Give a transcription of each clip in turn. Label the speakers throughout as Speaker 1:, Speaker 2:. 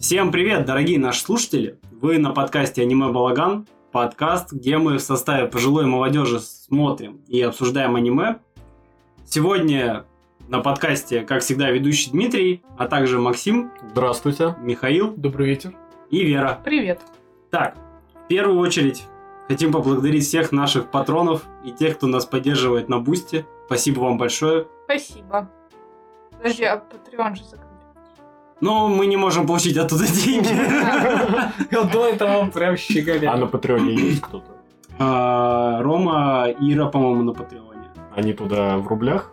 Speaker 1: Всем привет, дорогие наши слушатели! Вы на подкасте «Аниме Балаган», подкаст, где мы в составе пожилой молодежи смотрим и обсуждаем аниме. Сегодня на подкасте, как всегда, ведущий Дмитрий, а также Максим,
Speaker 2: Здравствуйте.
Speaker 1: Михаил
Speaker 3: Добрый вечер.
Speaker 1: и Вера.
Speaker 4: Привет.
Speaker 1: Так, в первую очередь хотим поблагодарить всех наших патронов и тех, кто нас поддерживает на Бусте. Спасибо вам большое.
Speaker 4: Спасибо. Подожди, а Patreon же закрыли.
Speaker 1: Но мы не можем получить оттуда деньги.
Speaker 3: До этого прям щеголя.
Speaker 2: А на Патреоне есть кто-то?
Speaker 1: А, Рома, Ира, по-моему, на Патреоне.
Speaker 2: Они туда в рублях?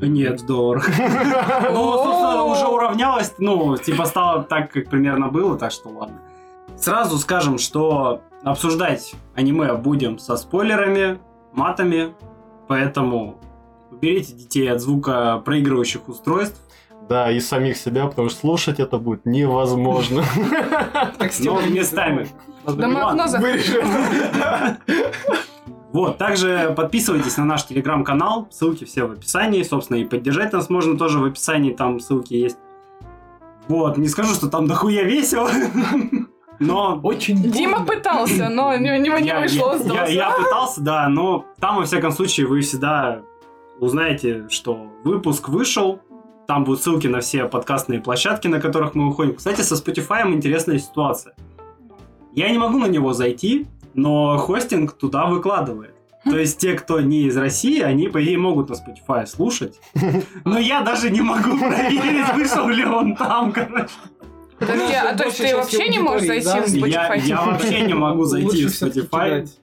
Speaker 1: Нет, в долларах. Ну, собственно, уже уравнялось, ну, типа стало так, как примерно было, так что ладно. Сразу скажем, что обсуждать аниме будем со спойлерами, матами, поэтому уберите детей от звука проигрывающих устройств.
Speaker 2: Да, и самих себя, потому что слушать это будет невозможно.
Speaker 3: Так
Speaker 1: Но
Speaker 3: Стивен
Speaker 1: местами.
Speaker 4: Да мы
Speaker 1: Ладно.
Speaker 4: окно закрыли.
Speaker 1: Вот, также подписывайтесь на наш телеграм-канал, ссылки все в описании, собственно, и поддержать нас можно тоже в описании, там ссылки есть. Вот, не скажу, что там дохуя весело, но...
Speaker 3: Очень
Speaker 4: Дима
Speaker 3: больно.
Speaker 4: пытался, но у него у него не
Speaker 1: я-
Speaker 4: вышло. он
Speaker 1: я-
Speaker 4: сдался.
Speaker 1: я пытался, да, но там, во всяком случае, вы всегда узнаете, что выпуск вышел, там будут ссылки на все подкастные площадки, на которых мы выходим. Кстати, со Spotify интересная ситуация. Я не могу на него зайти, но хостинг туда выкладывает. То есть те, кто не из России, они, по идее, могут на Spotify слушать. Но я даже не могу проверить, вышел ли он там, короче.
Speaker 4: Подожди, а то есть
Speaker 3: Большая
Speaker 4: ты
Speaker 3: часть
Speaker 4: вообще не можешь
Speaker 3: аудитории,
Speaker 4: зайти
Speaker 3: да?
Speaker 4: в
Speaker 1: Я,
Speaker 4: Spotify?
Speaker 1: я вообще не могу зайти
Speaker 3: Лучше
Speaker 1: в
Speaker 3: всё-таки
Speaker 1: Spotify.
Speaker 3: кидать.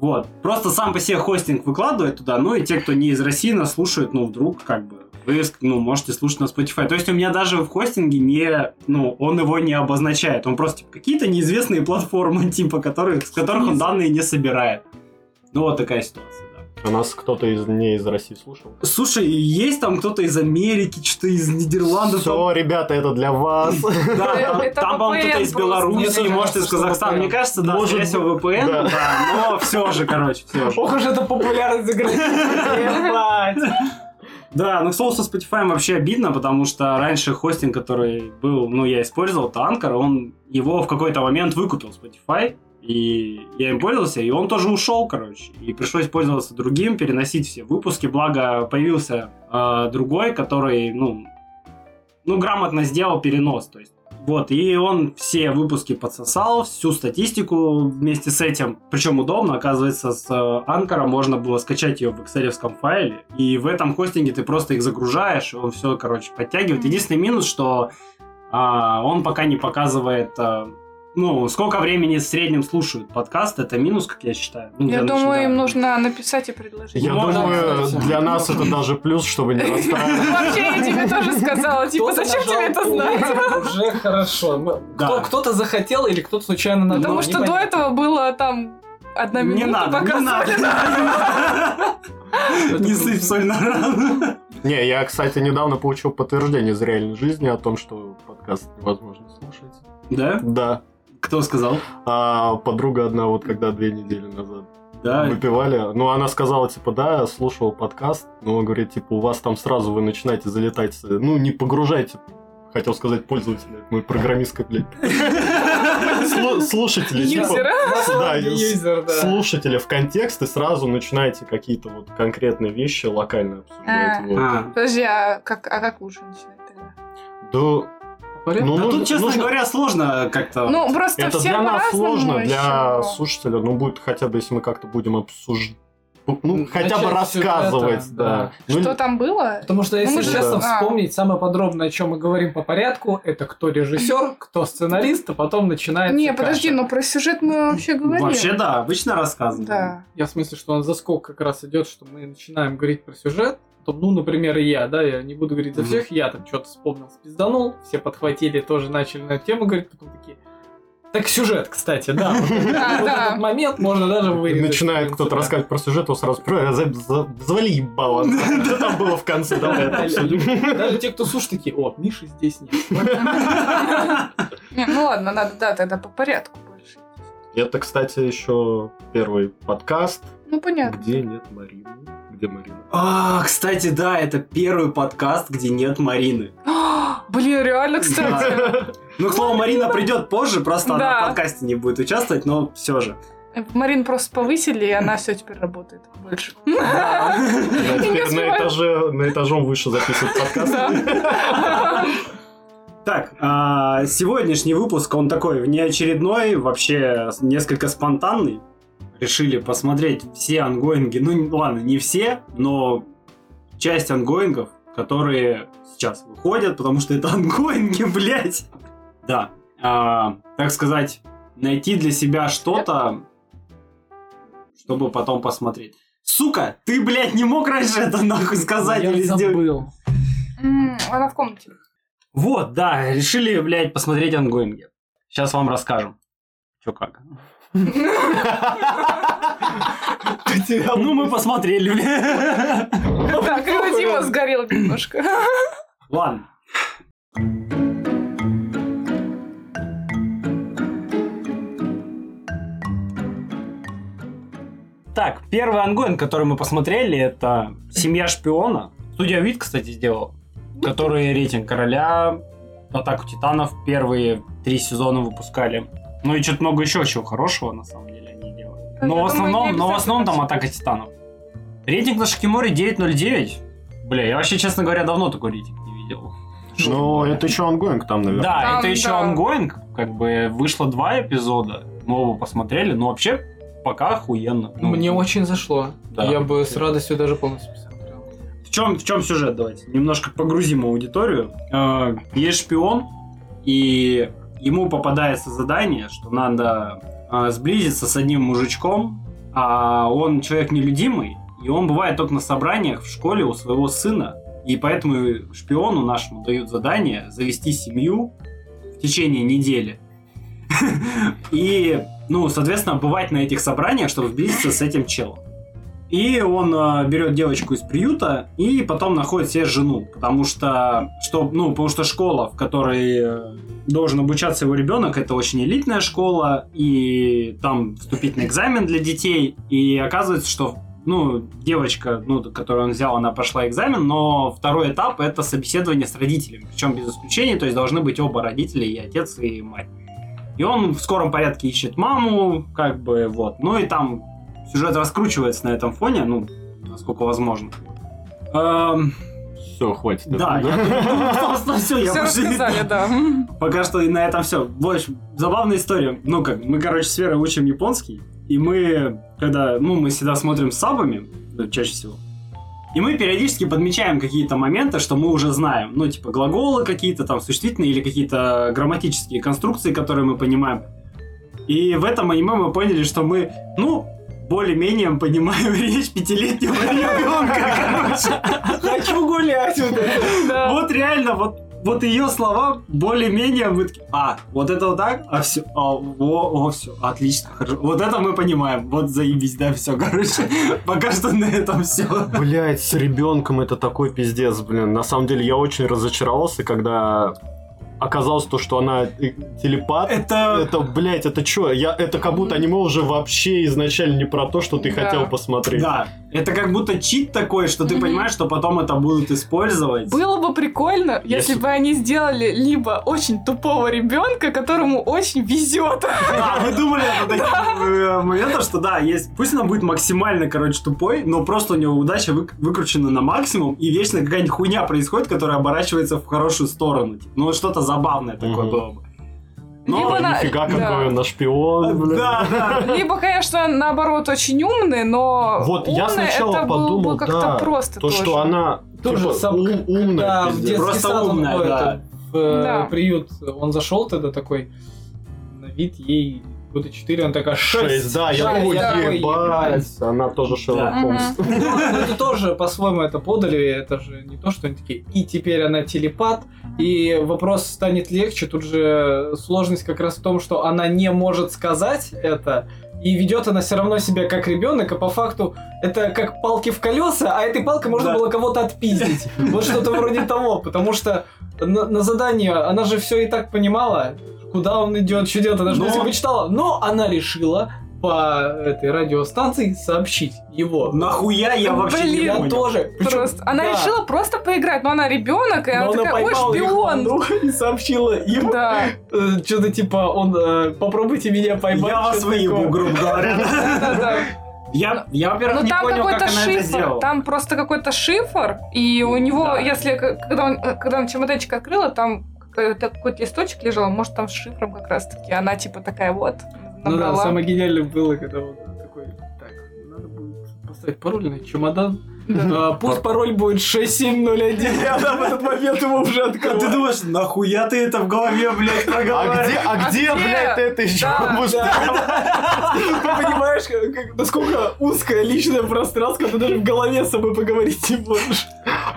Speaker 1: Вот. Просто сам по себе хостинг выкладывает туда, ну и те, кто не из России нас слушают, ну вдруг как бы вы, ну, можете слушать на Spotify. То есть у меня даже в хостинге не, ну, он его не обозначает. Он просто типа, какие-то неизвестные платформы, типа, которые, с которых он данные не собирает. Ну, вот такая ситуация, да.
Speaker 2: А нас кто-то из не из России слушал?
Speaker 1: Слушай, есть там кто-то из Америки, что-то из Нидерландов? там
Speaker 2: Все, ребята, это для вас.
Speaker 3: Ну,
Speaker 1: Да,
Speaker 4: Это-
Speaker 1: там,
Speaker 4: это
Speaker 1: там, по-моему, кто-то из
Speaker 4: VPN просто. Мне
Speaker 1: Беларуси, может,
Speaker 3: тоже
Speaker 1: из
Speaker 3: кажется, что
Speaker 1: Казахстана.
Speaker 3: VPN.
Speaker 1: Мне кажется, да,
Speaker 2: Может
Speaker 1: скорее всего,
Speaker 2: быть.
Speaker 1: VPN,
Speaker 2: Да.
Speaker 1: да, но все же, короче, все же.
Speaker 3: Ох уж это популярность за границей. Ебать.
Speaker 1: Да, ну, к слову, со Spotify вообще обидно, потому что раньше хостинг, который был, ну, я использовал, это Anchor, он его в какой-то момент выкупил Spotify, и я им пользовался, и он тоже ушел, короче. И пришлось пользоваться другим, переносить все выпуски, благо появился э, другой, который, ну, ну, грамотно сделал перенос, то есть. Вот, и он все выпуски подсосал, всю статистику вместе с этим. Причем удобно, оказывается, с э, Анкора можно было скачать ее в excel файле, и в этом хостинге ты просто их загружаешь, и он все, короче, подтягивает.
Speaker 4: Мгм.
Speaker 1: Единственный минус, что а, он пока не показывает, а, ну, сколько времени в среднем слушают подкаст, это минус, как я считаю. Ну,
Speaker 4: Я
Speaker 1: для
Speaker 4: думаю,
Speaker 1: начинающих.
Speaker 4: им нужно написать и предложить.
Speaker 2: Я
Speaker 1: Можно,
Speaker 2: думаю,
Speaker 3: кстати.
Speaker 2: для нас это даже плюс, чтобы не расстраиваться.
Speaker 4: Вообще, я тебе тоже сказала, типа,
Speaker 3: Кто-то
Speaker 4: зачем тебе это
Speaker 3: нажал
Speaker 4: знать?
Speaker 3: плей, Уже хорошо. Мы-
Speaker 1: Да.
Speaker 3: кто- Кто-то захотел или кто-то случайно нажал.
Speaker 4: Потому что до
Speaker 3: Ну, непонятно.
Speaker 4: этого было там одна
Speaker 1: Не
Speaker 4: минута,
Speaker 1: надо, не
Speaker 4: показывали.
Speaker 1: надо. Не сыпь соль на рану.
Speaker 2: Не, я, кстати, недавно получил подтверждение из реальной жизни о том, что подкаст невозможно слушать.
Speaker 1: Да?
Speaker 2: Да.
Speaker 1: Кто сказал?
Speaker 2: А подруга одна вот когда две недели назад
Speaker 1: Да, А.
Speaker 2: выпивали. Ну, она сказала, типа, да, слушал подкаст, но, говорит, типа, у вас там сразу вы начинаете залетать, э, ну, не погружайте, хотел сказать, пользователя, это мой программистка, блядь. Слу- Слушатели, типа,
Speaker 4: Юзера.
Speaker 2: да,
Speaker 3: Юзер, да.
Speaker 2: слушатели в контекст и сразу начинаете какие-то вот конкретные вещи локально
Speaker 4: А.
Speaker 2: обсуждать. вот.
Speaker 1: А,
Speaker 4: Подожди, а как, а как лучше начинать тогда?
Speaker 2: Да,
Speaker 3: Порядок?
Speaker 2: Ну,
Speaker 1: Да
Speaker 2: нужно-
Speaker 1: тут, честно
Speaker 2: нужно-
Speaker 1: говоря, сложно как-то.
Speaker 4: Ну, просто
Speaker 2: Это
Speaker 4: всем
Speaker 2: для нас
Speaker 4: по-разному
Speaker 2: сложно, для
Speaker 4: ещё.
Speaker 2: слушателя, ну, будет хотя бы, если мы как-то будем обсуждать, ну,
Speaker 3: Ну,
Speaker 2: хотя бы
Speaker 3: начать с сюжета,
Speaker 2: рассказывать, да.
Speaker 3: да.
Speaker 2: Ну,
Speaker 4: Что там было?
Speaker 3: Потому что,
Speaker 4: Ну,
Speaker 3: если
Speaker 4: мы
Speaker 2: же-
Speaker 3: честно
Speaker 4: Да.
Speaker 3: вспомнить, самое подробное, о чем мы говорим по порядку, это кто режиссер, кто сценарист, а потом начинается
Speaker 4: Не, подожди,
Speaker 3: каша.
Speaker 4: но про сюжет мы вообще говорили.
Speaker 1: Вообще, да, обычно рассказываем.
Speaker 4: Да.
Speaker 3: Я в смысле, что он заскок как раз идет, что мы начинаем говорить про сюжет. То, ну, например, и я, да, я не буду говорить за
Speaker 2: Мгм.
Speaker 3: всех, я там что-то вспомнил, спизданул, все подхватили, тоже начали на эту тему говорить, потом такие. Так сюжет, кстати, да. Вот
Speaker 4: Да,
Speaker 3: этот
Speaker 4: да.
Speaker 3: момент можно даже вырезать. в
Speaker 2: Начинает
Speaker 3: принципе,
Speaker 2: кто-то
Speaker 3: да.
Speaker 2: рассказывать про сюжет, он сразу «Бля, за- за- завали ебало. Что там было в конце? Давай это обсудим.
Speaker 3: Даже те, кто слушает, такие, о, Миши здесь нет.
Speaker 4: Не, ну ладно, надо, да, тогда по порядку больше. идти.
Speaker 2: И Это, кстати, еще первый подкаст,
Speaker 4: Ну, понятно.
Speaker 2: где нет Марины. Где Марина?
Speaker 1: А, кстати, да, это первый подкаст, где нет Марины.
Speaker 4: Блин, реально, кстати.
Speaker 1: Ну, к слову, Марина придет позже, просто она
Speaker 4: Да.
Speaker 1: в подкасте не будет участвовать, но все же.
Speaker 4: Э, Марин просто повысили, и она все теперь работает больше.
Speaker 2: Она
Speaker 4: Я не
Speaker 2: теперь на
Speaker 4: успеваю.
Speaker 2: этаже, на этажом выше записывает подкаст.
Speaker 4: Да.
Speaker 1: Так, а, сегодняшний выпуск, он такой внеочередной, вообще с- несколько спонтанный. Решили посмотреть все ангоинги, ну не- ладно, не все, но часть ангоингов, которые сейчас выходят, потому что это ангоинги, блядь. Да, а, так сказать, найти для себя что-то, чтобы потом посмотреть. Сука, ты, блядь, не мог раньше это нахуй сказать
Speaker 3: Я
Speaker 1: или сделать?
Speaker 3: забыл.
Speaker 4: М, Она в комнате.
Speaker 1: Вот, да, решили, блядь, посмотреть ангоинги. Сейчас вам расскажем. Ну, Чё как.
Speaker 2: Потерял.
Speaker 1: Ну, мы посмотрели, блядь.
Speaker 4: Так, это Дима сгорел немножко.
Speaker 1: Ладно. Так, первый ангоин, который мы посмотрели, это «Семья шпиона». Студия Вид, кстати, сделал. Которые рейтинг короля, атаку титанов первые три сезона выпускали. Ну и что-то много еще чего хорошего, на самом деле, они делают.
Speaker 4: Я
Speaker 1: Но в
Speaker 4: думаю,
Speaker 1: основном,
Speaker 4: не
Speaker 1: но в
Speaker 4: обязательно
Speaker 1: основном там
Speaker 4: все.
Speaker 1: атака титанов. Рейтинг на Шакиморе 9.09. Бля, я вообще, честно говоря, давно такой рейтинг не видел.
Speaker 2: Но Ну, это еще ангоинг там, наверное.
Speaker 1: Да,
Speaker 4: Там,
Speaker 1: это еще
Speaker 4: да.
Speaker 1: ангоинг. Как бы вышло два эпизода. Мы оба посмотрели. но вообще, пока охуенно. Ну,
Speaker 3: Мне очень зашло.
Speaker 1: Да.
Speaker 3: Я бы с радостью даже полностью посмотрел.
Speaker 1: В чем, в чем сюжет, давайте? Немножко погрузим аудиторию. Э, Есть шпион, и ему попадается задание, что надо э, сблизиться с одним мужичком, а он человек нелюдимый, и он бывает только на собраниях в школе у своего сына, и поэтому шпиону нашему дают задание завести семью в течение недели. И, ну, соответственно, бывать на этих собраниях, чтобы сблизиться с этим челом. И он э, берет девочку из приюта и потом находит себе жену, потому что, что, ну, потому что школа, в которой э, должен обучаться его ребенок, это очень элитная школа, и там вступительный экзамен для детей, и оказывается, что ну, девочка, ну, которую он взял, она пошла экзамен, но второй этап — это собеседование с родителями, причем без исключения, то есть должны быть оба родителя, и отец, и мать. И он в скором порядке ищет маму, как бы, вот. Ну и там сюжет раскручивается на этом фоне, ну, насколько возможно. Эм,
Speaker 2: Все, хватит.
Speaker 1: да, я думаю, собственно, всё, я
Speaker 4: Все
Speaker 1: больше не-
Speaker 4: рассказали, да.
Speaker 1: Пока что и на этом все. В общем, забавная история. Ну как, мы, короче, с Верой учим японский, и мы, когда, ну, мы всегда смотрим с сабами, ну, чаще всего, и мы периодически подмечаем какие-то моменты, что мы уже знаем. Ну, типа глаголы какие-то там существительные или какие-то грамматические конструкции, которые мы понимаем. И в этом аниме мы поняли, что мы, ну, более-менее понимаем речь пятилетнего ребенка, короче. Хочу гулять вот это.
Speaker 4: Да.
Speaker 1: Вот реально, вот вот ее слова более-менее мы такие, а, вот это вот так, а все, а, о, все, отлично, хорошо. Вот это мы понимаем, вот заебись, да, все, короче, пока что на этом все.
Speaker 2: Блять, с ребенком это такой пиздец, блин. На самом деле я очень разочаровался, когда оказалось то, что она э, телепат.
Speaker 1: Это...
Speaker 2: Это, блять, это чё? Я, это как будто аниме уже вообще изначально не про то, что ты
Speaker 4: Да.
Speaker 2: хотел посмотреть.
Speaker 1: Да, это как будто чит такой, что ты
Speaker 4: Мгм.
Speaker 1: понимаешь, что потом это будут использовать.
Speaker 4: Было бы прикольно,
Speaker 2: Если-
Speaker 4: если бы они сделали либо очень тупого ребенка, которому очень везет.
Speaker 1: Да, А, вы думали о таких э, моментах, что да, есть. Пусть она будет максимально, короче, тупой, но просто у него удача вык- выкручена на максимум, и вечно какая-нибудь хуйня происходит, которая оборачивается в хорошую сторону. Типа, Ну, что-то забавное такое
Speaker 2: Мгм.
Speaker 1: было бы.
Speaker 4: Либо
Speaker 1: Но...
Speaker 4: Типа на-
Speaker 2: Типа Нифига, какой
Speaker 4: да.
Speaker 2: он на шпион, блин.
Speaker 1: Да, да.
Speaker 4: Либо, конечно, наоборот, очень умный, но
Speaker 2: Вот, я
Speaker 4: умный
Speaker 2: сначала
Speaker 4: это было
Speaker 2: подумал,
Speaker 4: бы как-то
Speaker 2: да,
Speaker 4: просто
Speaker 2: То,
Speaker 4: тоже.
Speaker 2: что она
Speaker 3: Тоже
Speaker 2: типа,
Speaker 3: сам-
Speaker 2: ум- умная,
Speaker 3: Да, в
Speaker 2: пиздец.
Speaker 3: детский
Speaker 1: Просто
Speaker 3: сад он,
Speaker 1: умная, да.
Speaker 3: о, это, в, э,
Speaker 4: Да.
Speaker 3: приют он зашел тогда такой, на вид ей года 4, он такая 6.
Speaker 2: Шесть, да, я
Speaker 4: Шесть,
Speaker 2: думаю,
Speaker 4: да.
Speaker 2: ебать, она тоже Шерлок
Speaker 1: Да.
Speaker 2: Холмс. А
Speaker 4: Мгм.
Speaker 3: это тоже по-своему это подали, это же не то, что они такие, и теперь она телепат, и вопрос станет легче, тут же сложность как раз в том, что она не может сказать это, и ведет она все равно себя как ребенок, а по факту это как палки в колеса, а этой палкой можно
Speaker 1: Да.
Speaker 3: было кого-то отпиздить. Вот что-то вроде того, потому что на, на задание она же все и так понимала, куда он идет, что делать, она же
Speaker 1: Но-
Speaker 3: наверное, почитала. Но она решила по этой радиостанции сообщить его.
Speaker 1: Нахуя я вообще не
Speaker 4: Блин,
Speaker 3: Я
Speaker 1: понял?
Speaker 3: тоже. Причем-
Speaker 4: Просто. Она
Speaker 3: да.
Speaker 4: решила просто поиграть, но она ребенок, и
Speaker 3: Но
Speaker 4: она
Speaker 3: она
Speaker 4: такая, ой,
Speaker 3: поймала их
Speaker 4: шпион.
Speaker 3: волну и сообщила ему.
Speaker 4: Да,
Speaker 3: Что-то типа, он, э, попробуйте меня поймать.
Speaker 1: Я вас
Speaker 3: что-то такое.
Speaker 1: выебу, грубо говоря.
Speaker 4: да, да.
Speaker 1: Я, я во-первых,
Speaker 4: Но
Speaker 1: не
Speaker 4: Ну, там
Speaker 1: понял, как
Speaker 4: какой-то
Speaker 1: она это
Speaker 4: шифр,
Speaker 1: сделала.
Speaker 4: там просто какой-то шифр, и у него,
Speaker 1: Да.
Speaker 4: если к- когда он, э, когда он чемоданчик открыла, там какой-то, какой-то листочек лежал, может там с шифром как раз-таки, она типа такая вот
Speaker 3: Ну да,
Speaker 4: набрала.
Speaker 3: самое гениальное было, когда он такой, так, надо будет поставить пароль на чемодан.
Speaker 4: Да.
Speaker 3: А, пусть пароль будет 6701, и она в этот момент его уже
Speaker 1: А ты
Speaker 3: открыла.
Speaker 1: думаешь, нахуя ты это в голове, блядь,
Speaker 2: А где,
Speaker 1: проговариваешь?
Speaker 2: а
Speaker 4: А
Speaker 2: где,
Speaker 4: где?
Speaker 2: блядь, ты это еще
Speaker 4: Да,
Speaker 2: будешь?
Speaker 3: Ты понимаешь, как- как- насколько узкое личное пространство, ты даже в голове с собой поговорить не можешь.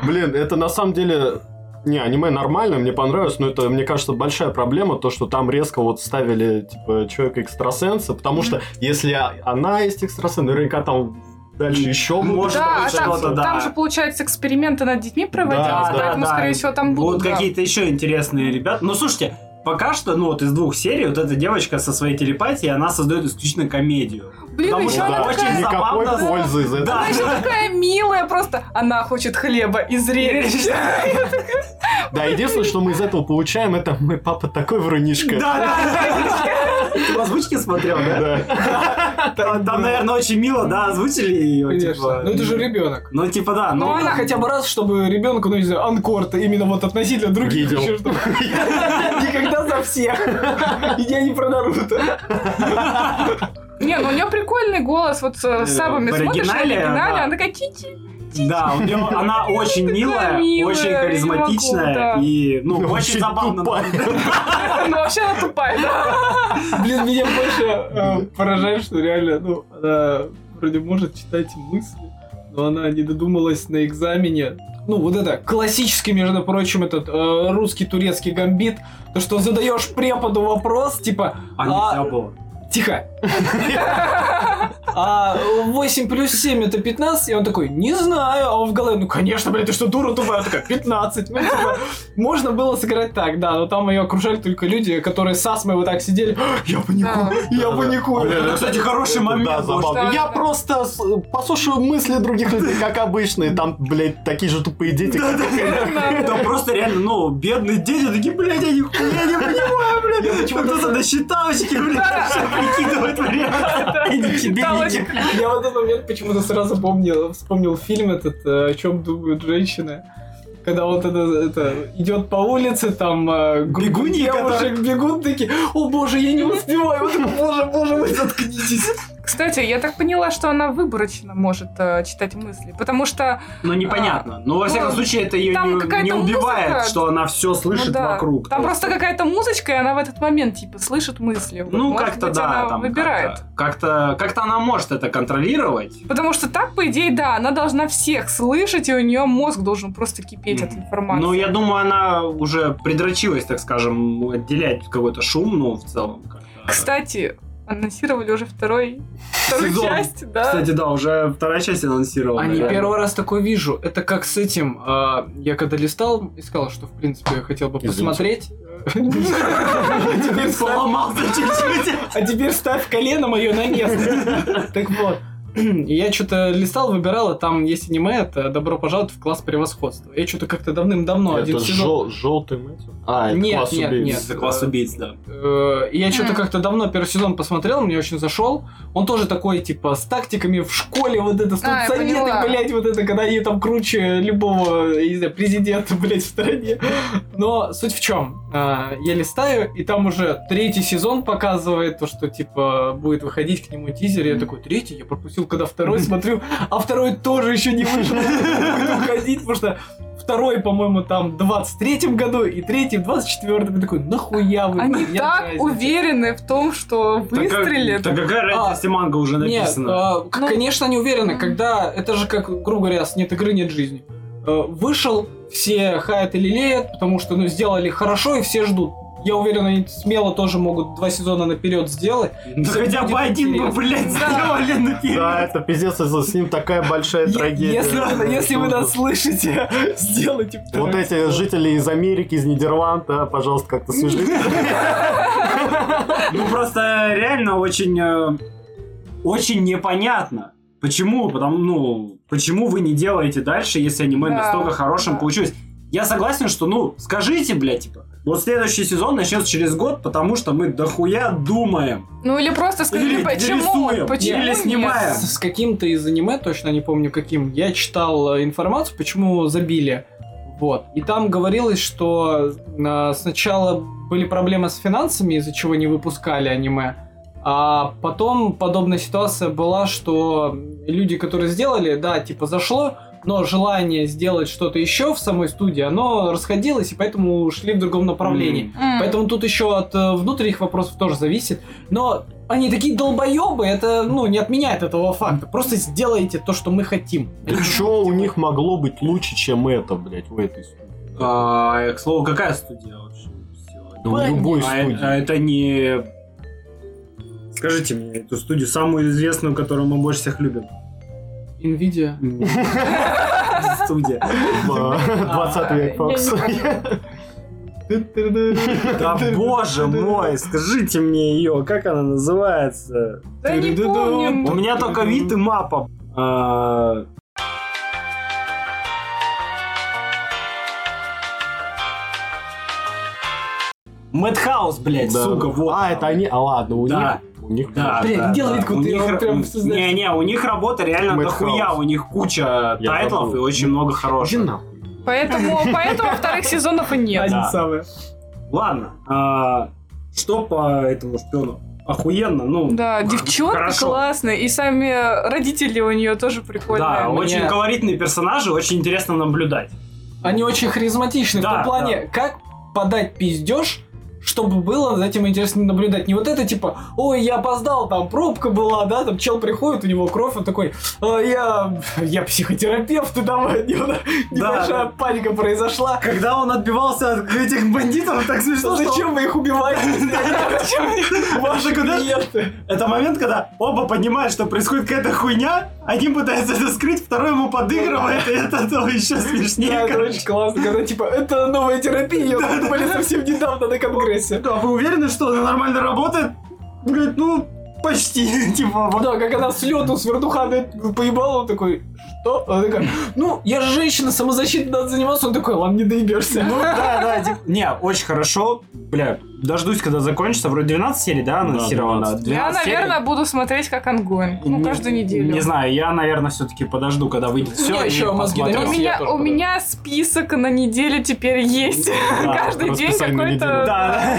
Speaker 2: Блин, это на самом деле... Не, аниме нормально, мне понравилось, но это, мне кажется, большая проблема, то, что там резко вот ставили, типа, человека-экстрасенса, потому что если а- она есть экстрасенс, наверняка там дальше еще
Speaker 1: Может,
Speaker 4: Да, а
Speaker 1: быть,
Speaker 4: там,
Speaker 1: что-то, да.
Speaker 4: там же, получается, эксперименты над детьми проводились,
Speaker 2: Да, да,
Speaker 4: поэтому, скорее всего, там будут.
Speaker 1: будут
Speaker 4: да.
Speaker 1: какие-то еще интересные ребята. Ну, слушайте, пока что, ну, вот из двух серий, вот эта девочка со своей телепатией, она создает исключительно комедию.
Speaker 4: Блин,
Speaker 1: потому
Speaker 4: еще
Speaker 1: что
Speaker 4: она
Speaker 1: очень
Speaker 4: такая...
Speaker 1: забавно.
Speaker 2: никакой
Speaker 1: забавно.
Speaker 2: пользы из этого.
Speaker 1: Да.
Speaker 4: Она еще такая милая просто. Она хочет хлеба и зрелищ.
Speaker 2: Да, единственное, что мы из этого получаем, это мой папа такой врунишка.
Speaker 1: Да, да. Ты в озвучке смотрел, да? Там, там, наверное, очень мило, да, озвучили ее.
Speaker 3: Конечно.
Speaker 1: типа.
Speaker 3: Ну это же ребенок.
Speaker 1: Ну, типа, да,
Speaker 4: Ну,
Speaker 1: ну,
Speaker 4: она-
Speaker 3: Хотя бы раз, чтобы ребенку, ну не знаю, анкор именно вот относительно других
Speaker 2: Видел.
Speaker 3: еще чтобы- Никогда за всех. И я не про Наруто.
Speaker 4: Не, ну у нее прикольный голос. Вот с
Speaker 1: Э, в
Speaker 4: сабами смотришь, на
Speaker 1: оригинале
Speaker 4: оригинале,
Speaker 1: она-
Speaker 4: она такая чи-чи.
Speaker 1: да, у нее она очень милая,
Speaker 4: милая,
Speaker 1: очень
Speaker 4: я не
Speaker 1: харизматичная
Speaker 4: могу, да.
Speaker 1: и, ну,
Speaker 2: Ну,
Speaker 1: очень забавно.
Speaker 2: тупая.
Speaker 4: Ну вообще она тупая, да.
Speaker 3: Блин, меня больше э, поражает, что реально, ну, она вроде может читать мысли, но она не додумалась на экзамене. Ну, вот это классический, между прочим, этот э, русский-турецкий гамбит, то, что задаешь преподу вопрос, типа,
Speaker 1: А нельзя было.
Speaker 3: Тихо. А 8 плюс 7 это 15, и он такой, не знаю, а он в голове, ну конечно, блин, ты что, дура тупая? Она такая, 15. Ну, типа, можно было сыграть так, да, но там ее окружали только люди, которые с астмой вот так сидели, «А, я
Speaker 4: Да.
Speaker 3: паникую, я
Speaker 2: Да-да.
Speaker 3: паникую.
Speaker 1: Это, кстати, хороший момент.
Speaker 2: Да,
Speaker 1: потому что-
Speaker 2: забавно.
Speaker 4: Да,
Speaker 2: Я
Speaker 4: да.
Speaker 2: просто с- послушаю мысли других людей, как обычно, и там, блядь, такие же тупые дети. как и я.
Speaker 1: Там просто реально, ну, бедные дети такие, блядь, я нихуя не понимаю, блядь. Кто-то на считалочке, блядь, всё прикидывает варианты. Идите, бегите.
Speaker 4: Считалочек.
Speaker 3: Я в этот момент почему-то сразу помнил, вспомнил фильм этот, э, о чем думают женщины. Когда вот это, это идет по улице, там э, группа
Speaker 1: Бегуньи,
Speaker 3: девушек бегут такие, о боже, я не успеваю, вот, боже, боже, вы заткнитесь.
Speaker 4: Кстати, я так поняла, что она выборочно может э, читать мысли, потому что
Speaker 1: Ну, непонятно. Но, во всяком
Speaker 4: Ну,
Speaker 1: случае, это ее
Speaker 4: там
Speaker 1: не,
Speaker 4: какая-то
Speaker 1: не убивает,
Speaker 4: музыка.
Speaker 1: что она все
Speaker 4: ну
Speaker 1: слышит
Speaker 4: да,
Speaker 1: вокруг.
Speaker 4: там
Speaker 1: То
Speaker 4: просто какая-то музычка, и она в этот момент типа слышит мысли. Вот,
Speaker 1: Ну,
Speaker 4: может
Speaker 1: как-то
Speaker 4: быть,
Speaker 1: да,
Speaker 4: она
Speaker 1: там
Speaker 4: выбирает.
Speaker 1: как-то- Как-то как-то она может это контролировать.
Speaker 4: Потому что так, по идее, да, она должна всех слышать, и у нее мозг должен просто кипеть от
Speaker 1: Мгм.
Speaker 4: информации.
Speaker 1: Но Ну, я думаю, она уже придрочилась, так скажем, отделять какой-то шум, ну, в целом. как-то.
Speaker 4: Кстати, анонсировали уже второй, вторую
Speaker 1: Сезон.
Speaker 4: часть, да.
Speaker 1: Кстати, да, уже вторая часть анонсирована.
Speaker 3: Они
Speaker 1: да.
Speaker 3: первый раз такое вижу. Это как с этим. а, я когда листал, искал, что в принципе я хотел бы
Speaker 2: Извините.
Speaker 3: посмотреть. Теперь ставь-
Speaker 1: Поломался чуть-чуть.
Speaker 3: А теперь ставь колено мое на место. Так вот. Я что-то листал, выбирал, а там есть аниме, это «Добро пожаловать в класс превосходства». Я что-то как-то давным-давно Ну, один
Speaker 2: Это
Speaker 3: сезон...
Speaker 2: жел- желтый мэтр? А, это
Speaker 3: Нет,
Speaker 2: класс
Speaker 3: нет,
Speaker 2: убийц.
Speaker 3: нет.
Speaker 1: Это класс убийц, да.
Speaker 3: Э, и Я что-то
Speaker 4: Мгм.
Speaker 3: как-то давно первый сезон посмотрел, мне очень зашел. Он тоже такой, типа, с тактиками в школе, вот это,
Speaker 4: А, я
Speaker 3: советы,
Speaker 4: поняла.
Speaker 3: блядь, вот это, когда они там круче любого, я не знаю, президента, блядь, в стране. Но суть в чем? Я листаю, и там уже третий сезон показывает то, что, типа, будет выходить к нему тизер. Я такой, третий? Я пропустил, когда второй смотрю, а второй тоже еще не вышел. Будет выходить, потому что Второй, по-моему, там в 23-м году, и третий в 24-м. Я такой, нахуя вы?
Speaker 4: Они
Speaker 3: блядь,
Speaker 4: так
Speaker 3: разница?»
Speaker 4: уверены в том, что выстрелят.
Speaker 1: Да какая разница,
Speaker 3: А,
Speaker 1: если манга уже
Speaker 3: Нет,
Speaker 1: написана?
Speaker 3: а, к-
Speaker 4: Ну-
Speaker 3: конечно, они уверены,
Speaker 4: Мгм.
Speaker 3: когда это же как, грубо говоря, с нет игры, нет жизни. Э, Вышел, все хаят и лелеют, потому что ну, сделали хорошо, и все ждут. Я уверен, они смело тоже могут два сезона наперед сделать.
Speaker 1: Да
Speaker 3: всё
Speaker 1: Ну, хотя
Speaker 3: будет
Speaker 1: бы один бы,
Speaker 3: интересно.
Speaker 1: блядь,
Speaker 4: Да.
Speaker 1: сделали наперед.
Speaker 2: Да, это пиздец, это с ним такая большая
Speaker 3: Е-
Speaker 2: трагедия.
Speaker 3: Если, вы- если вы нас
Speaker 2: нас
Speaker 3: слышите, сделайте
Speaker 2: Вот
Speaker 3: второй
Speaker 2: эти
Speaker 3: сезон.
Speaker 2: жители из Америки, из Нидерланд, а, пожалуйста, как-то свяжитесь.
Speaker 1: Ну просто реально очень, э, очень непонятно. Почему? Потому, ну, почему вы не делаете дальше, если аниме
Speaker 4: Да,
Speaker 1: настолько хорошим
Speaker 4: да.
Speaker 1: получилось? Я согласен, что, ну, скажите, блядь, типа, вот следующий сезон начнется через год, потому что мы дохуя думаем.
Speaker 4: Ну или просто скажи,
Speaker 1: Или
Speaker 4: почему?
Speaker 1: рисуем,
Speaker 4: почему
Speaker 1: или
Speaker 4: нет?
Speaker 1: снимаем.
Speaker 3: С, с каким-то из аниме, точно не помню каким, я читал э, информацию, почему его забили. Вот. И там говорилось, что э, сначала были проблемы с финансами, из-за чего не выпускали аниме. А потом подобная ситуация была, что люди, которые сделали, да, типа зашло, но желание сделать что-то еще в самой студии, оно расходилось, и поэтому ушли в другом направлении.
Speaker 4: М.
Speaker 3: Поэтому тут еще от э, внутренних вопросов тоже зависит. Но они такие долбоебы, это ну не отменяет этого факта. Просто сделайте то, что мы хотим.
Speaker 2: Что у них могло быть лучше, чем это, блядь, в этой студии?
Speaker 1: А, к слову, какая студия вообще сделала?
Speaker 2: Да у любой
Speaker 1: А, э- а
Speaker 2: студии.
Speaker 1: это не... Скажите мне эту студию, самую известную, которую мы больше всех любим.
Speaker 3: Nvidia.
Speaker 1: Студия. а,
Speaker 2: а, Двадцатый век Фокс.
Speaker 1: Да боже мой, скажите мне ее, как она называется?
Speaker 4: Да не помним.
Speaker 1: У меня только вид и мапа. А, Мэтхаус, блядь,
Speaker 2: Да.
Speaker 1: сука, вот.
Speaker 2: А, это они? А ладно, у
Speaker 1: Да.
Speaker 2: них. У них.
Speaker 1: Да,
Speaker 3: Блин,
Speaker 1: да,
Speaker 3: делай
Speaker 1: да.
Speaker 3: вид, как
Speaker 1: У
Speaker 3: ты
Speaker 1: них
Speaker 3: его
Speaker 1: ра-
Speaker 3: прям все знаешь.
Speaker 1: Не-не, у них работа реально
Speaker 2: Мэтт
Speaker 1: дохуя,
Speaker 2: Хаус.
Speaker 1: у них куча
Speaker 2: Я
Speaker 1: тайтлов
Speaker 2: забыл.
Speaker 1: и очень много
Speaker 2: Иди
Speaker 1: хороших.
Speaker 2: нахуй.
Speaker 4: Поэтому, поэтому вторых сезонов и нет.
Speaker 3: Один
Speaker 1: да.
Speaker 3: самый.
Speaker 1: Ладно, а, что по этому шпиону? Охуенно, ну.
Speaker 4: Да, девчонка
Speaker 1: хорошо.
Speaker 4: классная, и сами родители у нее тоже прикольные.
Speaker 1: Да,
Speaker 3: мне-
Speaker 1: очень колоритные персонажи, очень интересно наблюдать.
Speaker 3: Они очень харизматичны в
Speaker 1: Да,
Speaker 3: том плане, как подать пиздеж, чтобы было за этим интересно наблюдать. Не вот это типа, ой, я опоздал, там пробка была, да, там чел приходит, у него кровь, он такой, «А, я, я психотерапевт, и давай, у него небольшая
Speaker 1: да.
Speaker 3: паника произошла.
Speaker 1: Когда он отбивался от этих бандитов, так смешно,
Speaker 3: Зачем вы их убиваете? Зачем вы их
Speaker 1: Ваши куда
Speaker 3: клиенты?
Speaker 1: Это момент, когда оба понимают, что происходит какая-то хуйня, один пытается это скрыть, второй ему подыгрывает, и это то еще
Speaker 3: Да,
Speaker 1: смешнее,
Speaker 3: это
Speaker 1: короче.
Speaker 3: очень классно, когда типа, это новая терапия, её придумали совсем недавно на конгрессе.
Speaker 1: Да, вы уверены, что она нормально работает? Говорит, ну, почти, типа, вот.
Speaker 3: Ну Да, как она с лету с вертухана поебала, он такой, что? Она такая, ну, я же женщина, самозащитой надо заниматься. Он такой, ладно, не доебешься.
Speaker 1: Ну, да, да, типа. Не, очень хорошо. Бля, дождусь, когда закончится. Вроде 12 серий, да, анонсировано?
Speaker 2: 12.
Speaker 4: Я,
Speaker 1: 12 серий.
Speaker 4: наверное, буду смотреть как ангоин. Ну,
Speaker 1: Не-
Speaker 4: каждую неделю.
Speaker 1: Не знаю, я, наверное, все-таки подожду, когда выйдет все.
Speaker 3: меня еще мозги
Speaker 4: У
Speaker 3: Раз я
Speaker 4: меня,
Speaker 3: тоже
Speaker 4: у
Speaker 3: подаю.
Speaker 4: меня список на неделю теперь есть. Каждый день
Speaker 2: расписание на
Speaker 4: какой-то
Speaker 2: неделю.
Speaker 1: Да,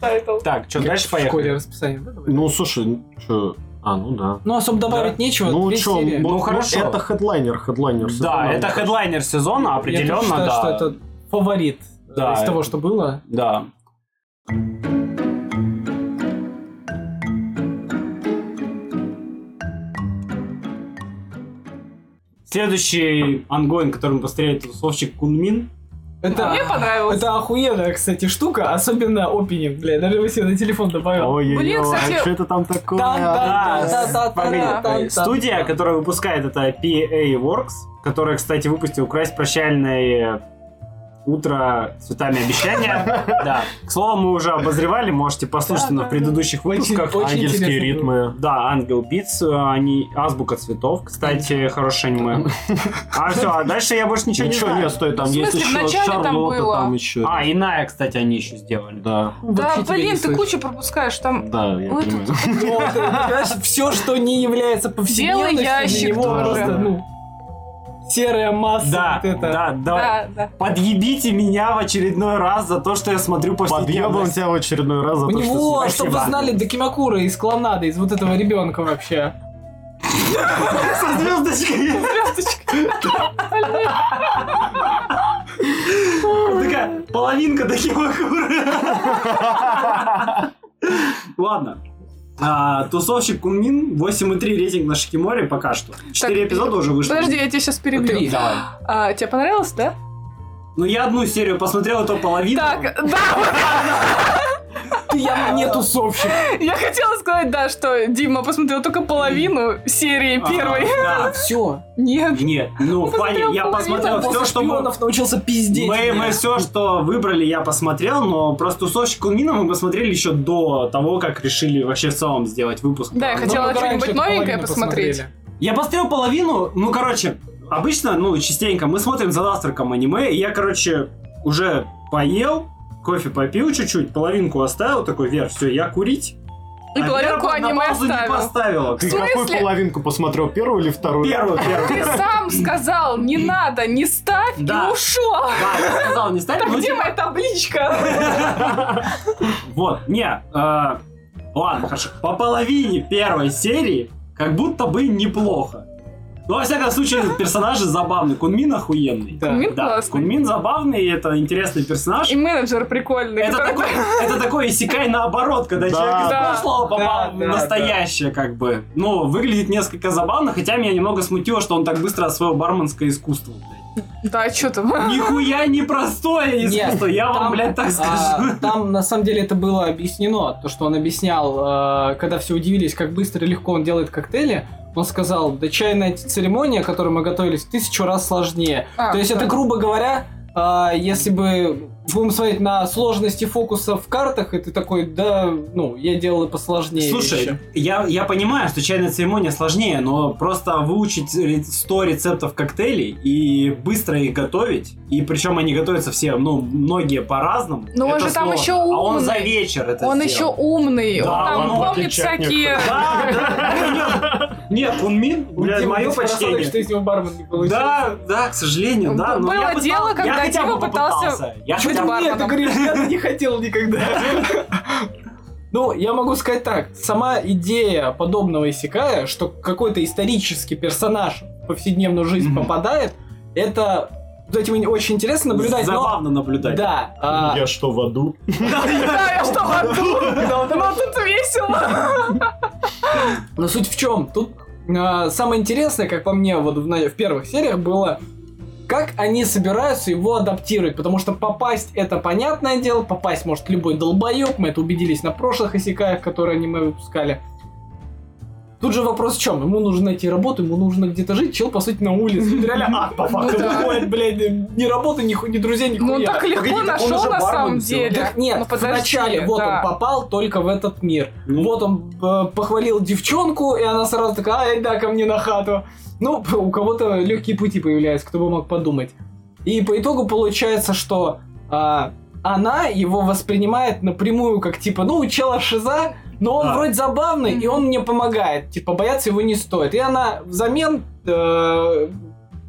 Speaker 1: да.
Speaker 4: тайтл.
Speaker 1: Так, что, дальше
Speaker 3: В школе
Speaker 1: поехали.
Speaker 3: расписание, да, давай?
Speaker 2: Ну, слушай, что? А, ну да.
Speaker 3: Ну, особо добавить нечего,
Speaker 2: Ну,
Speaker 3: две
Speaker 2: чё,
Speaker 3: серии.
Speaker 1: ну,
Speaker 2: вот-
Speaker 1: хорошо.
Speaker 2: Это хедлайнер, хедлайнер.
Speaker 1: Да,
Speaker 2: сезона.
Speaker 1: это хедлайнер сезона,
Speaker 3: Я
Speaker 1: определенно,
Speaker 3: тоже считаю,
Speaker 1: да.
Speaker 3: что это фаворит э,
Speaker 1: Да,
Speaker 3: из
Speaker 1: это-
Speaker 3: того, что было.
Speaker 1: Да. Следующий ангоин, которым постреляет тусовщик Кунмин.
Speaker 3: Это...
Speaker 4: А Мне понравилось.
Speaker 3: Это охуенная, кстати, штука, особенно опенинг, бля, даже бы себе на телефон добавил.
Speaker 4: Блин,
Speaker 2: Ой-ой-ой,
Speaker 4: кстати-
Speaker 2: а что это там такое?
Speaker 1: да,
Speaker 3: Тан-тан-тан-тан-тан-тан-тан.
Speaker 1: погоди. Э, Студия, которая выпускает это PA Works, которая, кстати, выпустила «Украсть прощальное утро цветами обещания». Да. К слову, мы уже обозревали, можете послушать
Speaker 3: Да,
Speaker 1: на
Speaker 3: да,
Speaker 1: предыдущих выпусках.
Speaker 3: очень
Speaker 2: Ангельские
Speaker 3: интересно
Speaker 2: ритмы.
Speaker 1: Да, Ангел Битс, э, они Азбука цветов, кстати, хорошее аниме. А все, а дальше я больше ничего не
Speaker 2: Ничего
Speaker 1: знаю.
Speaker 2: не стоит, там
Speaker 4: В
Speaker 2: есть
Speaker 4: смысле,
Speaker 2: еще
Speaker 4: вначале там
Speaker 2: Шарлотта,
Speaker 4: было?
Speaker 2: там еще.
Speaker 1: А, иная, кстати, они еще сделали.
Speaker 2: Да,
Speaker 4: Да,
Speaker 3: Вообще тебя не
Speaker 4: блин, ты
Speaker 3: слышу.
Speaker 4: кучу пропускаешь. Там
Speaker 2: да, я
Speaker 4: Ой,
Speaker 2: понимаю.
Speaker 3: Все, что не является повседневностью,
Speaker 4: Белый
Speaker 3: для
Speaker 4: ящик
Speaker 3: него
Speaker 2: тоже.
Speaker 3: просто, ну, серая масса.
Speaker 1: Да,
Speaker 3: вот это.
Speaker 1: да, да.
Speaker 4: да, да.
Speaker 1: Подъебите меня в очередной раз за то, что я смотрю
Speaker 2: Подъебал
Speaker 1: повседневность.
Speaker 2: тебя в очередной раз за
Speaker 3: У
Speaker 2: то, что...
Speaker 3: него,
Speaker 1: Ну, спасибо.
Speaker 3: чтобы вы знали, Докимакура из клонады, из вот этого ребенка вообще.
Speaker 1: Со звездочкой. Такая половинка Дакимакура. Ладно. А, тусовщик Кунмин, 8,3 рейтинг на Шикиморе пока что. 4
Speaker 4: Так,
Speaker 1: эпизода уже вышло.
Speaker 4: Подожди, я тебя сейчас перебью.
Speaker 3: Три.
Speaker 1: Давай.
Speaker 4: А, тебе понравилось, да?
Speaker 1: а Ну я одну серию посмотрел, и то половину.
Speaker 4: Так, да,
Speaker 3: Ты явно не тусовщик.
Speaker 4: Я хотела сказать, да, что Дима посмотрел только половину серии первой.
Speaker 1: А,
Speaker 3: Все.
Speaker 1: да.
Speaker 4: Нет.
Speaker 1: Нет, ну, в плане, я
Speaker 4: Посмотрел
Speaker 1: посмотрел
Speaker 4: половину, а
Speaker 1: все, что мы...
Speaker 3: шпионов научился пиздеть.
Speaker 1: Мы,
Speaker 3: блядь.
Speaker 1: все, что выбрали, я посмотрел, но просто тусовщик Кулмина мы посмотрели еще до того, как решили вообще в целом сделать выпуск.
Speaker 4: Да, я
Speaker 3: Ну,
Speaker 4: хотела
Speaker 3: только
Speaker 4: что-нибудь
Speaker 3: раньше
Speaker 4: новенькое
Speaker 3: половину
Speaker 4: посмотреть.
Speaker 3: посмотрели.
Speaker 1: Я посмотрел половину, ну, короче, обычно, ну, частенько мы смотрим за завтраком аниме, и я, короче, уже поел, кофе попил чуть-чуть, половинку оставил, такой, Вер, все, я курить.
Speaker 4: И
Speaker 1: А
Speaker 4: половинку
Speaker 1: Вера на
Speaker 4: аниме
Speaker 1: паузу не
Speaker 4: оставил.
Speaker 1: поставила.
Speaker 2: Ты
Speaker 4: В
Speaker 2: какую
Speaker 4: смысле?
Speaker 2: половинку посмотрел, первую или вторую?
Speaker 1: Первую, первую.
Speaker 4: Ты сам сказал, не надо, не ставь,
Speaker 1: Да.
Speaker 4: и ушел.
Speaker 1: Да, я сказал, не ставь,
Speaker 4: Так
Speaker 1: ну,
Speaker 4: где
Speaker 1: типа,
Speaker 4: моя табличка?
Speaker 1: Вот, не, э, ладно, хорошо. По половине первой серии как будто бы неплохо. Но, во всяком случае, этот персонаж забавный. Кунмин охуенный.
Speaker 3: Да.
Speaker 4: Кунмин
Speaker 1: Да,
Speaker 4: классный.
Speaker 1: Кунмин забавный, это интересный персонаж.
Speaker 4: И менеджер прикольный.
Speaker 1: Это
Speaker 4: который-
Speaker 1: такой, это такой исекай наоборот, когда
Speaker 2: Да.
Speaker 1: человек из
Speaker 4: Да.
Speaker 1: прошлого попал
Speaker 3: Да,
Speaker 1: в
Speaker 3: да,
Speaker 1: настоящее, как бы. Ну, выглядит несколько забавно, хотя меня немного смутило, что он так быстро освоил барменское искусство, блядь.
Speaker 4: Да, что там?
Speaker 1: Нихуя непростое
Speaker 3: Нет,
Speaker 1: искусство, я вам,
Speaker 3: там,
Speaker 1: блядь, так скажу.
Speaker 3: а, там на самом деле это было объяснено, то что он объяснял, э, когда все удивились, как быстро и легко он делает коктейли, он сказал, да чайная т- церемония, к которой мы готовились, в тысячу раз сложнее.
Speaker 4: А,
Speaker 3: то есть
Speaker 4: да.
Speaker 3: это, грубо говоря, а, если бы будем смотреть на сложности фокуса в картах, и ты такой, да, ну, я делал и посложнее.
Speaker 1: Слушай,
Speaker 3: вещи».
Speaker 1: я, я понимаю, что чайная церемония сложнее, но просто выучить ре- 100 рецептов коктейлей и быстро их готовить, и причем они готовятся все, ну, многие по-разному.
Speaker 4: Но Ну, он
Speaker 1: это
Speaker 4: же там
Speaker 1: сложно.
Speaker 4: еще
Speaker 1: А он за
Speaker 4: умный.
Speaker 1: вечер это
Speaker 4: Он еще
Speaker 1: сделал.
Speaker 4: умный,
Speaker 1: Да,
Speaker 4: он там
Speaker 1: он в
Speaker 4: помнит
Speaker 2: отличие от
Speaker 4: всякие...
Speaker 1: Да, да.
Speaker 2: А.
Speaker 1: Нет, Кунмин, блядь,
Speaker 3: Дима,
Speaker 1: мое
Speaker 3: здесь красавчик,
Speaker 1: почтение.
Speaker 3: что из него бармен не получился.
Speaker 1: Да, да, к сожалению, да. но
Speaker 4: Было
Speaker 1: я пытал-
Speaker 4: дело,
Speaker 1: я
Speaker 4: когда
Speaker 1: хотя бы
Speaker 4: Дима пытался-
Speaker 1: Я
Speaker 3: Чё
Speaker 1: хотя бы-
Speaker 3: А ты мне
Speaker 4: барменом.
Speaker 3: это говоришь? Я не хотел никогда. Ну, я могу сказать так. Сама идея подобного Исекая, что какой-то исторический персонаж в повседневную жизнь
Speaker 1: Мгм.
Speaker 3: попадает, это за этим очень интересно наблюдать. но-
Speaker 1: Забавно наблюдать.
Speaker 3: Да. а,
Speaker 2: Я что, в аду?
Speaker 4: Да, я что, в аду? Ну, тут весело.
Speaker 3: Но суть в чем? Тут а, самое интересное, как по мне, вот в, на- в первых сериях было, как они собираются его адаптировать, потому что попасть это понятное дело, попасть может любой долбоеб, мы это убедились на прошлых осекаях, которые аниме выпускали. Тут же вопрос в чем? Ему нужно найти работу, ему нужно где-то жить, чел, по сути, на улице. Это Реально ад, по факту.
Speaker 4: Ну да.
Speaker 3: Выходит, блядь, ни работы, ни, ху- ни друзей, ни
Speaker 4: Ну, он
Speaker 3: хуя.
Speaker 4: так легко
Speaker 1: Погоди, так он
Speaker 4: нашел
Speaker 1: уже
Speaker 4: на
Speaker 1: бармен
Speaker 4: самом
Speaker 1: всё.
Speaker 4: деле.
Speaker 3: Так нет,
Speaker 4: Ну, подожди,
Speaker 3: вначале вот
Speaker 4: да.
Speaker 3: он попал только в этот мир.
Speaker 1: Ну.
Speaker 3: Вот он э, похвалил девчонку, и она сразу такая, ай, да, ко мне на хату. Ну, п- у кого-то легкие пути появляются, кто бы мог подумать. И по итогу получается, что а, она его воспринимает напрямую как типа, ну, у чела шиза, но он
Speaker 1: Да.
Speaker 3: вроде забавный, и он мне помогает. Типа, бояться его не стоит. И она взамен э,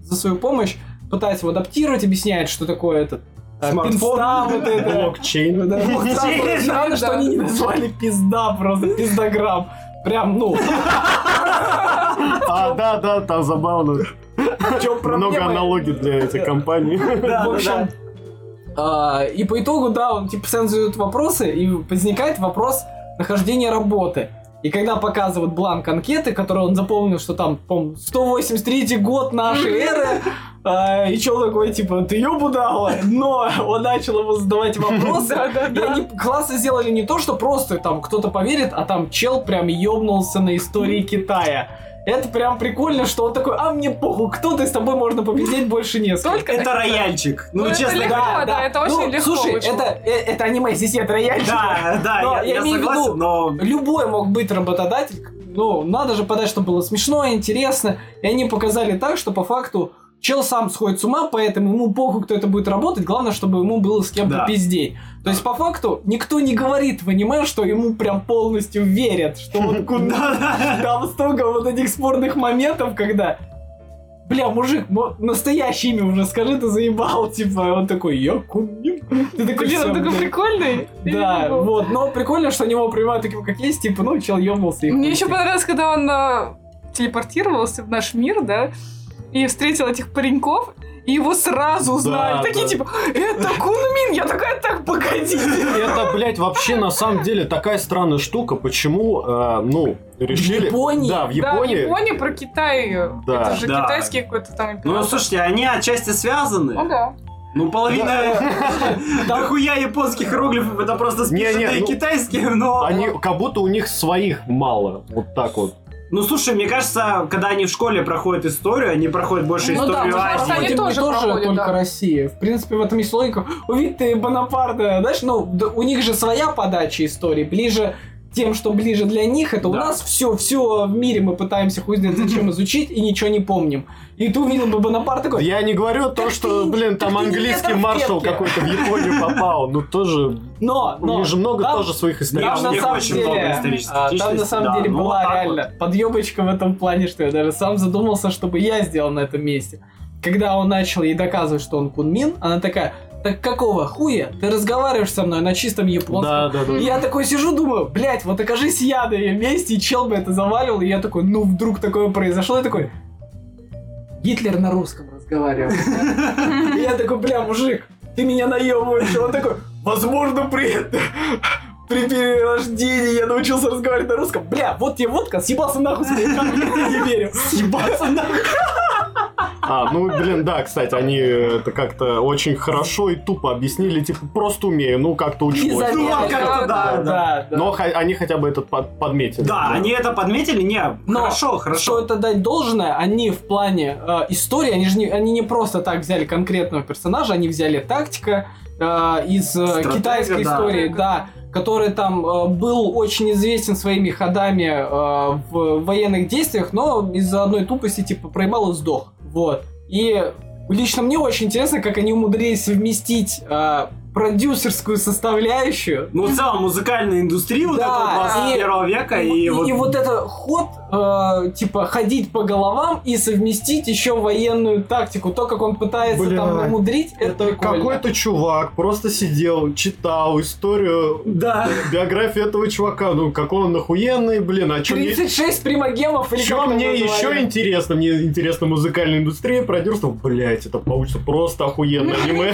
Speaker 3: за свою помощь пытается его адаптировать, объясняет, что такое этот э,
Speaker 1: Смартфон.
Speaker 3: пинста, вот это.
Speaker 2: Блокчейн.
Speaker 3: Да, вот так вот.
Speaker 1: Блин,
Speaker 3: Жаль, что
Speaker 4: да.
Speaker 3: они не назвали пизда просто, пиздограмм. Прям, ну,
Speaker 2: А, да, да, там забавно.
Speaker 3: чё проблема?
Speaker 2: Много аналогий для этих компаний.
Speaker 1: Да,
Speaker 3: В
Speaker 1: да, да.
Speaker 3: общем, а, и по итогу, да, он типа постоянно задает вопросы, и возникает вопрос нахождения работы. И когда показывают бланк анкеты, которую он запомнил, что там, по 183 год нашей эры, а, и чел такой, типа, ты ёбудала? Но он начал ему задавать вопросы, И они классно сделали не то, что просто там кто-то поверит, а там чел прям ёбнулся на истории Китая. Это прям прикольно, что он такой, а мне похуй, кто ты, с тобой можно победить, больше не с кем».
Speaker 4: Только
Speaker 1: Это рояльчик.
Speaker 4: Ну,
Speaker 1: Ну,
Speaker 4: это
Speaker 1: честно
Speaker 4: легко.
Speaker 1: говоря.
Speaker 4: да, это очень легко
Speaker 3: Ну, Слушай,
Speaker 4: вышло.
Speaker 3: это, э- это аниме, здесь нет рояльчика.
Speaker 1: Да,
Speaker 3: Но
Speaker 1: да, я-
Speaker 3: я
Speaker 1: я
Speaker 3: имею в виду-
Speaker 1: согласен, но...
Speaker 3: Любой мог быть работодатель, ну, надо же подать, чтобы было смешно, интересно. И они показали так, что по факту чел сам сходит с ума, поэтому ему похуй, кто это будет работать, главное, чтобы ему было с кем-то
Speaker 1: Да.
Speaker 3: пиздеть. То есть, по факту, никто не говорит в аниме, что ему прям полностью верят, что вот куда
Speaker 1: Да,
Speaker 3: там столько вот этих спорных моментов, когда... Бля, мужик, мо- настоящее имя уже скажи, ты заебал, типа, он такой, я Кунин. Ты такой,
Speaker 4: Блин,
Speaker 3: «Всё,
Speaker 4: он такой
Speaker 3: бля».
Speaker 4: прикольный.
Speaker 3: Да,
Speaker 4: Я не могу.
Speaker 3: вот, но прикольно, что они его принимают таким, как есть, типа, ну, чел ёбнулся. и
Speaker 4: Мне
Speaker 3: хуй
Speaker 4: еще
Speaker 3: с ним.
Speaker 4: понравилось, когда он а, телепортировался в наш мир, да, и встретил этих пареньков, и его сразу узнали.
Speaker 2: Да,
Speaker 4: Такие
Speaker 2: да.
Speaker 4: типа, это Кунмин! Я такая, так, погодите.
Speaker 2: Это, блядь, вообще на самом деле такая странная штука. Почему, э, ну, решили...
Speaker 3: Японии?
Speaker 2: Да, в
Speaker 4: Да, в
Speaker 2: Японии.
Speaker 4: Японии про Китай.
Speaker 2: Да,
Speaker 4: Это же
Speaker 1: да.
Speaker 4: китайский какой-то там
Speaker 1: Ну,
Speaker 4: император.
Speaker 1: слушайте, они отчасти связаны.
Speaker 4: Ну да.
Speaker 1: Ну, половина...
Speaker 3: Да.
Speaker 1: Дохуя японских иероглифов, это просто
Speaker 2: Не-не,
Speaker 1: смешанные
Speaker 2: ну,
Speaker 1: китайские, но...
Speaker 2: Они, как будто у них своих мало. Вот так вот.
Speaker 1: Ну, слушай, мне кажется, когда они в школе проходят историю, они проходят больше
Speaker 4: Ну да,
Speaker 1: историю
Speaker 4: потому
Speaker 1: Азии.
Speaker 4: что они
Speaker 3: Вроде бы
Speaker 4: тоже проходят,
Speaker 3: только
Speaker 4: да.
Speaker 3: Россия. В принципе, в этом есть логика. Увидь ты Бонапарта, знаешь, ну, да, у них же своя подача истории, ближе тем, что ближе для них, это у
Speaker 1: Да.
Speaker 3: нас все, все в мире мы пытаемся хуй знает зачем изучить и ничего не помним. И ты увидел бы Бонапарт такой,
Speaker 2: Я не говорю то,
Speaker 3: Так
Speaker 2: что,
Speaker 3: ты-
Speaker 2: блин, там
Speaker 3: так ты не
Speaker 2: английский
Speaker 3: летал в
Speaker 2: маршал
Speaker 3: клетке.
Speaker 2: какой-то в Японию попал. Ну тоже.
Speaker 3: но,
Speaker 1: Ну,
Speaker 2: У
Speaker 3: но,
Speaker 2: них же Ну, много
Speaker 3: там-
Speaker 2: тоже своих
Speaker 3: там
Speaker 1: Там
Speaker 3: на
Speaker 1: у них
Speaker 2: историй.
Speaker 3: самом
Speaker 1: очень
Speaker 3: деле,
Speaker 1: много исторических
Speaker 3: а, там на
Speaker 1: личностей,
Speaker 3: самом
Speaker 1: да,
Speaker 3: деле
Speaker 1: ну,
Speaker 3: была
Speaker 1: вот так
Speaker 3: реально подъебочка в этом плане, что я даже сам задумался, чтобы я сделал на этом месте. Когда он начал ей доказывать, что он кунмин, она такая, так какого хуя? Ты разговариваешь со мной на чистом японском.
Speaker 2: Да, да, да.
Speaker 3: И я такой сижу, думаю, блядь, вот окажись я на ее месте, и чел бы это завалил, и я такой, ну вдруг такое произошло, и такой, Гитлер на русском разговаривал. И я такой, бля, мужик, ты меня наебываешь. И Он такой, возможно, при, при перерождении я научился разговаривать на русском. Бля, вот тебе водка, съебался нахуй с моей камеры, я тебе не верю. Съебался нахуй.
Speaker 2: А, ну, блин, да, кстати, они это как-то очень хорошо и тупо объяснили, типа, просто умею, ну, как-то
Speaker 3: Не
Speaker 2: учлось.
Speaker 1: Ну, вот как-то да, да.
Speaker 3: Да, да.
Speaker 2: Но хо- они хотя бы этот под- подметили.
Speaker 1: Да, они это подметили, не,
Speaker 3: Но
Speaker 1: хорошо,
Speaker 3: Что
Speaker 1: хорошо.
Speaker 3: это дать должное, они в плане э, истории, они же не, они не просто так взяли конкретного персонажа, они взяли тактика э, из э,
Speaker 1: Стратегия,
Speaker 3: китайской
Speaker 1: да.
Speaker 3: истории, да, который там э, был очень известен своими ходами э, в военных действиях, но из-за одной тупости типа проебал и сдох. Вот. И лично мне очень интересно, как они умудрились совместить э, продюсерскую составляющую
Speaker 1: Ну, в целом, музыкальная индустрия вот
Speaker 3: Да,
Speaker 1: этого 21 века, и,
Speaker 3: Ну, и,
Speaker 1: вот...
Speaker 3: и вот это ход, э, типа, ходить по головам и совместить еще военную тактику. То, как он пытается
Speaker 2: Бля,
Speaker 3: там намудрить, это,
Speaker 2: Это
Speaker 3: прикольно.
Speaker 2: какой-то чувак просто сидел, читал историю,
Speaker 1: Да.
Speaker 2: биографию этого чувака. Ну, какой он охуенный, блин, а чё мне...
Speaker 3: 36 примагемов или
Speaker 2: чё
Speaker 3: как это
Speaker 2: мне еще
Speaker 3: называли?
Speaker 2: интересно? Мне интересна музыкальная индустрия, продюсерство. Блять, это получится просто охуенно аниме.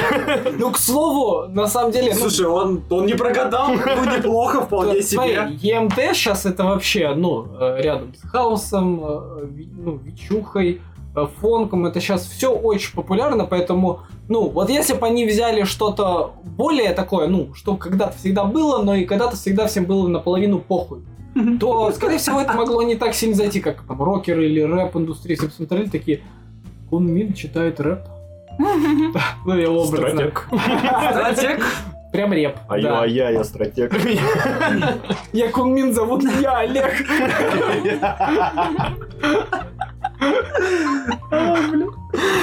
Speaker 3: Ну, к слову, на самом деле... ну,
Speaker 1: Слушай, он, он не прогадал, ну, неплохо, вполне
Speaker 3: т-
Speaker 1: себе.
Speaker 3: смотри, ЕМТ сейчас это вообще, ну, э, рядом с хаосом, э, ви- ну, Вичухой, э, Фонком, это сейчас все очень популярно, поэтому, ну, вот если бы они взяли что-то более такое, ну, что когда-то всегда было, но и когда-то всегда всем было наполовину похуй, то, скорее всего, это могло не так сильно зайти, как там рокеры или рэп-индустрия. Если бы смотрели такие, Кун Мин читает рэп. Ну, я образно.
Speaker 2: Стратег.
Speaker 1: Стратег.
Speaker 3: Прям реп.
Speaker 2: А
Speaker 3: да.
Speaker 2: я, а я, я стратег.
Speaker 3: Я Кунмин зовут не я, Олег.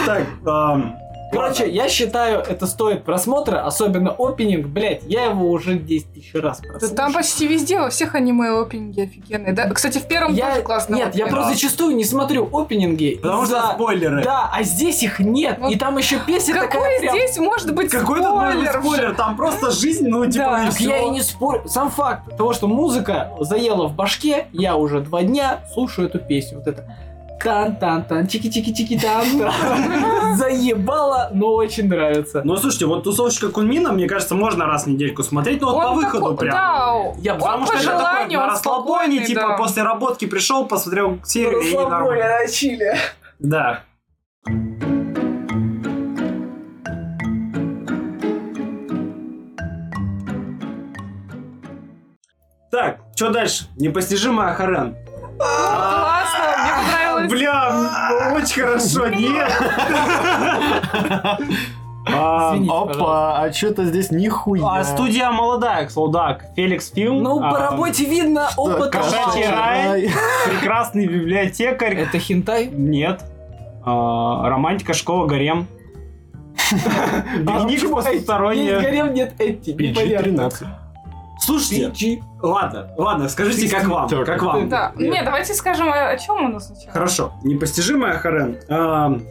Speaker 1: Так, ам,
Speaker 3: Короче, я считаю, это стоит просмотра, особенно опенинг, блядь, я его уже 10 тысяч раз
Speaker 4: Да
Speaker 3: прослушал.
Speaker 4: Там почти везде, во всех аниме опенинги офигенные. Да, кстати, в первом
Speaker 3: я...
Speaker 4: тоже классно.
Speaker 3: Нет, я
Speaker 4: опенинг.
Speaker 3: просто
Speaker 1: Да.
Speaker 3: зачастую не смотрю опенинги.
Speaker 1: потому что
Speaker 3: из-за-
Speaker 1: спойлеры.
Speaker 3: Да, а здесь их нет.
Speaker 4: Вот
Speaker 3: И там еще песня
Speaker 4: Какой
Speaker 3: такая прям...
Speaker 4: здесь может быть
Speaker 1: Какой тут может быть
Speaker 4: спойлер?
Speaker 1: спойлер? Там просто жизнь, ну, типа,
Speaker 4: Да.
Speaker 1: и
Speaker 3: Так я и
Speaker 1: всё.
Speaker 3: не спорю. Сам факт того, что музыка заела в башке, я уже два дня слушаю эту песню. Вот это тан-тан-тан, чики-чики-чики-тан. Заебало, но очень нравится.
Speaker 1: Ну, слушайте, вот тусовщика Кунмина, мне кажется, можно раз в недельку смотреть, но вот по
Speaker 4: Он
Speaker 1: выходу
Speaker 4: такой-
Speaker 1: прям.
Speaker 4: Да,
Speaker 3: Я бы-
Speaker 4: он
Speaker 1: Потому
Speaker 4: по
Speaker 1: что это такое
Speaker 4: желанию,
Speaker 1: на
Speaker 4: он
Speaker 1: расслабоне,
Speaker 4: спокойный,
Speaker 1: типа,
Speaker 4: да.
Speaker 1: после работки пришел, посмотрел серию и нормально.
Speaker 3: Расслабоне, на чиле.
Speaker 1: Да. Так, что дальше? Непостижимая А, Харен.
Speaker 4: Ну, Классно, мне понравилось.
Speaker 1: Бля, очень хорошо, нет. А,
Speaker 3: Извините,
Speaker 2: Опа, а что-то здесь нихуя.
Speaker 1: А студия молодая, к слову, да, Феликс Фильм.
Speaker 3: Ну,
Speaker 1: а,
Speaker 3: по работе видно опыт.
Speaker 1: кошачий
Speaker 3: работы.
Speaker 1: рай. Прекрасный библиотекарь.
Speaker 3: Это хентай?
Speaker 1: Нет. А, Романтика, школа, гарем. Дневник
Speaker 3: А Есть
Speaker 1: посторонний.
Speaker 3: гарем, нет эти. непонятно.
Speaker 2: PG-13.
Speaker 1: Слушайте,
Speaker 3: PG.
Speaker 1: ладно, ладно, скажите, как вам?
Speaker 2: Пятёрка.
Speaker 1: Как вам?
Speaker 4: Да, не, давайте скажем, а о о чем у нас сначала.
Speaker 1: Хорошо. Непостижимая Харен. А, Ам,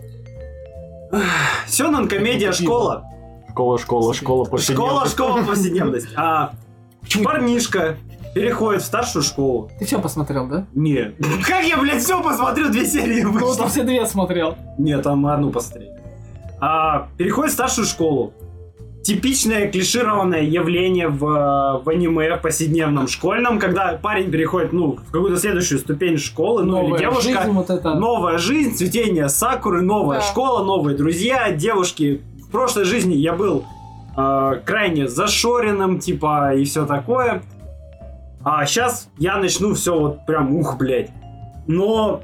Speaker 1: ах, Сёнэн, комедия, школа.
Speaker 2: Школа, школа,
Speaker 1: Школа,
Speaker 2: школа, повседневность.
Speaker 1: школа, повседневность. А,
Speaker 3: Почему
Speaker 1: парнишка переходит в старшую школу.
Speaker 3: Ты все посмотрел, да?
Speaker 1: Нет. Как я, блядь, все посмотрю, две серии
Speaker 3: Ну, ты
Speaker 1: вышло.
Speaker 3: все две смотрел.
Speaker 1: Нет, там одну посмотрели. А, переходит в старшую школу. Типичное клишированное явление в, э, в аниме в повседневном школьном, когда парень переходит, ну, в какую-то следующую ступень школы, ну, или
Speaker 3: Новая
Speaker 1: девушка. Ну,
Speaker 3: жизнь вот это.
Speaker 1: Новая жизнь, цветение сакуры, новая
Speaker 4: Да.
Speaker 1: школа, новые друзья, девушки в прошлой жизни я был э, крайне зашоренным, типа, и все такое. А сейчас я начну все вот прям, ух, блядь. Но...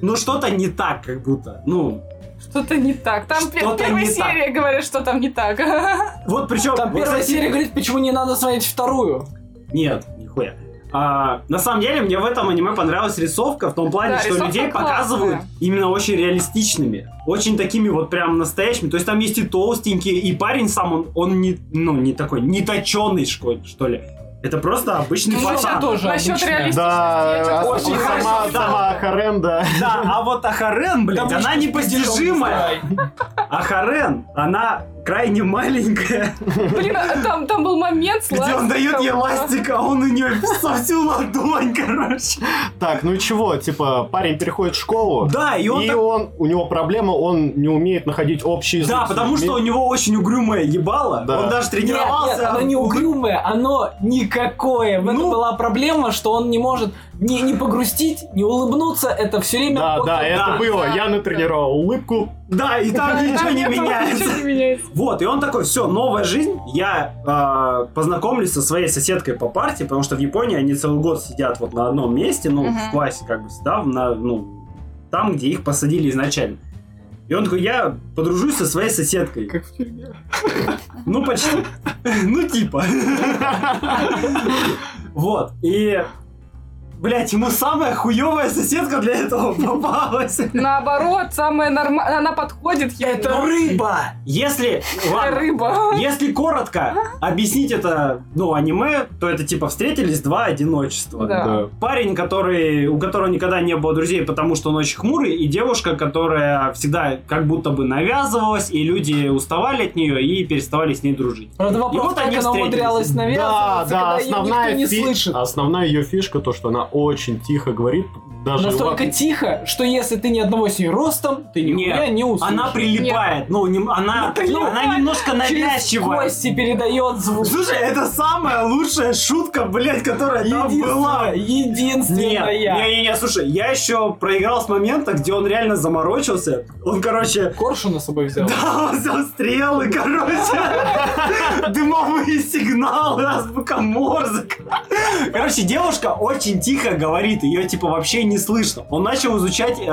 Speaker 1: Ну, что-то не так, как будто. Ну,
Speaker 4: Что-то не так. Там пе-
Speaker 1: Что-то
Speaker 4: первая
Speaker 1: не так.
Speaker 4: серия говорит, что там не так.
Speaker 1: вот причем...
Speaker 3: Там
Speaker 1: вот,
Speaker 3: первая
Speaker 1: кстати,
Speaker 3: серия говорит, почему не надо смотреть вторую.
Speaker 1: Нет, нихуя. А, на самом деле, мне в этом аниме понравилась рисовка в том плане,
Speaker 4: Да,
Speaker 1: что
Speaker 4: рисовка
Speaker 1: людей
Speaker 4: классная.
Speaker 1: показывают именно очень реалистичными, очень такими вот прям настоящими. То есть там есть и толстенькие, и парень сам, он, он не, ну, не такой, не точеный, что, что ли. Это просто обычный
Speaker 3: Ну,
Speaker 1: пацан.
Speaker 3: я тоже
Speaker 4: Насчет
Speaker 3: обычная.
Speaker 4: реалистичности я
Speaker 2: Да,
Speaker 4: чё-то
Speaker 2: а
Speaker 1: очень
Speaker 4: забыла.
Speaker 2: сама,
Speaker 1: хорошо, да.
Speaker 2: сама Харенда.
Speaker 1: Да, а вот Ахарен, блядь,
Speaker 3: Там
Speaker 1: она
Speaker 3: лишь
Speaker 1: непостижимая. Ахарен, она крайне маленькая,
Speaker 4: Блин, а там, там был момент с
Speaker 1: где он дает ей
Speaker 4: ластиком.
Speaker 1: ластик, а он у нее со всю ладонь, короче.
Speaker 2: Так, ну и чего, типа, парень переходит в школу,
Speaker 1: Да, и он
Speaker 2: и
Speaker 1: так-
Speaker 2: он, у него проблема, он не умеет находить общий язык.
Speaker 1: Да,
Speaker 2: с
Speaker 1: потому
Speaker 2: людьми.
Speaker 1: что у него очень угрюмое ебало.
Speaker 2: Да.
Speaker 1: Он даже
Speaker 3: Нет,
Speaker 1: тренировался.
Speaker 3: нет, оно не угрюмое, оно никакое. В
Speaker 1: Ну.
Speaker 3: этом была проблема, что он не может ни, ни погрустить, не улыбнуться. Это все время...
Speaker 2: Да,
Speaker 3: вот
Speaker 2: да,
Speaker 3: он-
Speaker 2: это
Speaker 1: да,
Speaker 2: было.
Speaker 4: да,
Speaker 2: Я
Speaker 4: да.
Speaker 2: натренировал улыбку.
Speaker 1: Да, и там ничего не меняется.
Speaker 4: Ничего не меняется.
Speaker 1: Вот, и он такой, все, новая жизнь, я а, познакомлюсь со своей соседкой по парте, потому что в Японии они целый год сидят вот на одном месте, ну,
Speaker 4: Мгм.
Speaker 1: в классе как бы всегда, на, ну, там, где их посадили изначально. И он такой, я подружусь со своей соседкой.
Speaker 3: Как в тюрьме.
Speaker 1: Ну, почти. Ну, типа. Вот. И, блядь, ему самая хуевая соседка для этого попалась.
Speaker 4: Наоборот, самая нормальная, она подходит ей.
Speaker 3: Это рыба!
Speaker 1: Если, ладно,
Speaker 4: рыба.
Speaker 1: если коротко объяснить это, ну, аниме, то это типа встретились два одиночества.
Speaker 4: Да.
Speaker 1: Парень, который, у которого никогда не было друзей, потому что он очень хмурый, и девушка, которая всегда как будто бы навязывалась, и люди уставали от нее и переставали с ней дружить.
Speaker 3: Правда, вопрос,
Speaker 1: И вот
Speaker 3: как
Speaker 1: они
Speaker 3: она
Speaker 1: встретились.
Speaker 3: умудрялась
Speaker 2: Да,
Speaker 3: навязываться,
Speaker 2: да,
Speaker 3: когда её
Speaker 2: основная,
Speaker 3: никто не
Speaker 2: фи-
Speaker 3: слышит.
Speaker 2: основная ее фишка то, что она очень тихо говорит,
Speaker 1: А,
Speaker 2: даже
Speaker 3: Настолько
Speaker 2: в-
Speaker 3: тихо, что если ты ни одного с ней ростом, ты нихуя не услышишь.
Speaker 1: Она прилипает, ну, не- она,
Speaker 3: Ну,
Speaker 1: ну, она
Speaker 3: прилипает
Speaker 1: немножко
Speaker 3: Через
Speaker 1: навязчивая.
Speaker 3: кости передает звук.
Speaker 1: Слушай, это самая лучшая шутка, блядь, которая там была.
Speaker 3: Единственная,
Speaker 1: Нет,
Speaker 3: единственная.
Speaker 1: не, не, не, слушай, я еще проиграл с момента, где он реально заморочился. Он, короче,
Speaker 3: Коршуна с собой взял.
Speaker 1: да, он взял стрелы, короче, дымовые сигналы, азбука Морзек. Короче, девушка очень тихо говорит, ее типа вообще не слышно. Он начал изучать э,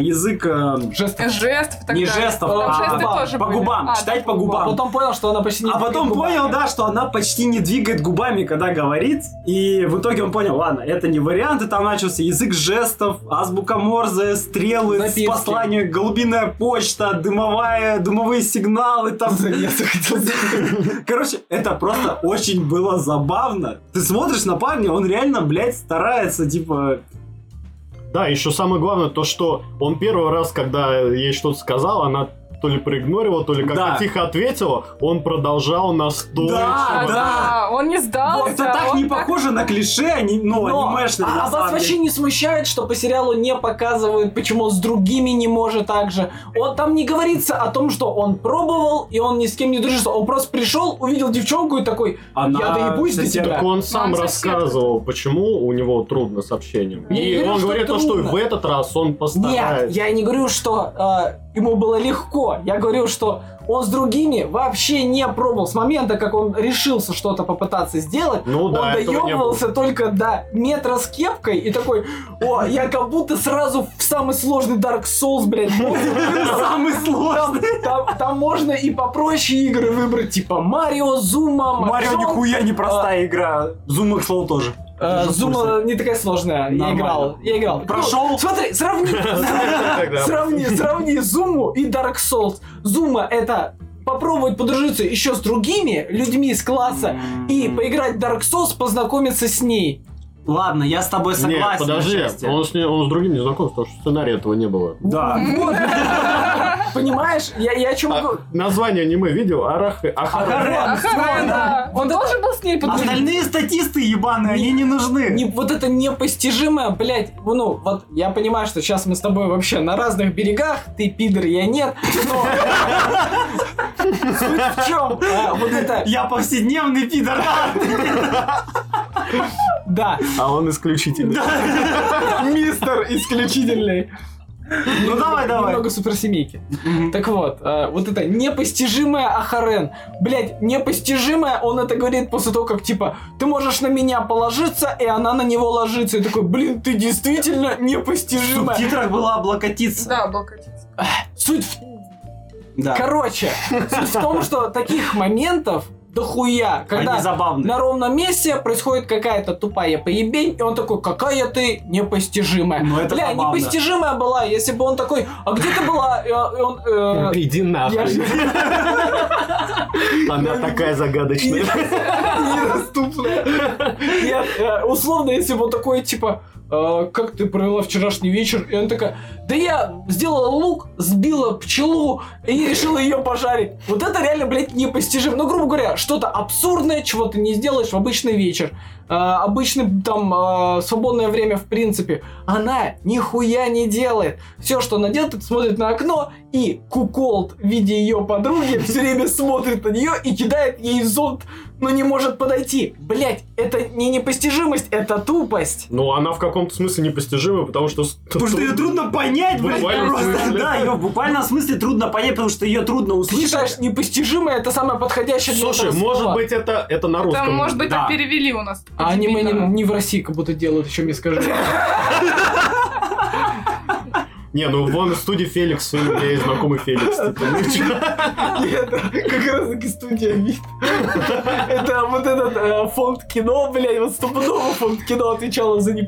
Speaker 1: язык э,
Speaker 3: Жест.
Speaker 4: Жестов и так
Speaker 1: не
Speaker 4: далее.
Speaker 1: жестов,
Speaker 3: Там
Speaker 1: а
Speaker 3: жесты
Speaker 4: тоже
Speaker 1: по
Speaker 4: были.
Speaker 1: губам,
Speaker 4: А,
Speaker 1: читать по
Speaker 3: А
Speaker 1: губам.
Speaker 3: потом понял, что она почти не
Speaker 1: А
Speaker 3: двигает
Speaker 1: потом
Speaker 3: губами.
Speaker 1: понял, да, что она почти не двигает губами, когда говорит. И в итоге он понял, ладно, это не вариант, и там начался язык жестов, азбука Морзе, стрелы
Speaker 3: Записки.
Speaker 1: с посланием, голубиная почта, дымовая, дымовые сигналы там.
Speaker 3: Я захотел
Speaker 1: Короче, это просто очень было забавно. Ты смотришь на парня, он реально, блядь, старается, типа...
Speaker 2: Да, еще самое главное то, что он первый раз, когда ей что-то сказал, она то ли проигнорила, то ли как-то
Speaker 1: Да.
Speaker 2: тихо ответила, он продолжал настойчиво.
Speaker 1: Да,
Speaker 4: А, да, он не сдался.
Speaker 1: это так
Speaker 4: он
Speaker 1: не похоже на клише, они, ну,
Speaker 3: Но-
Speaker 1: анимешные, на
Speaker 3: а,
Speaker 1: самом
Speaker 3: а вас
Speaker 1: деле.
Speaker 3: вообще не смущает, что по сериалу не показывают, почему он с другими не может так же? Он там не говорится о том, что он пробовал и он ни с кем не дружится. Он просто пришел, увидел девчонку и такой,
Speaker 1: Она
Speaker 3: я доебусь до
Speaker 1: соседка.
Speaker 3: тебя.
Speaker 2: Так он сам
Speaker 4: он сосед.
Speaker 2: рассказывал, почему у него трудно с общением.
Speaker 3: Я не
Speaker 2: И
Speaker 3: говорю,
Speaker 2: он
Speaker 3: что
Speaker 2: говорит то, что и
Speaker 3: трудно.
Speaker 2: в этот раз он
Speaker 3: Нет,
Speaker 2: постарается.
Speaker 3: я не говорю, что э, ему было легко. Я говорю, что он с другими вообще не пробовал. С момента, как он решился что-то попытаться сделать,
Speaker 2: Ну да,
Speaker 3: он
Speaker 2: этого не было.
Speaker 3: доебывался только до метра с кепкой и такой, о, я как будто сразу в самый сложный Dark Souls, блядь,
Speaker 1: Самый сложный.
Speaker 3: Там, там можно и попроще игры выбрать, типа Марио, Зума,
Speaker 1: Марио
Speaker 3: Mahjong.
Speaker 1: нихуя не простая игра. Зум к слову, тоже.
Speaker 3: А. Э,
Speaker 1: Тоже в
Speaker 3: Зума
Speaker 1: курсе.
Speaker 3: не такая сложная. Я
Speaker 1: Нормально.
Speaker 3: играл. Я играл.
Speaker 1: Прошел?
Speaker 3: Ну, смотри, сравни.
Speaker 2: Тогда.
Speaker 3: Сравни, сравни Зуму и Dark Souls. Зума это попробовать подружиться еще с другими людьми из класса и поиграть в Dark Souls, познакомиться с ней.
Speaker 1: Ладно, я с тобой согласен.
Speaker 2: Нет, подожди,
Speaker 1: отчасти.
Speaker 2: он с, ней- он с другим не знаком, потому что сценария этого не было.
Speaker 1: Да.
Speaker 3: Вот. Понимаешь? Я, я о чем
Speaker 2: А,
Speaker 3: говорю.
Speaker 2: название аниме видео Арах... Ахара.
Speaker 1: Ахарен,
Speaker 4: Охрана,
Speaker 1: всё, да.
Speaker 4: да. Он должен был с ней подружиться.
Speaker 1: А Остальные статисты ебаные, они не нужны.
Speaker 3: Не- вот это непостижимое, блядь, ну, вот я понимаю, что сейчас мы с тобой вообще на разных берегах, ты пидор, я нет, но... Суть в чем? вот это,
Speaker 1: Я повседневный пидор.
Speaker 3: да,
Speaker 2: А он исключительный.
Speaker 1: Да.
Speaker 3: мистер исключительный.
Speaker 1: Ну давай, давай.
Speaker 3: Немного суперсемейки.
Speaker 1: Мгм.
Speaker 3: Так вот, э, вот это непостижимая Ахарен. Блять, непостижимая, он это говорит после того, как типа, ты можешь на меня положиться, и она на него ложится. И такой, блин, ты действительно
Speaker 1: В
Speaker 3: непостижимая.
Speaker 1: субтитрах была облокотиться.
Speaker 4: Да, облокотиться.
Speaker 3: Суть в...
Speaker 1: Да.
Speaker 3: Короче, суть в том, что таких моментов дохуя, когда
Speaker 1: Они забавные.
Speaker 3: на ровном месте происходит какая-то тупая поебень, и он такой, какая ты непостижимая.
Speaker 1: Но Ну, это
Speaker 3: Бля,
Speaker 1: забавно.
Speaker 3: непостижимая была, если бы он такой, а где ты была? И он, э,
Speaker 2: Иди
Speaker 3: я
Speaker 2: нахуй.
Speaker 3: же-
Speaker 2: Она такая загадочная.
Speaker 3: Недоступная. Нет, э, условно, если бы он такой, типа, «Э, как ты провела вчерашний вечер? И он такая, да я сделала лук, сбила пчелу и решила ее пожарить. Вот это реально, блядь, непостижимо. Ну, грубо говоря, что-то абсурдное, чего ты не сделаешь в обычный вечер. Э, обычный там э, свободное время в принципе. Она нихуя не делает. Все, что она делает, это смотрит на окно, и куколд в виде ее подруги все время смотрит на нее и кидает ей зонт, но Ну, не может подойти. Блять, это не непостижимость, это тупость.
Speaker 2: Ну, она в каком-то смысле непостижимая, потому что... с-
Speaker 1: Потому что ее трудно понять, блядь,
Speaker 2: Буквально
Speaker 1: просто.
Speaker 2: смысле.
Speaker 1: Да, ее в буквальном смысле трудно понять, потому что ее трудно
Speaker 3: Ты считаешь,
Speaker 1: услышать.
Speaker 3: непостижимое это самое подходящее для
Speaker 2: Слушай,
Speaker 3: этого
Speaker 2: может
Speaker 3: слова.
Speaker 2: быть, это, это на русском.
Speaker 4: Там, может быть,
Speaker 1: да.
Speaker 4: так перевели у нас.
Speaker 3: А аниме не,
Speaker 4: Дебильно.
Speaker 3: не в России как будто делают, еще мне скажи.
Speaker 2: Не, ну вон в студии Феликс, у меня есть знакомый Феликс. типа, ну чё?
Speaker 3: Нет, как раз таки студия Вид. Это вот этот э, фонд кино, блядь, вот стопудово фонд кино отвечало за
Speaker 1: Так,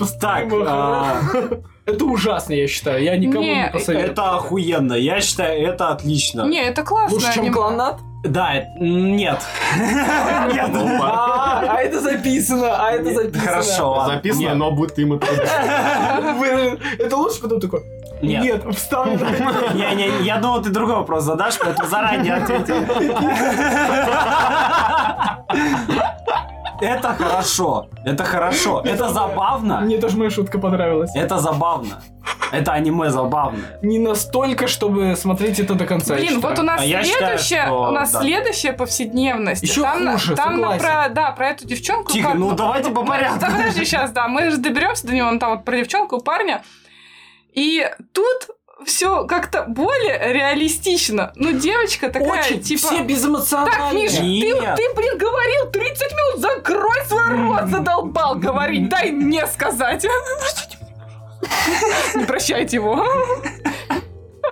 Speaker 3: непостижимую
Speaker 1: а,
Speaker 3: Это ужасно, я считаю. Я никому
Speaker 4: Не,
Speaker 3: не посоветую.
Speaker 1: это охуенно. Я считаю, это отлично.
Speaker 4: Не, это классно.
Speaker 3: Лучше, чем клонат?
Speaker 1: Да, э, нет. Ну, Нет.
Speaker 3: А, а это записано, а это записано.
Speaker 1: Хорошо, ладно.
Speaker 2: Записано,
Speaker 1: Нет.
Speaker 2: но будет им это...
Speaker 3: Вы- Это лучше потом такой,
Speaker 1: Нет.
Speaker 3: нет, вставлено.
Speaker 1: Не, не, я думал, ты другой вопрос задашь, поэтому заранее ответил. Это хорошо. Это хорошо. Это
Speaker 4: А.
Speaker 1: забавно.
Speaker 3: Мне тоже моя шутка понравилась.
Speaker 1: Это забавно. Это аниме забавно.
Speaker 3: Не настолько, чтобы смотреть это до конца. я
Speaker 4: Блин,
Speaker 3: считаю.
Speaker 4: вот у нас
Speaker 1: А я считаю,
Speaker 4: следующая,
Speaker 1: что
Speaker 4: у нас
Speaker 1: да.
Speaker 4: следующая повседневность.
Speaker 3: Ещё
Speaker 4: там, на-
Speaker 3: хуже,
Speaker 4: там на
Speaker 3: согласен.
Speaker 4: про, да, про эту девчонку. и
Speaker 1: Тихо,
Speaker 4: пар-
Speaker 1: ну давайте по порядку.
Speaker 4: Да подожди, сейчас, да, мы же доберемся до него, ну, там вот про девчонку, парня. И тут все как-то более реалистично. Ну, девочка такая,
Speaker 3: Очень,
Speaker 4: типа...
Speaker 3: все безэмоциональные.
Speaker 4: Так, Миша, ты,
Speaker 1: Нет.
Speaker 4: ты, блин, говорил 30 минут, закрой свой рот, задолбал говорить, дай мне сказать. Не прощайте его.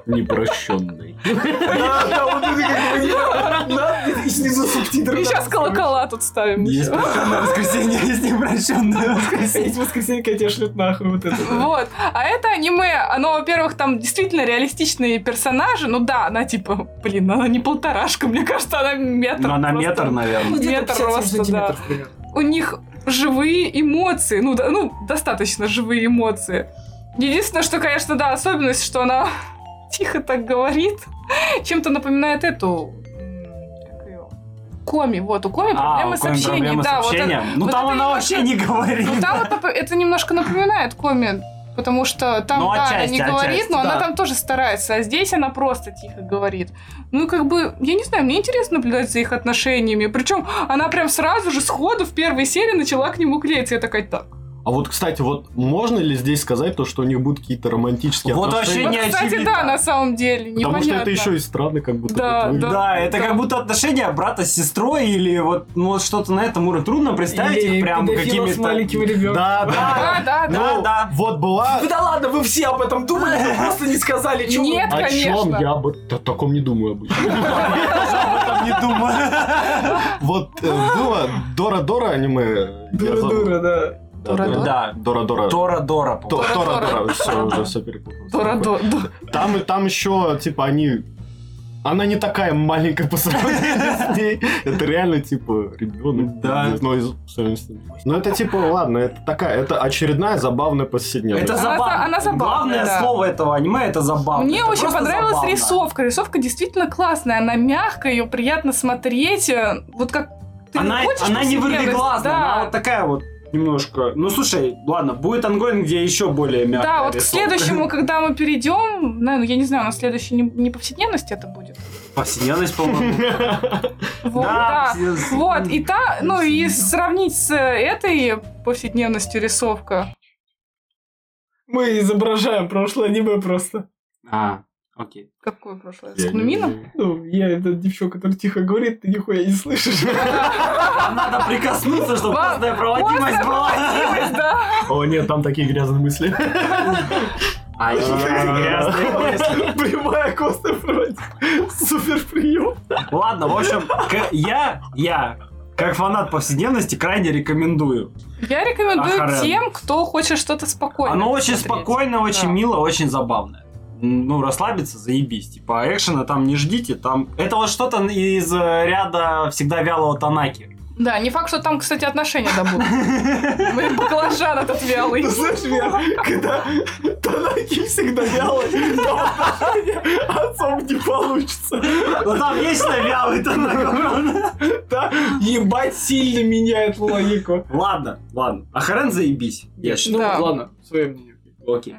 Speaker 2: Непрощенный.
Speaker 3: Да, да, вот это как бы не- надпись, и снизу субтитры.
Speaker 4: И сейчас колокола тут ставим.
Speaker 1: Есть прощенное воскресенье, есть непрощенное
Speaker 3: А
Speaker 1: воскресенье.
Speaker 3: Эти воскресенье тебя шлют нахуй вот это.
Speaker 4: Вот. А это аниме, оно, во-первых, там действительно реалистичные персонажи. Ну да, она типа, блин, она не полторашка, мне кажется, она метр.
Speaker 1: Ну, на
Speaker 4: просто.
Speaker 1: метр, наверное.
Speaker 3: где-то
Speaker 4: метр
Speaker 3: 57
Speaker 4: роста,
Speaker 3: сантиметров примерно.
Speaker 4: У них живые эмоции. Ну, да- ну, достаточно живые эмоции. Единственное, что, конечно, да, особенность, что она тихо так говорит. Чем-то напоминает эту... м, как её? Коми, вот, у Коми проблемы
Speaker 1: А, у
Speaker 4: с
Speaker 1: Коми
Speaker 4: общением.
Speaker 1: проблемы с
Speaker 4: Да, вот это-
Speaker 1: общением. Ну
Speaker 4: вот
Speaker 1: там
Speaker 4: это
Speaker 1: она
Speaker 4: и
Speaker 1: вообще не говорит.
Speaker 4: Ну, там вот напо- это немножко напоминает коми, потому что там,
Speaker 1: Ну,
Speaker 4: да,
Speaker 1: отчасти,
Speaker 4: она не говорит,
Speaker 1: отчасти,
Speaker 4: но
Speaker 1: да.
Speaker 4: она там тоже старается, а здесь она просто тихо говорит. Ну, и как бы, я не знаю, мне интересно наблюдать за их отношениями, причем она прям сразу же сходу в первой серии начала к нему клеиться, я такая, так.
Speaker 2: А вот, кстати, вот можно ли здесь сказать то, что у них будут какие-то романтические
Speaker 1: Вот
Speaker 2: отношения?
Speaker 1: вообще
Speaker 4: Вот,
Speaker 1: не
Speaker 4: кстати,
Speaker 1: очевидно.
Speaker 4: да, на самом деле,
Speaker 2: Потому
Speaker 4: непонятно.
Speaker 2: что это еще и странно, как будто
Speaker 4: Да,
Speaker 2: вот вы-
Speaker 1: Да, это
Speaker 4: да.
Speaker 1: как будто отношения брата с сестрой или вот, ну, вот что-то на этом уровне. Трудно представить
Speaker 3: Или
Speaker 1: их прям
Speaker 3: педофила с маленьким
Speaker 1: какими-то...
Speaker 3: ребенком.
Speaker 2: да, да.
Speaker 4: Да, да, да.
Speaker 1: Да, да.
Speaker 2: Вот была...
Speaker 3: Вы Да ладно, вы все об этом думали, вы просто не сказали, чё вы-
Speaker 4: Нет,
Speaker 2: О чем
Speaker 4: конечно.
Speaker 2: я бы... Да, таком не думаю обычно.
Speaker 1: Там не думаю.
Speaker 2: Вот э, было Дора-Дора аниме. я забыл.
Speaker 3: Дура-дура, да.
Speaker 2: Да,
Speaker 4: Дора-Дора?
Speaker 1: Да.
Speaker 2: Дора-Дора.
Speaker 1: Тора-дора,
Speaker 2: То-
Speaker 1: по-моему.
Speaker 4: Дора-Дора.
Speaker 2: Тора-Дора. Все, уже все перепутал.
Speaker 4: Дора- до- до-
Speaker 2: Там, и- там еще, типа, они... Она не такая маленькая по сравнению с ней. Это реально, типа, ребенок.
Speaker 1: Да.
Speaker 2: Ну, из- по сравнению с ним. Ну, это, типа, ладно, это такая, это очередная забавная повседневность.
Speaker 1: Это
Speaker 4: Она за-
Speaker 1: забавно.
Speaker 4: она забавная,
Speaker 1: Главное
Speaker 4: да.
Speaker 1: слово этого аниме это забавно.
Speaker 4: Мне
Speaker 1: Это
Speaker 4: очень
Speaker 1: просто
Speaker 4: понравилась
Speaker 1: забавно.
Speaker 4: рисовка. Рисовка действительно классная, она мягкая, ее приятно смотреть. э, Вот как ты
Speaker 1: Она,
Speaker 4: хочешь
Speaker 1: она не
Speaker 4: повседневность,
Speaker 1: вырвиглазная,
Speaker 4: да.
Speaker 1: она вот такая вот немножко. Ну слушай, ладно, будет ангоинг, где еще более мягкая
Speaker 4: Да, вот к
Speaker 1: рисовка.
Speaker 4: следующему, когда мы перейдем, наверное, я не знаю, у нас следующий не, не повседневность это будет.
Speaker 1: Повседневность, по-моему.
Speaker 4: Вот, да. Вот, и та, ну и сравнить с этой повседневностью рисовка.
Speaker 3: Мы изображаем прошлое аниме просто.
Speaker 1: А, окей.
Speaker 4: Какое прошлое?
Speaker 2: Я
Speaker 4: С
Speaker 2: не-
Speaker 4: Кунмином?
Speaker 3: Ну, я эта девчонка, которая тихо говорит, ты нихуя не слышишь.
Speaker 1: Надо прикоснуться, чтобы
Speaker 4: Ва-
Speaker 1: плотная проводимость была.
Speaker 4: Ой, да.
Speaker 2: О, нет, там такие грязные мысли.
Speaker 1: А, грязные мысли.
Speaker 3: Прямая костная проводит. Супер прием.
Speaker 1: Ладно, в общем, к- я, я, как фанат повседневности, крайне рекомендую.
Speaker 4: Я рекомендую
Speaker 1: Ахарен.
Speaker 4: тем, кто хочет что-то спокойное.
Speaker 1: Оно очень
Speaker 4: посмотреть.
Speaker 1: спокойно, очень
Speaker 4: Да.
Speaker 1: мило, очень забавное. М, Ну, расслабиться, заебись. Типа, экшена там не ждите. Там... Это вот что-то из э, ряда всегда вялого Танаки.
Speaker 4: Да, не факт, что там, кстати, отношения добудут. Блин, баклажан этот вялый.
Speaker 3: Ну, знаешь, Вер, когда Танаки всегда вялый, то отношения отцом не получится.
Speaker 1: Ну, там есть на вялый а Танака, правда?
Speaker 3: Да, ебать сильно меняет логику.
Speaker 1: Ладно, ладно. А Харен заебись, я считаю.
Speaker 3: Ну,
Speaker 4: Да.
Speaker 3: ладно, свое мнение.
Speaker 1: Окей.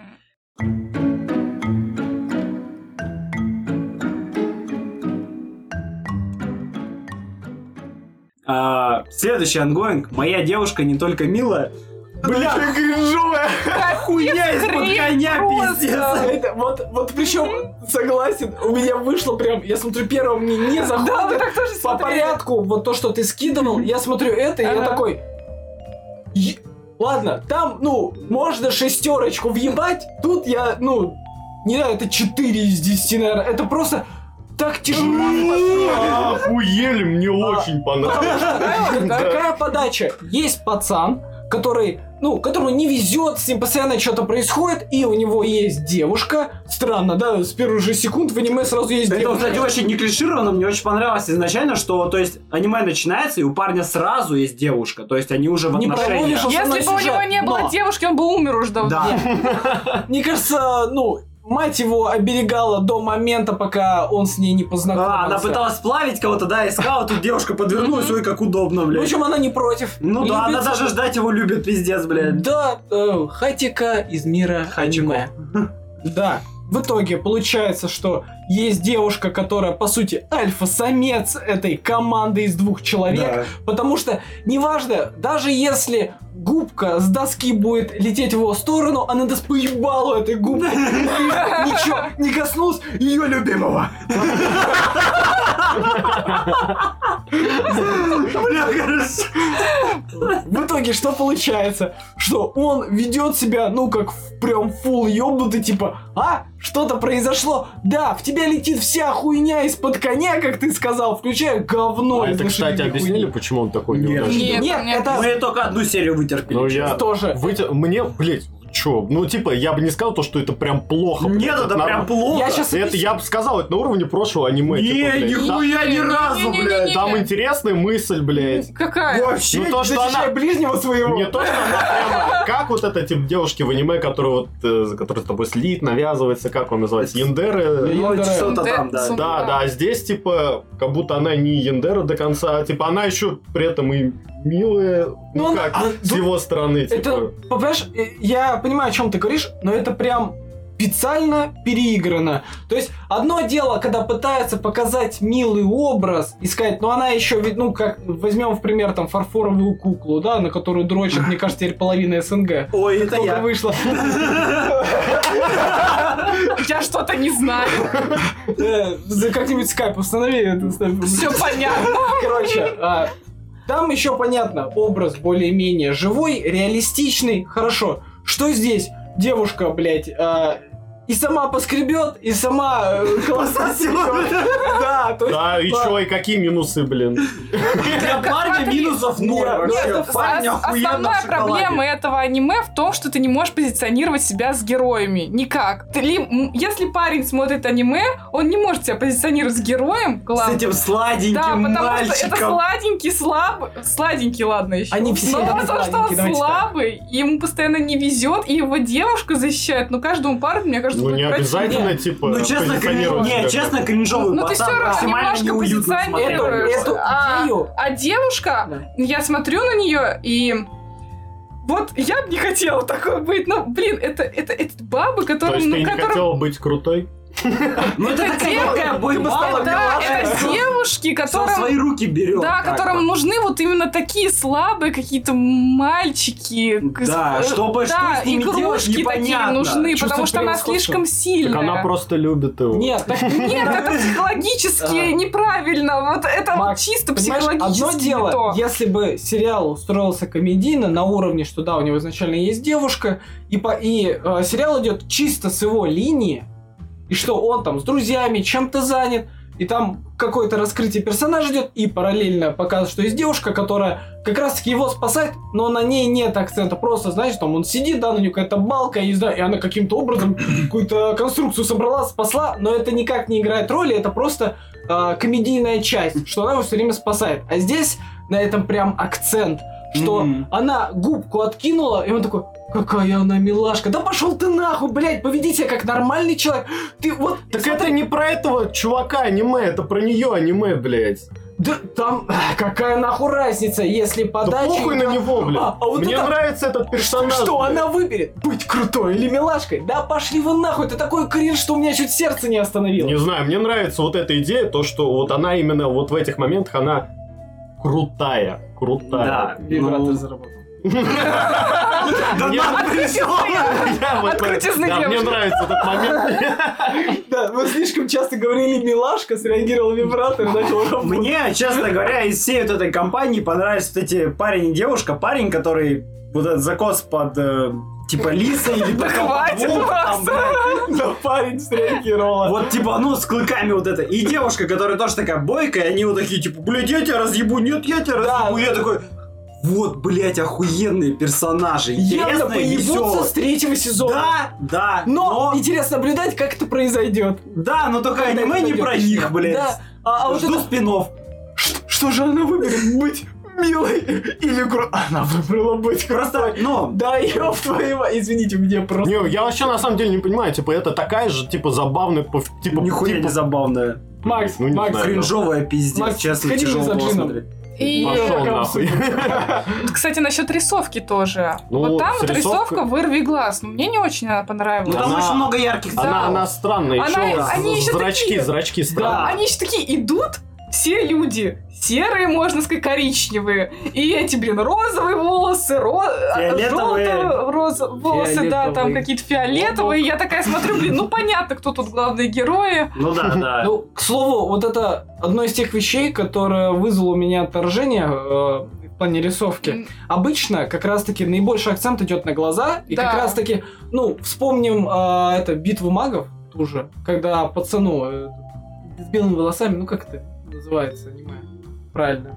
Speaker 1: А, следующий ангоинг. Моя девушка не только милая. Бля,
Speaker 3: Ты кринжовая.
Speaker 1: хуйня из-под
Speaker 4: хрень
Speaker 1: коня,
Speaker 4: просто.
Speaker 1: пиздец.
Speaker 3: Это вот, вот причем согласен, у меня вышло прям, я смотрю, первого мне не
Speaker 4: Да,
Speaker 3: заходит.
Speaker 4: вы так тоже
Speaker 3: по
Speaker 4: смотрели.
Speaker 3: порядку, вот то, что ты скидывал, я смотрю это, и я
Speaker 4: Ага.
Speaker 3: такой... «Е- Ладно, там, ну, можно шестерочку въебать, тут я, ну, не знаю, это 4 из 10, наверное, это просто так тяжело.
Speaker 2: Охуели, мне очень
Speaker 1: Ну,
Speaker 2: понравилось.
Speaker 3: Такая А, подача. Есть пацан, который, ну, которому не везет, с ним постоянно что-то происходит, и у него есть девушка. Странно, да, с первых же секунд в аниме сразу есть
Speaker 1: Это,
Speaker 3: девушка.
Speaker 1: кстати, очень не клишировано. Мне очень понравилось изначально, что, то есть, аниме начинается, и у парня сразу есть девушка. То есть, они уже в
Speaker 3: Не
Speaker 1: отношениях.
Speaker 3: проводишь
Speaker 4: Если бы у него не было
Speaker 3: Но.
Speaker 4: девушки, он бы умер уже давно.
Speaker 1: Да.
Speaker 3: Мне кажется, ну, мать его оберегала до момента, пока он с ней не познакомился.
Speaker 1: А, она пыталась плавить кого-то, да, искала, тут девушка подвернулась, ой, как удобно, блядь.
Speaker 3: Причем она не против.
Speaker 1: Ну да, она
Speaker 3: Любится.
Speaker 1: даже ждать его любит, пиздец, блядь.
Speaker 3: Да, э, хатика из мира
Speaker 1: Хатико.
Speaker 3: аниме. Да. В итоге получается, что есть девушка, которая, по сути, альфа-самец этой команды из двух человек.
Speaker 1: Да.
Speaker 3: Потому что, неважно, даже если губка с доски будет лететь в его сторону, она даст по ебалу этой губки. Ничего, не коснулась ее любимого.
Speaker 1: Бля, хорошо.
Speaker 3: В итоге что получается? Что он ведет себя, ну, как в- прям фул ёбнутый, типа, а, что-то произошло, да, в тебя летит вся хуйня из-под коня, как ты сказал, включая говно.
Speaker 2: А
Speaker 3: из
Speaker 2: это, кстати,
Speaker 3: лошадиной
Speaker 2: объяснили,
Speaker 3: хуйни.
Speaker 2: почему он такой
Speaker 1: Нет.
Speaker 2: неудачный?
Speaker 4: Нет,
Speaker 3: Нет,
Speaker 4: нет.
Speaker 3: это
Speaker 1: Мы только одну серию вытерпели.
Speaker 2: Ну, я-
Speaker 3: тоже.
Speaker 2: Выйти- Мне, блядь, чё, ну типа, я бы не сказал то, что это прям плохо.
Speaker 1: Нет, это
Speaker 2: норм-
Speaker 1: прям плохо.
Speaker 3: Я щас-
Speaker 2: Это я бы сказал, это на уровне прошлого аниме. типа,
Speaker 1: Не,
Speaker 2: блядь.
Speaker 1: нихуя ни
Speaker 4: Не, не,
Speaker 1: разу,
Speaker 4: не, не,
Speaker 1: блядь.
Speaker 4: не.
Speaker 2: Там интересная мысль, блядь.
Speaker 4: Какая?
Speaker 1: Вообще.
Speaker 2: Ну то, что
Speaker 3: Защищай
Speaker 2: она...
Speaker 3: ближнего своего.
Speaker 2: Не то, что она прямо... Как вот эта тип девушки в аниме, которая вот, э, за которой с тобой слит, навязывается, как он называется, Яндеры?
Speaker 1: Ну,
Speaker 3: Яндера.
Speaker 1: что-то там, да.
Speaker 4: Сум-
Speaker 2: Да, да, а здесь, типа, как будто она не Яндера до конца, а, типа, она еще при этом и милая,
Speaker 3: Ну,
Speaker 2: ну
Speaker 3: она-
Speaker 2: как,
Speaker 3: а,
Speaker 2: с
Speaker 3: ну,
Speaker 2: его стороны,
Speaker 3: Это,
Speaker 2: типа.
Speaker 3: понимаешь, э, я понимаю, о чем ты говоришь, но это прям специально переиграно. То есть, одно дело, когда пытаются показать милый образ и сказать, ну она еще, ведь, ну, как, возьмем в пример, там, фарфоровую куклу, да, на которую дрочит, мне кажется, теперь половина СНГ.
Speaker 1: Ой, это
Speaker 3: Только
Speaker 1: я.
Speaker 3: вышло.
Speaker 4: Я что-то не знаю.
Speaker 3: Э, за- Как-нибудь скайп установи. это, ставь.
Speaker 4: Все понятно.
Speaker 3: Короче, а, там еще понятно, образ более-менее живой, реалистичный, хорошо. Что здесь? Девушка, блядь, а, и сама поскребет, и сама э, колосасит. Да, то есть...
Speaker 2: Да, и
Speaker 3: да.
Speaker 2: чё, и какие минусы, блин.
Speaker 1: Для парня
Speaker 4: смотри.
Speaker 1: минусов ноль
Speaker 3: Нет,
Speaker 1: вообще.
Speaker 4: Нет,
Speaker 1: Парень охуенно
Speaker 4: ос-
Speaker 1: в
Speaker 4: А основная
Speaker 1: шоколаде.
Speaker 4: проблема этого аниме в том, что ты не можешь позиционировать себя с героями. Никак. Ты ли- м, если парень смотрит аниме, он не может себя позиционировать с героем,
Speaker 1: С
Speaker 4: главным.
Speaker 1: этим
Speaker 4: Да,
Speaker 1: сладеньким
Speaker 4: потому что это
Speaker 1: мальчиком.
Speaker 4: сладенький, слаб... Сладенький, ладно, еще.
Speaker 3: Они все
Speaker 4: Но
Speaker 3: они
Speaker 4: потому что он
Speaker 3: сладенькие, давайте так.
Speaker 4: слабый, и ему постоянно не везет, и его девушка защищает. Но каждому парню, мне кажется,
Speaker 2: Ну,
Speaker 4: будет
Speaker 2: не
Speaker 4: противно.
Speaker 2: обязательно, типа,
Speaker 1: Ну, честно, кринж-
Speaker 2: позиционировать себя
Speaker 1: не, честно, кринжовый
Speaker 4: Ну, ты всё
Speaker 1: пацан
Speaker 4: равно
Speaker 1: максимально
Speaker 4: немножко
Speaker 1: неуютно
Speaker 3: Эту,
Speaker 4: позиционируешь.
Speaker 1: смотрелся.
Speaker 3: эту
Speaker 4: А,
Speaker 3: идею...
Speaker 4: А девушка,
Speaker 3: Да.
Speaker 4: я смотрю на нее и вот я бы не хотела такой быть, но Ну, блин, это это, это бабы,
Speaker 2: как. То
Speaker 4: которым,
Speaker 2: есть ты
Speaker 4: ну,
Speaker 2: не
Speaker 4: которым-
Speaker 2: хотел быть крутой?
Speaker 1: Ну это
Speaker 4: Это
Speaker 1: такая
Speaker 4: дев-
Speaker 1: такая
Speaker 3: стала
Speaker 1: бойба.
Speaker 4: Да, это
Speaker 1: Милашка. Сам
Speaker 4: девушки,
Speaker 1: в
Speaker 4: которым
Speaker 1: свои руки берет.
Speaker 4: Да,
Speaker 1: как
Speaker 4: которым
Speaker 1: бы.
Speaker 4: нужны вот именно такие слабые какие-то мальчики.
Speaker 1: Да,
Speaker 4: Э,
Speaker 1: чтобы
Speaker 4: да,
Speaker 1: что с ними делать,
Speaker 4: игрушки такие
Speaker 1: непонятно.
Speaker 4: нужны,
Speaker 3: Чувство
Speaker 4: потому что она
Speaker 3: превосходства.
Speaker 4: слишком сильная.
Speaker 2: Так она просто любит его.
Speaker 3: Нет, так
Speaker 4: Нет, это
Speaker 3: А.
Speaker 4: психологически неправильно. Вот это вот
Speaker 3: Макс,
Speaker 4: чисто
Speaker 3: Понимаешь,
Speaker 4: психологически
Speaker 3: одно
Speaker 4: не
Speaker 3: дело,
Speaker 4: то.
Speaker 3: если бы сериал устроился комедийно на уровне, что да, у него изначально есть девушка, и, по, и э, сериал идет чисто с его линии, и что он там с друзьями чем-то занят, и там какое-то раскрытие персонажа идет, и параллельно показывает, что есть девушка, которая как раз-таки его спасает, но на ней нет акцента. Просто, знаешь, там он сидит, да, на нее какая-то балка, я не знаю, и она каким-то образом какую-то конструкцию собрала, спасла, но это никак не играет роли, это просто а, комедийная часть, что она его все время спасает. А здесь на этом прям акцент, что
Speaker 1: Мгм.
Speaker 3: она губку откинула, и он такой, какая она милашка, да пошел ты нахуй, блядь, поведи себя как нормальный человек. Ты вот,
Speaker 2: Так это не про этого чувака аниме, это про нее аниме, блядь.
Speaker 3: да там ах, какая нахуй разница, если
Speaker 2: Да
Speaker 3: подача...
Speaker 2: похуй на него, блядь.
Speaker 3: А, а вот
Speaker 2: Мне
Speaker 3: это-
Speaker 2: нравится этот персонаж.
Speaker 3: Что
Speaker 2: блядь.
Speaker 3: она выберет? Быть крутой или милашкой? Да пошли вы нахуй, ты такой кринж, что у меня чуть сердце не остановило.
Speaker 2: Не знаю, мне нравится вот эта идея, то, что вот она именно вот в этих моментах, она крутая.
Speaker 1: Да.
Speaker 2: Крутая.
Speaker 1: ну,
Speaker 3: заработал.
Speaker 1: Да
Speaker 2: Я-
Speaker 1: нахуй,
Speaker 2: Я вот-
Speaker 4: От крутизны
Speaker 2: Да, мне
Speaker 4: девушки.
Speaker 2: нравится этот момент.
Speaker 3: Да, вы слишком часто говорили милашка, среагировал вибратор и начал работать.
Speaker 1: Мне, честно говоря, из всей вот этой компании понравились вот эти парень и девушка. Парень, который вот этот закос под э, типа лиса или
Speaker 4: Да
Speaker 1: под
Speaker 4: хватит,
Speaker 1: колпаком,
Speaker 4: Макс.
Speaker 1: там, блядь.
Speaker 3: Да, парень среагировал.
Speaker 1: Вот типа, ну, с клыками вот это. И девушка, которая тоже такая бойкая, и они вот такие, типа, блядь, я тебя разъебу, нет, я тебя
Speaker 3: Да.
Speaker 1: разъебу. Я такой, вот, блядь, охуенные персонажи.
Speaker 3: Явно
Speaker 1: Интересные,
Speaker 3: поебутся с
Speaker 1: веселые.
Speaker 3: третьего сезона.
Speaker 1: Да, да,
Speaker 3: Но интересно наблюдать, как это произойдет.
Speaker 1: Да, но только
Speaker 3: Когда
Speaker 1: аниме
Speaker 3: это
Speaker 1: не
Speaker 3: пойдет,
Speaker 1: про
Speaker 3: точнее.
Speaker 1: них, блядь.
Speaker 3: Да. А, а вот
Speaker 1: Жду
Speaker 3: это...
Speaker 1: спинов.
Speaker 3: Ш- Что же она выберет? Быть милой или гру... Она выбрала быть
Speaker 1: Просто,
Speaker 3: крутой.
Speaker 1: ну,
Speaker 3: Да, ёб твою... ма- Извините, мне просто...
Speaker 2: Не, я вообще на самом деле не понимаю, типа, это такая же, типа, забавная, по- типа...
Speaker 1: нихуя
Speaker 2: типа-
Speaker 1: не забавная.
Speaker 3: Макс,
Speaker 2: Ну, не
Speaker 3: Макс,
Speaker 2: знаю.
Speaker 1: Кринжовая пиздец,
Speaker 3: Макс,
Speaker 1: честно,
Speaker 3: сходи
Speaker 1: тяжело
Speaker 3: за
Speaker 1: было
Speaker 3: джином.
Speaker 1: смотреть.
Speaker 4: И,
Speaker 2: Пошел нахуй.
Speaker 4: кстати, насчет рисовки тоже.
Speaker 2: Ну,
Speaker 4: вот там
Speaker 2: с
Speaker 4: вот
Speaker 2: рисовкой-
Speaker 4: рисовка вырви глаз. Ну, Мне не очень она
Speaker 1: Ну,
Speaker 4: понравилась.
Speaker 1: там
Speaker 2: Она-
Speaker 1: очень много ярких
Speaker 4: Да.
Speaker 2: Она, она странная,
Speaker 4: Она-
Speaker 2: еще
Speaker 4: они еще
Speaker 2: зрачки,
Speaker 4: такие.
Speaker 2: зрачки странные.
Speaker 4: Они еще такие идут, все люди. Серые, можно сказать, коричневые. И эти, блин, розовые волосы, ро...
Speaker 1: Фиолетовые.
Speaker 4: желтые розо- волосы, да, там
Speaker 3: Фиолетовые.
Speaker 4: какие-то фиолетовые. Я такая смотрю, блин, ну понятно, кто тут главные герои.
Speaker 1: Ну да, да.
Speaker 3: Ну, к слову, вот это одно из тех вещей, которое вызвало у меня отторжение э, в плане рисовки.
Speaker 4: М.
Speaker 3: Обычно как раз-таки наибольший акцент идет на глаза, и как
Speaker 4: Да.
Speaker 3: раз-таки, ну, вспомним э, это битву магов ту же, когда пацану э, с белыми волосами, ну как это называется, аниме? Правильно.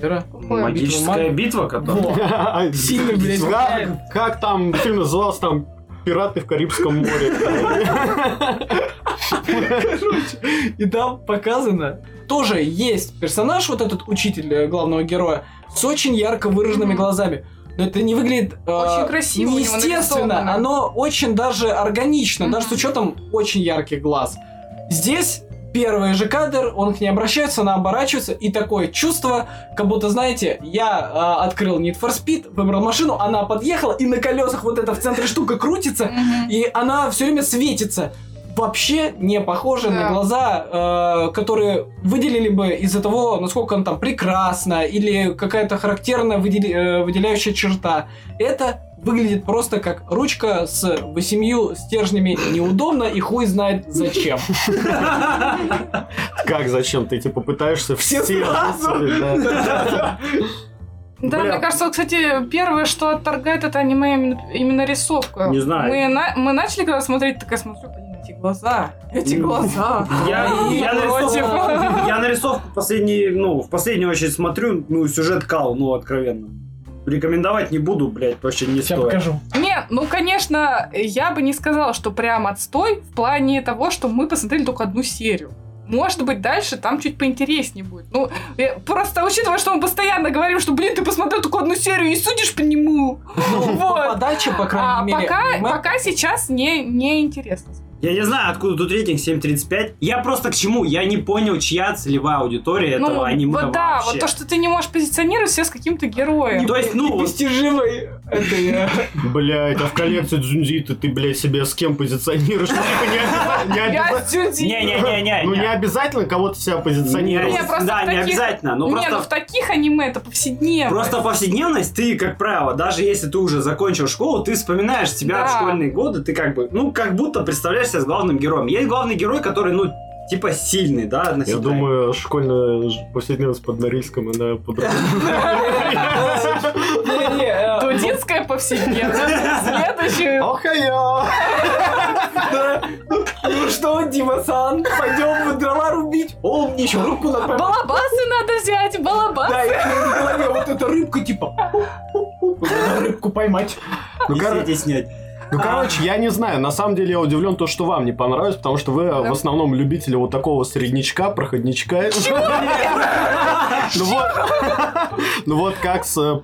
Speaker 3: Вера?
Speaker 1: Магическая битва, которая...
Speaker 3: Во. Сильно, блядь,
Speaker 2: Как-
Speaker 3: блядь.
Speaker 2: Как там фильм назывался, там, «Пираты в Карибском море».
Speaker 3: Короче, и там показано. Тоже есть персонаж, вот этот учитель э, главного героя, с очень ярко выраженными
Speaker 4: Мгм.
Speaker 3: глазами. Но это не выглядит э,
Speaker 4: Очень красиво у него
Speaker 3: неестественно,
Speaker 4: нарисовано.
Speaker 3: оно очень даже органично,
Speaker 4: Мгм.
Speaker 3: даже с учетом очень ярких глаз. Здесь первый же кадр, он к ней обращается, она оборачивается, и такое чувство, как будто, знаете, я э, открыл Need for Speed, выбрал машину, она подъехала, и на колесах вот эта в центре штука крутится,
Speaker 4: Мгм.
Speaker 3: и она все время светится. Вообще не похожа
Speaker 4: Да.
Speaker 3: на глаза, э, которые выделили бы из-за того, насколько она там прекрасна, или какая-то характерная выдели- э, выделяющая черта. Это выглядит просто как ручка с восемью стержнями неудобно и хуй знает зачем.
Speaker 2: Как, зачем? Ты, типа, пытаешься
Speaker 3: Все
Speaker 2: все...
Speaker 3: сразу.
Speaker 2: да.
Speaker 4: Да,
Speaker 1: Бля.
Speaker 4: мне кажется, вот, кстати, первое, что отторгает это аниме именно, именно рисовка.
Speaker 1: Не знаю.
Speaker 4: Мы, на- мы начали когда смотреть, такая смотрю, блин, эти глаза, эти
Speaker 1: Мгм.
Speaker 4: глаза.
Speaker 1: Я, я, на
Speaker 4: Против.
Speaker 1: рисовку, я на рисовку последний, ну, в последнюю очередь смотрю, ну, сюжет кал, ну, откровенно. Рекомендовать не буду, блядь, вообще не
Speaker 3: Сейчас
Speaker 1: стоит.
Speaker 3: покажу.
Speaker 4: Не, ну, конечно, я бы не сказала, что прям отстой в плане того, что мы посмотрели только одну серию. Может быть, дальше там чуть поинтереснее будет. Ну, э, просто учитывая, что мы постоянно говорим, что, блин, ты посмотрел только одну серию и судишь по нему. Вот.
Speaker 3: Подача, Ну, по
Speaker 4: А
Speaker 3: крайней мере.
Speaker 4: пока,
Speaker 3: аниме-
Speaker 4: пока сейчас не, не интересно.
Speaker 1: Я не знаю, откуда тут рейтинг 7.35. Я просто к чему? Я не понял, чья целевая аудитория этого
Speaker 4: ну,
Speaker 1: аниме
Speaker 4: вот да,
Speaker 1: вообще.
Speaker 4: вот то, что ты не можешь позиционировать себя с каким-то героем.
Speaker 1: То есть, ну, вот,
Speaker 3: Непостижимой этой, э,
Speaker 2: Блядь, а в коллекции Дзюнзиты ты, блядь, себя с кем позиционируешь? Типа, не обязательно не
Speaker 4: Я
Speaker 2: обяза-
Speaker 4: Дзюдзи.
Speaker 1: Не-не-не-не.
Speaker 2: Ну, не
Speaker 1: не.
Speaker 2: обязательно кого-то себя позиционировать.
Speaker 4: Не, просто
Speaker 1: Да,
Speaker 4: в
Speaker 1: не
Speaker 4: таких-
Speaker 1: обязательно. Ну
Speaker 4: Не,
Speaker 1: просто
Speaker 4: ну в таких аниме это повседневно.
Speaker 1: Просто повседневность, ты, как правило, даже если ты уже закончил школу, ты вспоминаешь себя
Speaker 4: Да.
Speaker 1: в школьные годы, ты как бы, ну, как будто представляешь себя с главным героем. Есть главный герой, который, ну, типа сильный, да,
Speaker 2: Я
Speaker 1: относительно.
Speaker 2: думаю, школьная ж- повседневность под Норильском, она по-другому.
Speaker 3: Не-не, э,
Speaker 4: Дудинская повседневность. Следующий.
Speaker 2: Охайо!
Speaker 3: Ну что, Дима-сан, пойдем дрова рубить? О, мне еще руку надо
Speaker 4: Балабасы надо взять, балабасы.
Speaker 3: Да, я в голове вот эта рыбка, типа, «Пуп-пуп-пуп». Надо рыбку поймать.
Speaker 2: Ну,
Speaker 1: Если
Speaker 2: кор-
Speaker 1: объяснять.
Speaker 2: ну, короче, я не знаю. На самом деле я удивлен то, что вам не понравилось, потому что вы э, в основном любители вот такого среднячка, проходничка. Ну вот, ну вот как с... э,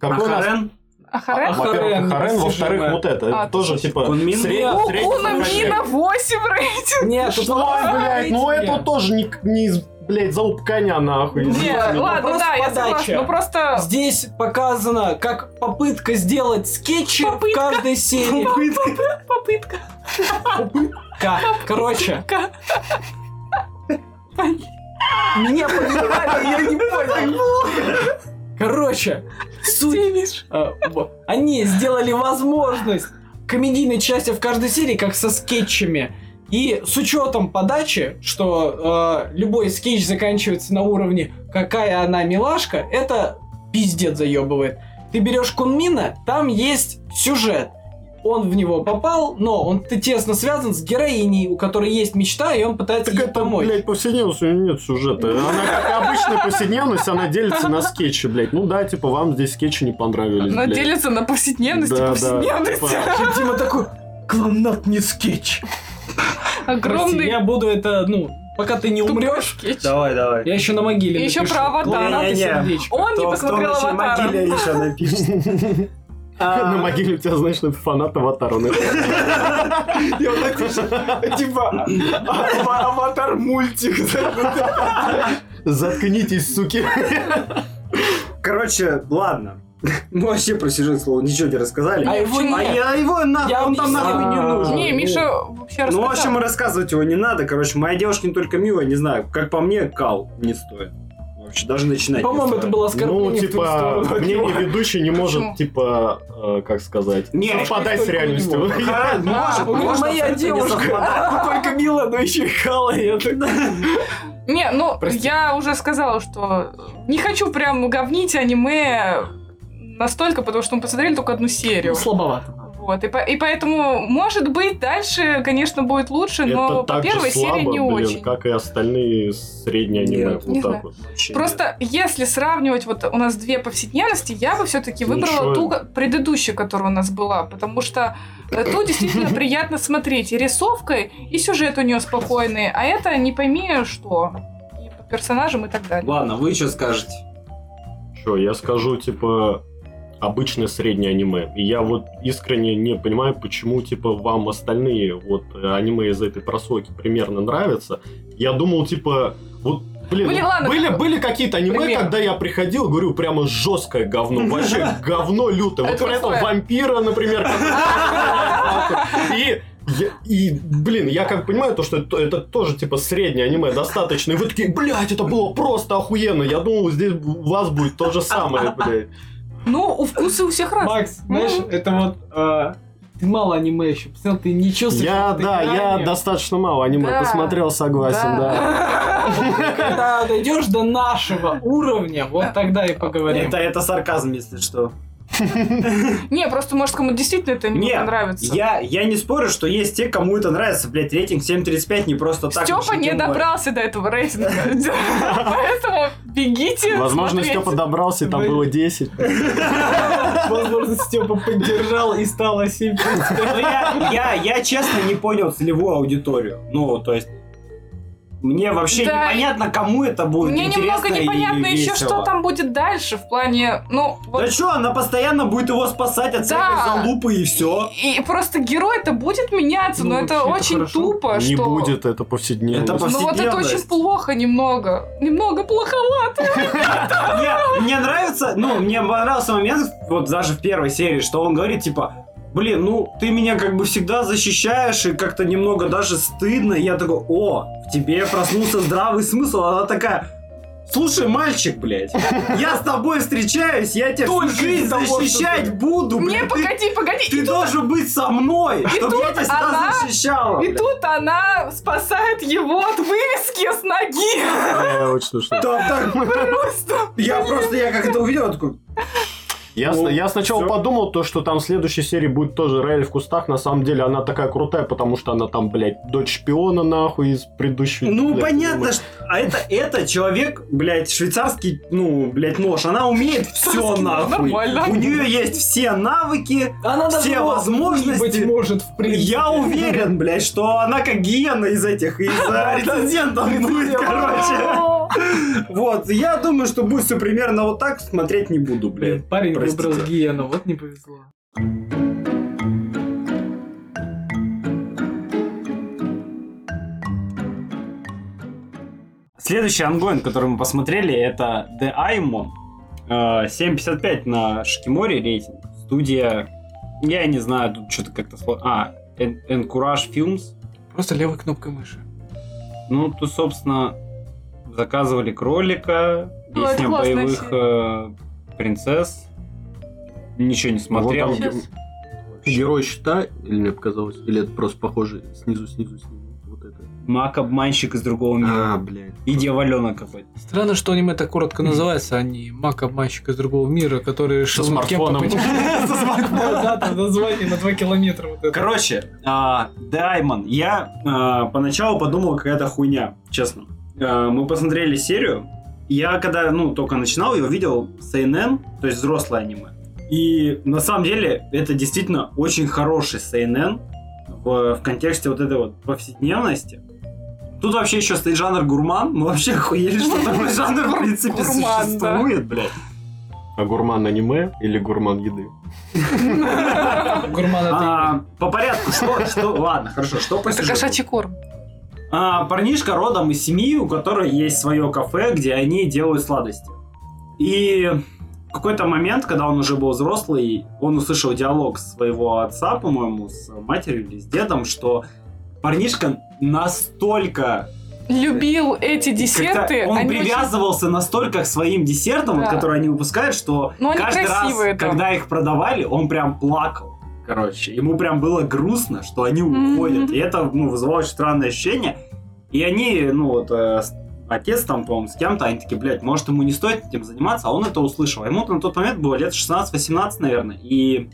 Speaker 2: Какой А у нас
Speaker 1: Ахарен?
Speaker 4: Ахарен?
Speaker 3: Ахарен
Speaker 2: Во-первых, Харен,
Speaker 3: непостижимая.
Speaker 2: во-вторых, вот это.
Speaker 4: А,
Speaker 2: Это тоже
Speaker 4: слушай,
Speaker 2: типа
Speaker 1: Кунмин?
Speaker 2: средний-
Speaker 4: У
Speaker 2: средний
Speaker 4: Куна
Speaker 2: средний.
Speaker 4: Мина 8 рейтинг.
Speaker 3: Нет,
Speaker 2: Что, блядь, ну это тоже не, не из, блядь, залуп коня нахуй.
Speaker 4: Не,
Speaker 2: Извините меня.
Speaker 4: ладно,
Speaker 3: вопрос
Speaker 4: да, я
Speaker 3: подача.
Speaker 4: согласна. Ну просто
Speaker 3: Здесь показано, как попытка сделать скетчи в
Speaker 4: Попытка.
Speaker 3: каждой серии.
Speaker 1: Попытка.
Speaker 4: попытка.
Speaker 3: Ка. Короче,
Speaker 4: Ка-
Speaker 3: меня понимали, я не понял. Короче, суть
Speaker 4: Стивиш.
Speaker 3: А, в- Они сделали возможность комедийной части в каждой серии, как со скетчами. И с учетом подачи, что э, любой скетч заканчивается на уровне «Какая она милашка», это пиздец заебывает. Ты берешь Кунмина, там есть сюжет. Он в него попал, но он т- тесно связан с героиней, у которой есть мечта, и он пытается
Speaker 2: Так
Speaker 3: ей
Speaker 2: это,
Speaker 3: помочь.
Speaker 2: блядь, повседневность, у нее нет сюжета. Она как и обычная повседневность, она делится на скетчи, блядь. Ну да, типа, вам здесь скетчи не понравились,
Speaker 4: Но
Speaker 2: блядь.
Speaker 4: делится на повседневность и
Speaker 2: Да, да,
Speaker 4: повседневность.
Speaker 2: типа,
Speaker 3: И Дима такой «К вам надо не скетч». Прости,
Speaker 4: Огромный
Speaker 3: я буду это, ну, пока ты не
Speaker 4: тупой
Speaker 3: умрешь,
Speaker 4: скетч.
Speaker 1: Давай, давай.
Speaker 3: Я еще на могиле
Speaker 4: И еще
Speaker 3: напишу.
Speaker 4: про аватара.
Speaker 3: Лауреаты
Speaker 1: Не-не-не.
Speaker 3: сердечко.
Speaker 4: Он не
Speaker 1: Кто-
Speaker 4: посмотрел
Speaker 1: кто на чьей
Speaker 4: аватара.
Speaker 1: могиле еще напишет. А,
Speaker 2: На могиле у тебя, знаешь, это фанат аватара. наверное.
Speaker 3: Типа, аватар мультик.
Speaker 2: Заткнитесь, суки.
Speaker 1: Короче, ладно. Мы вообще про сюжет слова ничего не рассказали.
Speaker 3: А его
Speaker 1: А
Speaker 3: нет.
Speaker 1: я его нахуй,
Speaker 3: Я
Speaker 1: он там
Speaker 3: объясню.
Speaker 1: нахуй не
Speaker 2: А,
Speaker 1: нужен.
Speaker 4: Не, Миша вообще
Speaker 1: Ну, в общем,
Speaker 4: рассказал.
Speaker 1: рассказывать его не надо. Короче, моя девушка не только милая, не знаю. Как по мне, кал не стоит. Вообще, даже начинать
Speaker 3: По-моему,
Speaker 1: не
Speaker 3: это
Speaker 1: стоит.
Speaker 3: было
Speaker 2: Ну,
Speaker 3: оскорбление. в твою
Speaker 2: типа,
Speaker 3: сторону.
Speaker 2: мнение ведущий не может,
Speaker 4: Почему?
Speaker 2: типа, э, как сказать,
Speaker 1: Не,
Speaker 2: совпадать
Speaker 3: только
Speaker 2: с реальностью.
Speaker 3: у
Speaker 1: Ха,
Speaker 3: А,
Speaker 1: Может,
Speaker 3: ну,
Speaker 1: может,
Speaker 3: моя
Speaker 1: абсолютно не
Speaker 3: девушка.
Speaker 1: совпадает.
Speaker 3: Она Только мила, но еще и хала. Я так-
Speaker 4: Не, ну,
Speaker 3: Прости.
Speaker 4: я уже сказала, что не хочу прям говнить аниме настолько, потому что мы посмотрели только одну серию.
Speaker 3: Слабовато.
Speaker 4: Вот, и, по- и поэтому, может быть, дальше, конечно, будет лучше, но
Speaker 2: Это
Speaker 4: по
Speaker 2: так же
Speaker 4: первой серии
Speaker 2: слабо,
Speaker 4: не
Speaker 2: блин,
Speaker 4: очень.
Speaker 2: как и остальные средние аниме.
Speaker 1: Нет,
Speaker 4: не
Speaker 2: Вот так
Speaker 4: знаю.
Speaker 2: вот.
Speaker 1: Вообще нет.
Speaker 4: Просто если сравнивать, вот у нас две повседневности, я бы все-таки
Speaker 2: Ну, чё?
Speaker 4: выбрала ту ко- предыдущую, которая у нас была, потому что э, ту действительно приятно смотреть и рисовкой, и сюжет у нее спокойный, а это не пойми что, и по персонажам и так далее.
Speaker 1: Ладно, вы что скажете?
Speaker 2: Что, я скажу, типа, обычное среднее аниме. И я вот искренне не понимаю, почему, типа, вам остальные вот э, аниме из этой просойки примерно нравятся. Я думал, типа, вот, блин,
Speaker 4: Блин,
Speaker 2: ну,
Speaker 4: ладно,
Speaker 2: были,
Speaker 4: как-
Speaker 2: были какие-то аниме,
Speaker 4: Пример.
Speaker 2: когда я приходил, говорю, прямо жесткое говно, вообще говно лютое. Вот
Speaker 4: Это
Speaker 2: про этого
Speaker 4: плохое.
Speaker 2: вампира, например. который- И я- и, блин, я как понимаю, то, что это, это тоже, типа, среднее аниме достаточно. И вы такие, блядь, это было просто охуенно. Я думал, здесь у вас будет то же самое, блядь.
Speaker 4: Ну, у вкуса у всех разные.
Speaker 3: Макс, знаешь, это вот... а, Ты мало аниме еще посмотрел, ты не чувствуешь...
Speaker 2: Я,
Speaker 3: этой
Speaker 2: да, я
Speaker 3: грани.
Speaker 2: достаточно мало аниме
Speaker 4: Да.
Speaker 2: посмотрел, согласен, да.
Speaker 3: Когда дойдешь до нашего уровня, вот тогда и поговорим.
Speaker 1: Это, это сарказм, если что.
Speaker 4: Не, просто, может, кому действительно это не
Speaker 1: Не,
Speaker 4: понравится.
Speaker 1: Я, я не спорю, что есть те, кому это нравится. Блять, рейтинг 7.35 не просто так.
Speaker 4: Степа
Speaker 1: вообще,
Speaker 4: не
Speaker 1: тем более.
Speaker 4: добрался до этого рейтинга. Поэтому бегите.
Speaker 2: Возможно,
Speaker 4: смотрите.
Speaker 2: Степа добрался, и там
Speaker 3: Блин.
Speaker 2: было 10.
Speaker 3: Возможно, Степа поддержал и стало 7
Speaker 1: Ну, я, я, я, честно не понял целевую аудиторию. Ну, то есть... Мне вообще
Speaker 4: Да.
Speaker 1: непонятно, кому это будет
Speaker 4: Мне
Speaker 1: интересно
Speaker 4: немного непонятно
Speaker 1: и
Speaker 4: еще,
Speaker 1: весело.
Speaker 4: что там будет дальше в плане, ну, вот.
Speaker 1: Да что, она постоянно будет его спасать от
Speaker 4: Да.
Speaker 1: всякой залупы и все.
Speaker 4: И и просто герой-то будет меняться,
Speaker 3: Ну,
Speaker 4: но это
Speaker 3: вообще-то
Speaker 4: очень
Speaker 3: хорошо.
Speaker 4: тупо,
Speaker 2: Не
Speaker 4: что...
Speaker 2: будет, это повседневность.
Speaker 1: Это пов-
Speaker 4: Ну вот это очень
Speaker 1: Повседневность.
Speaker 4: плохо немного. Немного плохо.
Speaker 1: Мне, мне нравится, ну, мне понравился момент, вот даже в первой серии, что он говорит, типа, блин, ну ты меня как бы всегда защищаешь и как-то немного даже стыдно. И я такой, о, в тебе проснулся здравый смысл. А Она такая, слушай, мальчик, блядь, я с тобой встречаюсь, я тебя всю
Speaker 3: Только
Speaker 1: жизнь
Speaker 3: из-за того, что
Speaker 1: защищать
Speaker 3: ты-
Speaker 1: буду,
Speaker 4: Не,
Speaker 1: блядь. Ну, ты-
Speaker 4: погоди, погоди.
Speaker 1: Ты
Speaker 4: и тут,
Speaker 1: должен быть со мной, чтобы я
Speaker 4: тут
Speaker 1: тебя всегда
Speaker 4: она-
Speaker 1: защищала.
Speaker 4: и
Speaker 1: блядь.
Speaker 4: тут она спасает его от вывески с ноги.
Speaker 2: Вот что, что.
Speaker 1: Да, так,
Speaker 4: Просто.
Speaker 1: я просто, я как это увидел, я такой,
Speaker 2: Я,
Speaker 1: Ну,
Speaker 2: с- я сначала
Speaker 1: всё.
Speaker 2: подумал, то, что там в следующей серии будет тоже Райль в кустах. На самом деле она такая крутая, потому что она там, блядь, дочь шпиона, нахуй, из предыдущей.
Speaker 1: Ну,
Speaker 2: блядь,
Speaker 1: понятно,
Speaker 2: фильмы.
Speaker 1: что... А это, это человек, блядь, швейцарский, ну, блядь, нож. Она умеет все
Speaker 4: Швейцарский нож,
Speaker 1: нахуй.
Speaker 4: нормально.
Speaker 1: У нее есть все навыки.
Speaker 3: Она
Speaker 1: Все
Speaker 3: должна
Speaker 1: возможности-
Speaker 3: быть может, в принципе.
Speaker 1: Я уверен, блядь, что она как гиена из этих, из э, рецензентов будет, Ну, короче. Вот, я думаю, что будет все примерно вот так. Смотреть не буду, блядь.
Speaker 3: Блин, парень
Speaker 1: Простите.
Speaker 3: выбрал гиену, вот не повезло.
Speaker 1: Следующий ангоин, который мы посмотрели, это The Aimon. Э, 7.55 на Шикиморе рейтинг. Студия... Я не знаю, тут что-то как-то... сло- А, Эн- Encourage Films.
Speaker 3: Просто левой кнопкой мыши.
Speaker 1: Ну, тут, собственно, заказывали кролика,
Speaker 4: Ну, это
Speaker 1: песня
Speaker 4: классная
Speaker 1: боевых э, принцесс. Ничего не
Speaker 2: Ну, Вот
Speaker 1: смотрел.
Speaker 2: там
Speaker 4: Сейчас.
Speaker 2: ге- Герой щита, или мне показалось, или это просто похоже снизу, снизу, снизу. Вот это.
Speaker 1: Маг-обманщик из другого мира.
Speaker 2: А, блядь.
Speaker 1: И дьяволенок какой-то.
Speaker 3: Странно, что аниме так коротко называется, а не маг-обманщик из другого мира, который решил с кем-то
Speaker 2: смартфоном.
Speaker 3: потянуть.
Speaker 1: Со смартфоном.
Speaker 3: Да, да, название на 2 километра вот это.
Speaker 1: Короче, а, Даймон, я а, поначалу подумал, какая-то хуйня, честно. А, мы посмотрели серию. Я когда, ну, только начинал, я увидел Сейнен, то есть взрослое аниме. И на самом деле это действительно очень хороший Сейнен в, в контексте вот этой вот повседневности. Тут вообще еще стоит жанр гурман. Мы вообще охуели, что такой жанр в принципе
Speaker 4: Гурман, да.
Speaker 1: существует, блядь.
Speaker 2: А гурман аниме или гурман еды?
Speaker 3: Гурман это
Speaker 1: А, по порядку, что, что, ладно, хорошо, что по
Speaker 4: Это
Speaker 1: сюжету?
Speaker 4: кошачий корм.
Speaker 1: А, парнишка родом из семьи, у которой есть свое кафе, где они делают сладости. И в какой-то момент, когда он уже был взрослый, он услышал диалог своего отца, по-моему, с матерью или с дедом, что парнишка настолько
Speaker 4: Любил эти десерты.
Speaker 1: как-то он
Speaker 4: они очень-
Speaker 1: привязывался настолько к своим десертам, вот,
Speaker 4: Да.
Speaker 1: которые они выпускают, что
Speaker 4: Но они
Speaker 1: каждый раз,
Speaker 4: красивые там.
Speaker 1: когда их продавали, он прям плакал. Короче, ему прям было грустно, что они
Speaker 4: Мгм.
Speaker 1: уходят. И это ну, вызывало очень странное ощущение. И они, ну вот, э, с- отец там, по-моему, с кем-то, они такие, блядь, может, ему не стоит этим заниматься, а он это услышал. Ему на тот момент было лет 16-18, наверное, и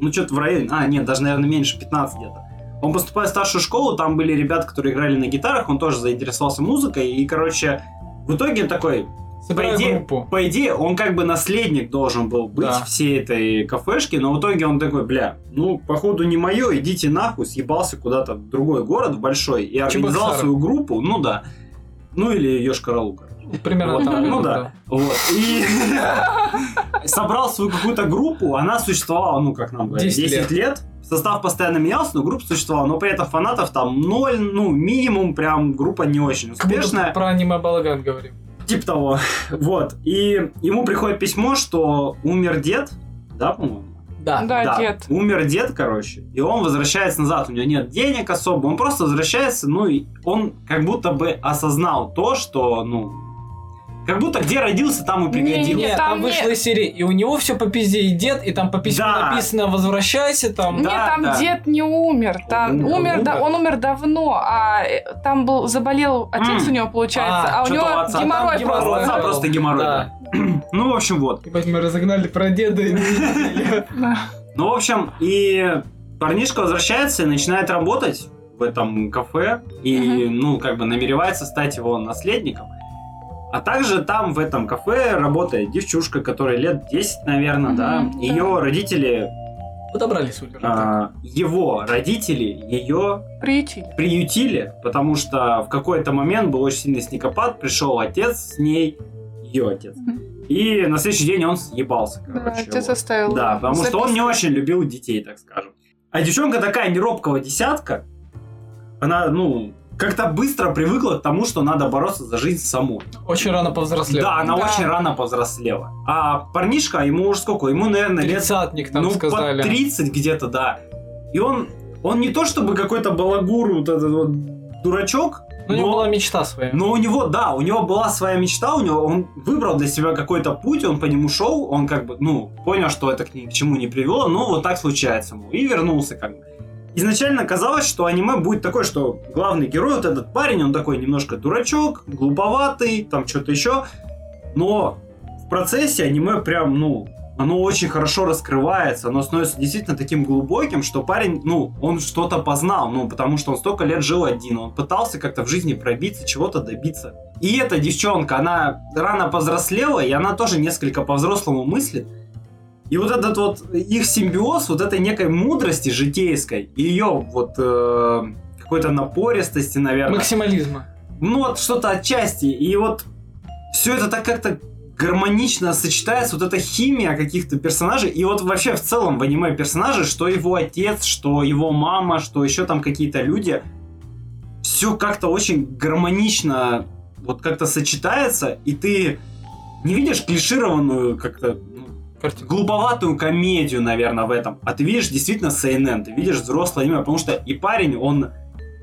Speaker 1: ну, что-то в районе, а, нет, даже, наверное, меньше, 15 где-то. Он поступает в старшую школу, там были ребята, которые играли на гитарах, он тоже заинтересовался музыкой, и, короче, в итоге такой,
Speaker 3: Собирай
Speaker 1: по идее-
Speaker 3: группу.
Speaker 1: по идее, он как бы наследник должен был быть
Speaker 3: Да.
Speaker 1: всей этой кафешки, но в итоге он такой, бля, ну, походу, не мое, идите нахуй, съебался куда-то в другой город, в большой, и организовал
Speaker 3: Чебоксары.
Speaker 1: свою группу, ну да, ну или Ёшкаралука.
Speaker 3: Примерно
Speaker 1: Вот,
Speaker 3: так.
Speaker 1: ну да. Вот, и собрал свою какую-то группу, она существовала, ну, как нам говорят,
Speaker 3: 10
Speaker 1: 10,
Speaker 3: лет.
Speaker 1: лет. Состав постоянно менялся, но группа существовала, но при этом фанатов там ноль, ну, минимум, прям группа не очень
Speaker 3: Как будто
Speaker 1: успешная.
Speaker 3: про аниме Балаган говорим.
Speaker 1: Типа того. Вот. И ему приходит письмо, что умер дед, да, по-моему?
Speaker 4: Да, дед.
Speaker 1: Умер дед, короче. И он возвращается назад. У него нет денег особо. Он просто возвращается, ну и он как будто бы осознал то, что, ну, как будто где родился, там и пригодился.
Speaker 4: Не,
Speaker 3: Нет,
Speaker 4: там
Speaker 3: там вышла из серии, и у него все по пизде, и дед, и там по письму
Speaker 1: Да.
Speaker 3: написано «возвращайся», там...
Speaker 4: Нет,
Speaker 1: Да,
Speaker 4: там
Speaker 1: да.
Speaker 4: дед не умер. Там
Speaker 1: Умер,
Speaker 4: умер,
Speaker 1: умер.
Speaker 4: да, он умер давно, а э, там был заболел отец
Speaker 1: М.
Speaker 4: у него, получается,
Speaker 3: А,
Speaker 4: а, у
Speaker 1: что-то
Speaker 4: него
Speaker 1: у отца.
Speaker 4: геморрой
Speaker 3: Там
Speaker 1: У
Speaker 4: просто.
Speaker 3: геморрой.
Speaker 1: отца просто геморрой.
Speaker 3: Да.
Speaker 1: да. Ну, в общем, вот.
Speaker 3: Ебать, мы разогнали про деда и не поняли.
Speaker 1: Ну, в общем, и парнишка возвращается и начинает работать в этом кафе. И,
Speaker 4: Мгм.
Speaker 1: ну, как бы намеревается стать его наследником. А также там, в этом кафе, работает девчушка, которой лет 10, наверное,
Speaker 4: Мгм,
Speaker 1: да.
Speaker 4: да.
Speaker 1: Ее родители,
Speaker 3: Подобрали супер.
Speaker 1: а, его родители, ее
Speaker 4: Приютили.
Speaker 1: приютили, потому что в какой-то момент был очень сильный снегопад, пришел отец с ней, ее отец. И на следующий день он съебался,
Speaker 4: Да,
Speaker 1: короче.
Speaker 4: отец
Speaker 1: вот.
Speaker 4: оставил.
Speaker 1: Да, потому что он не
Speaker 4: записку.
Speaker 1: очень любил детей, так скажем. А девчонка такая неробкого десятка, она, ну, как-то быстро привыкла к тому, что надо бороться за жизнь самой.
Speaker 5: Очень рано повзрослел.
Speaker 1: Да, она
Speaker 4: Да.
Speaker 1: очень рано повзрослела. А парнишка, ему уже сколько? Ему, наверное, лет
Speaker 5: Тридцатник там
Speaker 1: ну,
Speaker 5: сказали.
Speaker 1: под 30 где-то, да. И он, он не то чтобы какой-то балагур, вот этот вот дурачок,
Speaker 5: Ну, у него
Speaker 1: но-
Speaker 5: была мечта своя.
Speaker 1: но Ну, у него, да, у него была своя мечта, у него он выбрал для себя какой-то путь, он по нему шел, он как бы, ну, понял, что это к ни к чему не привело, но вот так случается ему. И вернулся как бы. Изначально казалось, что аниме будет такое, что главный герой, вот этот парень, он такой немножко дурачок, глуповатый, там что-то еще. Но в процессе аниме прям, ну, оно очень хорошо раскрывается, оно становится действительно таким глубоким, что парень, ну, он что-то познал, ну, потому что он столько лет жил один, он пытался как-то в жизни пробиться, чего-то добиться. И эта девчонка, она рано повзрослела, и она тоже несколько по-взрослому мыслит. И вот этот вот их симбиоз, вот этой некой мудрости житейской, ее вот э, какой-то напористости, наверное,
Speaker 5: Максимализма.
Speaker 1: ну вот что-то отчасти. И вот все это так как-то гармонично сочетается, вот эта химия каких-то персонажей, и вот вообще в целом в аниме персонажи, что его отец, что его мама, что еще там какие-то люди, все как-то очень гармонично вот как-то сочетается, и ты не видишь клишированную как-то ну,
Speaker 5: Картинка.
Speaker 1: глуповатую комедию, наверное, в этом. А ты видишь действительно СНН, ты видишь взрослое аниме, потому что и парень, он,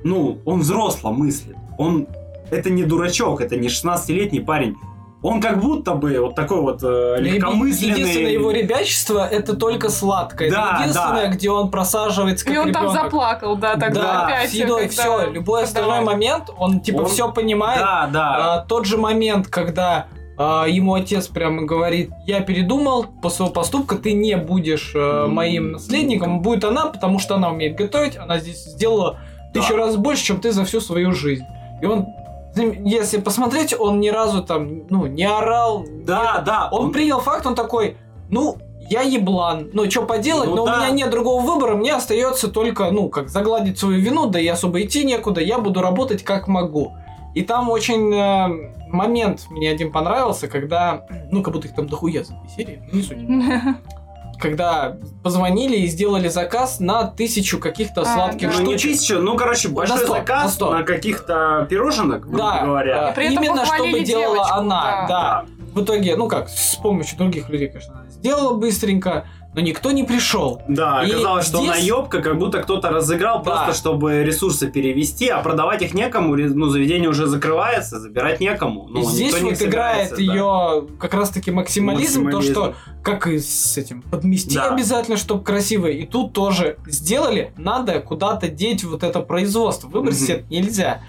Speaker 1: ну, он взросло мыслит. Он, это не дурачок, это не 16-летний парень. Он как будто бы вот такой вот э, легкомысленный.
Speaker 5: Ну, Единственное его ребячество это только сладкое.
Speaker 1: Да,
Speaker 5: это единственное, где он просаживается как
Speaker 4: И он там
Speaker 5: ребенок.
Speaker 4: заплакал, да, тогда
Speaker 5: да,
Speaker 4: опять.
Speaker 5: с едой,
Speaker 4: когда-
Speaker 5: все. Любой остальной
Speaker 4: давай.
Speaker 5: момент, он типа
Speaker 1: Он-
Speaker 5: все понимает.
Speaker 1: Да, да.
Speaker 5: А, тот же момент, когда а, ему отец прямо говорит, я передумал, после своего поступка ты не будешь э, моим наследником, будет она, потому что она умеет готовить, она здесь сделала
Speaker 1: Да.
Speaker 5: тысячу раз больше, чем ты за всю свою жизнь. И он, если посмотреть, он ни разу там, ну, не орал.
Speaker 1: да, да.
Speaker 5: Он принял факт, он такой, ну, я еблан, ну, что поделать,
Speaker 1: Ну
Speaker 5: но
Speaker 1: да.
Speaker 5: у меня нет другого выбора, мне остается только, ну, как загладить свою вину, да и особо идти некуда, я буду работать как могу. И там очень э, момент мне один понравился, когда, ну, как будто их там дохуя за две серии, ну, не суть. Когда позвонили и сделали заказ на тысячу каких-то
Speaker 4: А,
Speaker 5: сладких
Speaker 4: да.
Speaker 1: ну, не
Speaker 5: штучек.
Speaker 1: тысячу, ну, короче, большой
Speaker 5: сто, на
Speaker 1: заказ
Speaker 5: сто.
Speaker 1: на, каких-то пироженок, грубо
Speaker 5: Да,
Speaker 1: говоря.
Speaker 5: да,
Speaker 4: И при этом
Speaker 5: именно
Speaker 4: похвалили
Speaker 5: чтобы делала
Speaker 4: девочку,
Speaker 5: она,
Speaker 4: да.
Speaker 5: да. В итоге, ну как, с помощью других людей, конечно, она сделала быстренько, но никто не пришел.
Speaker 1: Да,
Speaker 5: И
Speaker 1: оказалось, что
Speaker 5: здесь-
Speaker 1: наебка, как будто кто-то разыграл
Speaker 5: Да.
Speaker 1: просто, чтобы ресурсы перевести, а продавать их некому, ре- ну, заведение уже закрывается, забирать некому. Ну,
Speaker 5: и здесь
Speaker 1: никто не
Speaker 5: вот играет
Speaker 1: собирается, да.
Speaker 5: ее как раз-таки максимализм,
Speaker 1: Максимализм.
Speaker 5: то, что как и с этим, подмести
Speaker 1: Да.
Speaker 5: обязательно, чтобы красиво. И тут тоже сделали, надо куда-то деть вот это производство. Выбросить
Speaker 1: Мгм.
Speaker 5: это нельзя.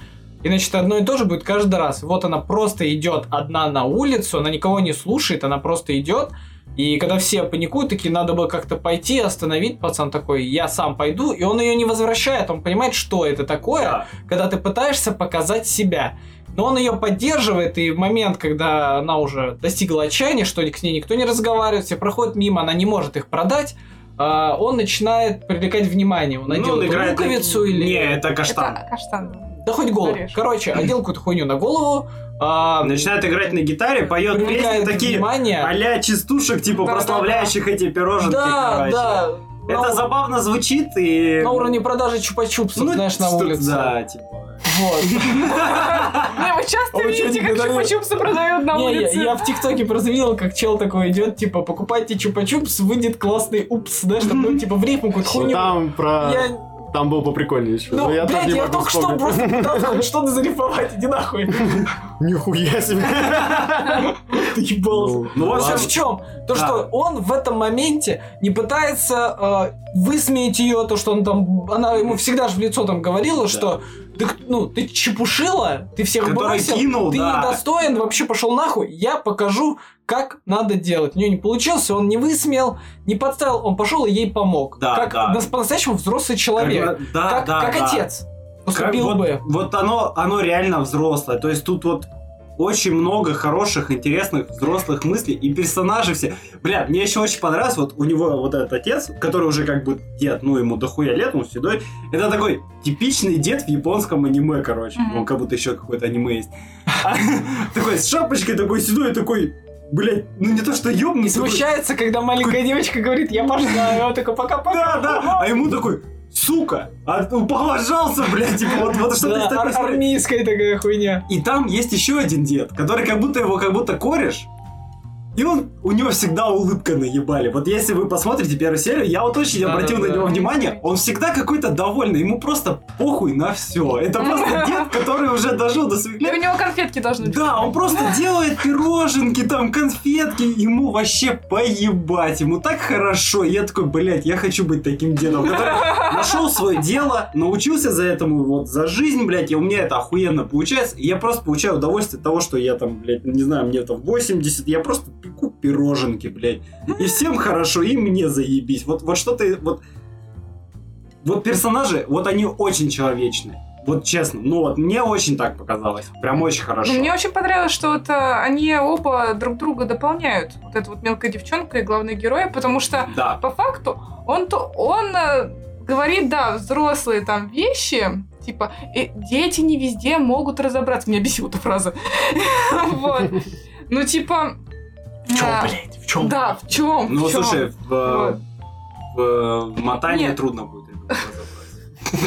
Speaker 5: Иначе это одно и то же будет каждый раз. Вот она просто идет одна на улицу, она никого не слушает, она просто идет. И когда все паникуют, такие, надо бы как-то пойти, остановить, пацан такой, я сам пойду, и он ее не возвращает, он понимает, что это такое,
Speaker 1: Да.
Speaker 5: когда ты пытаешься показать себя. Но он ее поддерживает, и в момент, когда она уже достигла отчаяния, что к ней никто не разговаривает, все проходят мимо, она не может их продать, а, он начинает привлекать внимание. Он
Speaker 1: Ну,
Speaker 5: надел
Speaker 1: он
Speaker 5: эту
Speaker 1: играет...
Speaker 5: луковицу или...
Speaker 1: Не, это каштан.
Speaker 4: Это каштан.
Speaker 5: Да хоть голову.
Speaker 4: Орешь.
Speaker 5: Короче, одел какую-то хуйню на голову, а,
Speaker 1: Начинает играть на гитаре, поет песни
Speaker 5: привлекает
Speaker 1: такие
Speaker 5: внимание.
Speaker 1: а-ля частушек, типа
Speaker 4: Да-да-да.
Speaker 1: прославляющих эти пироженки,
Speaker 5: да,
Speaker 1: короче.
Speaker 5: да.
Speaker 1: Это
Speaker 5: на,
Speaker 1: забавно звучит и...
Speaker 5: на уровне продажи чупа-чупсов, знаешь, на
Speaker 1: Ну, что-
Speaker 5: улице.
Speaker 1: Да, типа...
Speaker 5: Вот.
Speaker 4: Не, вы
Speaker 5: А
Speaker 4: часто
Speaker 5: вы чё,
Speaker 4: видите,
Speaker 5: не
Speaker 4: как
Speaker 5: продают?
Speaker 4: чупа-чупсы продают на
Speaker 5: Не, я,
Speaker 4: улице?
Speaker 5: я в ТикТоке просто видел, как чел такой идет, типа, покупайте чупа-чупс, выйдет классный упс, знаешь, там, ну, типа, в рифму какую-то
Speaker 2: Ну,
Speaker 5: хуйню.
Speaker 2: Там про...
Speaker 5: Я,
Speaker 2: Там было поприкольнее еще.
Speaker 5: ну,
Speaker 2: но я
Speaker 5: блядь,
Speaker 2: тоже не
Speaker 5: я
Speaker 2: могу
Speaker 5: только что
Speaker 2: вспомнить.
Speaker 5: просто пытался хоть что-то зарифовать, иди нахуй.
Speaker 2: Нихуя себе.
Speaker 5: Ты ебался.
Speaker 2: Ну,
Speaker 1: Ну, в
Speaker 5: Вот
Speaker 1: общем,
Speaker 5: в чем? То,
Speaker 1: Да.
Speaker 5: что он в этом моменте не пытается э, высмеять ее, то, что он там, она ему всегда же в лицо там говорила,
Speaker 1: Да.
Speaker 5: что ты, к- ну, ты чепушила, ты всех
Speaker 1: который
Speaker 5: бросил,
Speaker 1: кинул,
Speaker 5: Ты
Speaker 1: да.
Speaker 5: недостоин, вообще пошел нахуй, я покажу, как надо делать. У нее не получилось, он не высмеял, не подставил, он пошел и ей помог.
Speaker 1: Да,
Speaker 5: как
Speaker 1: да.
Speaker 5: нас- по-настоящему взрослый человек.
Speaker 1: Как, да,
Speaker 5: как
Speaker 1: да,
Speaker 5: как
Speaker 1: да.
Speaker 5: отец.
Speaker 1: Как
Speaker 5: Поступил
Speaker 1: вот,
Speaker 5: бы.
Speaker 1: вот оно, оно реально взрослое. То есть тут вот очень много хороших, интересных взрослых мыслей и персонажи все. Бля, мне еще очень понравилось, вот у него вот этот отец, который уже как бы дед, ну ему дохуя лет, он седой. Это такой типичный дед в японском аниме, короче.
Speaker 4: Мгм.
Speaker 1: Он как будто еще какое-то аниме есть. А, Такой с шапочкой, такой седой, такой, блядь, ну не то что
Speaker 5: И
Speaker 1: ёбнутый. такой,
Speaker 5: А смущается, когда маленькая девочка говорит, я пошла, и он такой, пока-пока.
Speaker 1: Да, да, а ему такой, сука, а, упоможался, блядь, типа, вот, вот что-то
Speaker 3: Да,
Speaker 1: из такой
Speaker 3: ар-
Speaker 1: истории.
Speaker 3: армейская такая хуйня.
Speaker 1: И там есть еще один дед, который как будто его как будто кореш. И он, у него всегда улыбка наебали. Вот если вы посмотрите первую серию, я вот очень
Speaker 3: Да,
Speaker 1: обратил
Speaker 3: да,
Speaker 1: на
Speaker 3: да.
Speaker 1: него внимание, он всегда какой-то довольный, ему просто похуй на все. Это просто дед, который уже дожил до своих
Speaker 4: И Ну, у
Speaker 1: лет.
Speaker 4: него конфетки должны быть.
Speaker 1: Да, он просто делает пироженки, там, конфетки, ему вообще поебать, ему так хорошо. Я такой, блядь, я хочу быть таким дедом, который нашел свое дело, научился за этому вот за жизнь, блядь, и у меня это охуенно получается. И я просто получаю удовольствие от того, что я там, блядь, не знаю, мне там 80, я просто пеку пироженки, блядь. И всем хорошо, и мне заебись. Вот, вот что ты, вот... Вот персонажи, вот они очень человечные. Вот честно, ну вот мне очень так показалось. Прям очень хорошо.
Speaker 4: Ну, мне очень понравилось, что вот э, они оба друг друга дополняют. Вот эта вот мелкая девчонка и главный герой, потому что
Speaker 1: Да.
Speaker 4: по факту он то он э, говорит, да, взрослые там вещи, типа, «Э, дети не везде могут разобраться. Меня бесила эта фраза. Вот. Ну, типа...
Speaker 2: В чем,
Speaker 4: а,
Speaker 2: блядь, в чем?
Speaker 4: Да, в чем?
Speaker 1: Ну, слушай, в, э,
Speaker 4: Вот.
Speaker 1: в, э, мотании
Speaker 4: Нет. Ну,
Speaker 1: трудно будет это разобрать.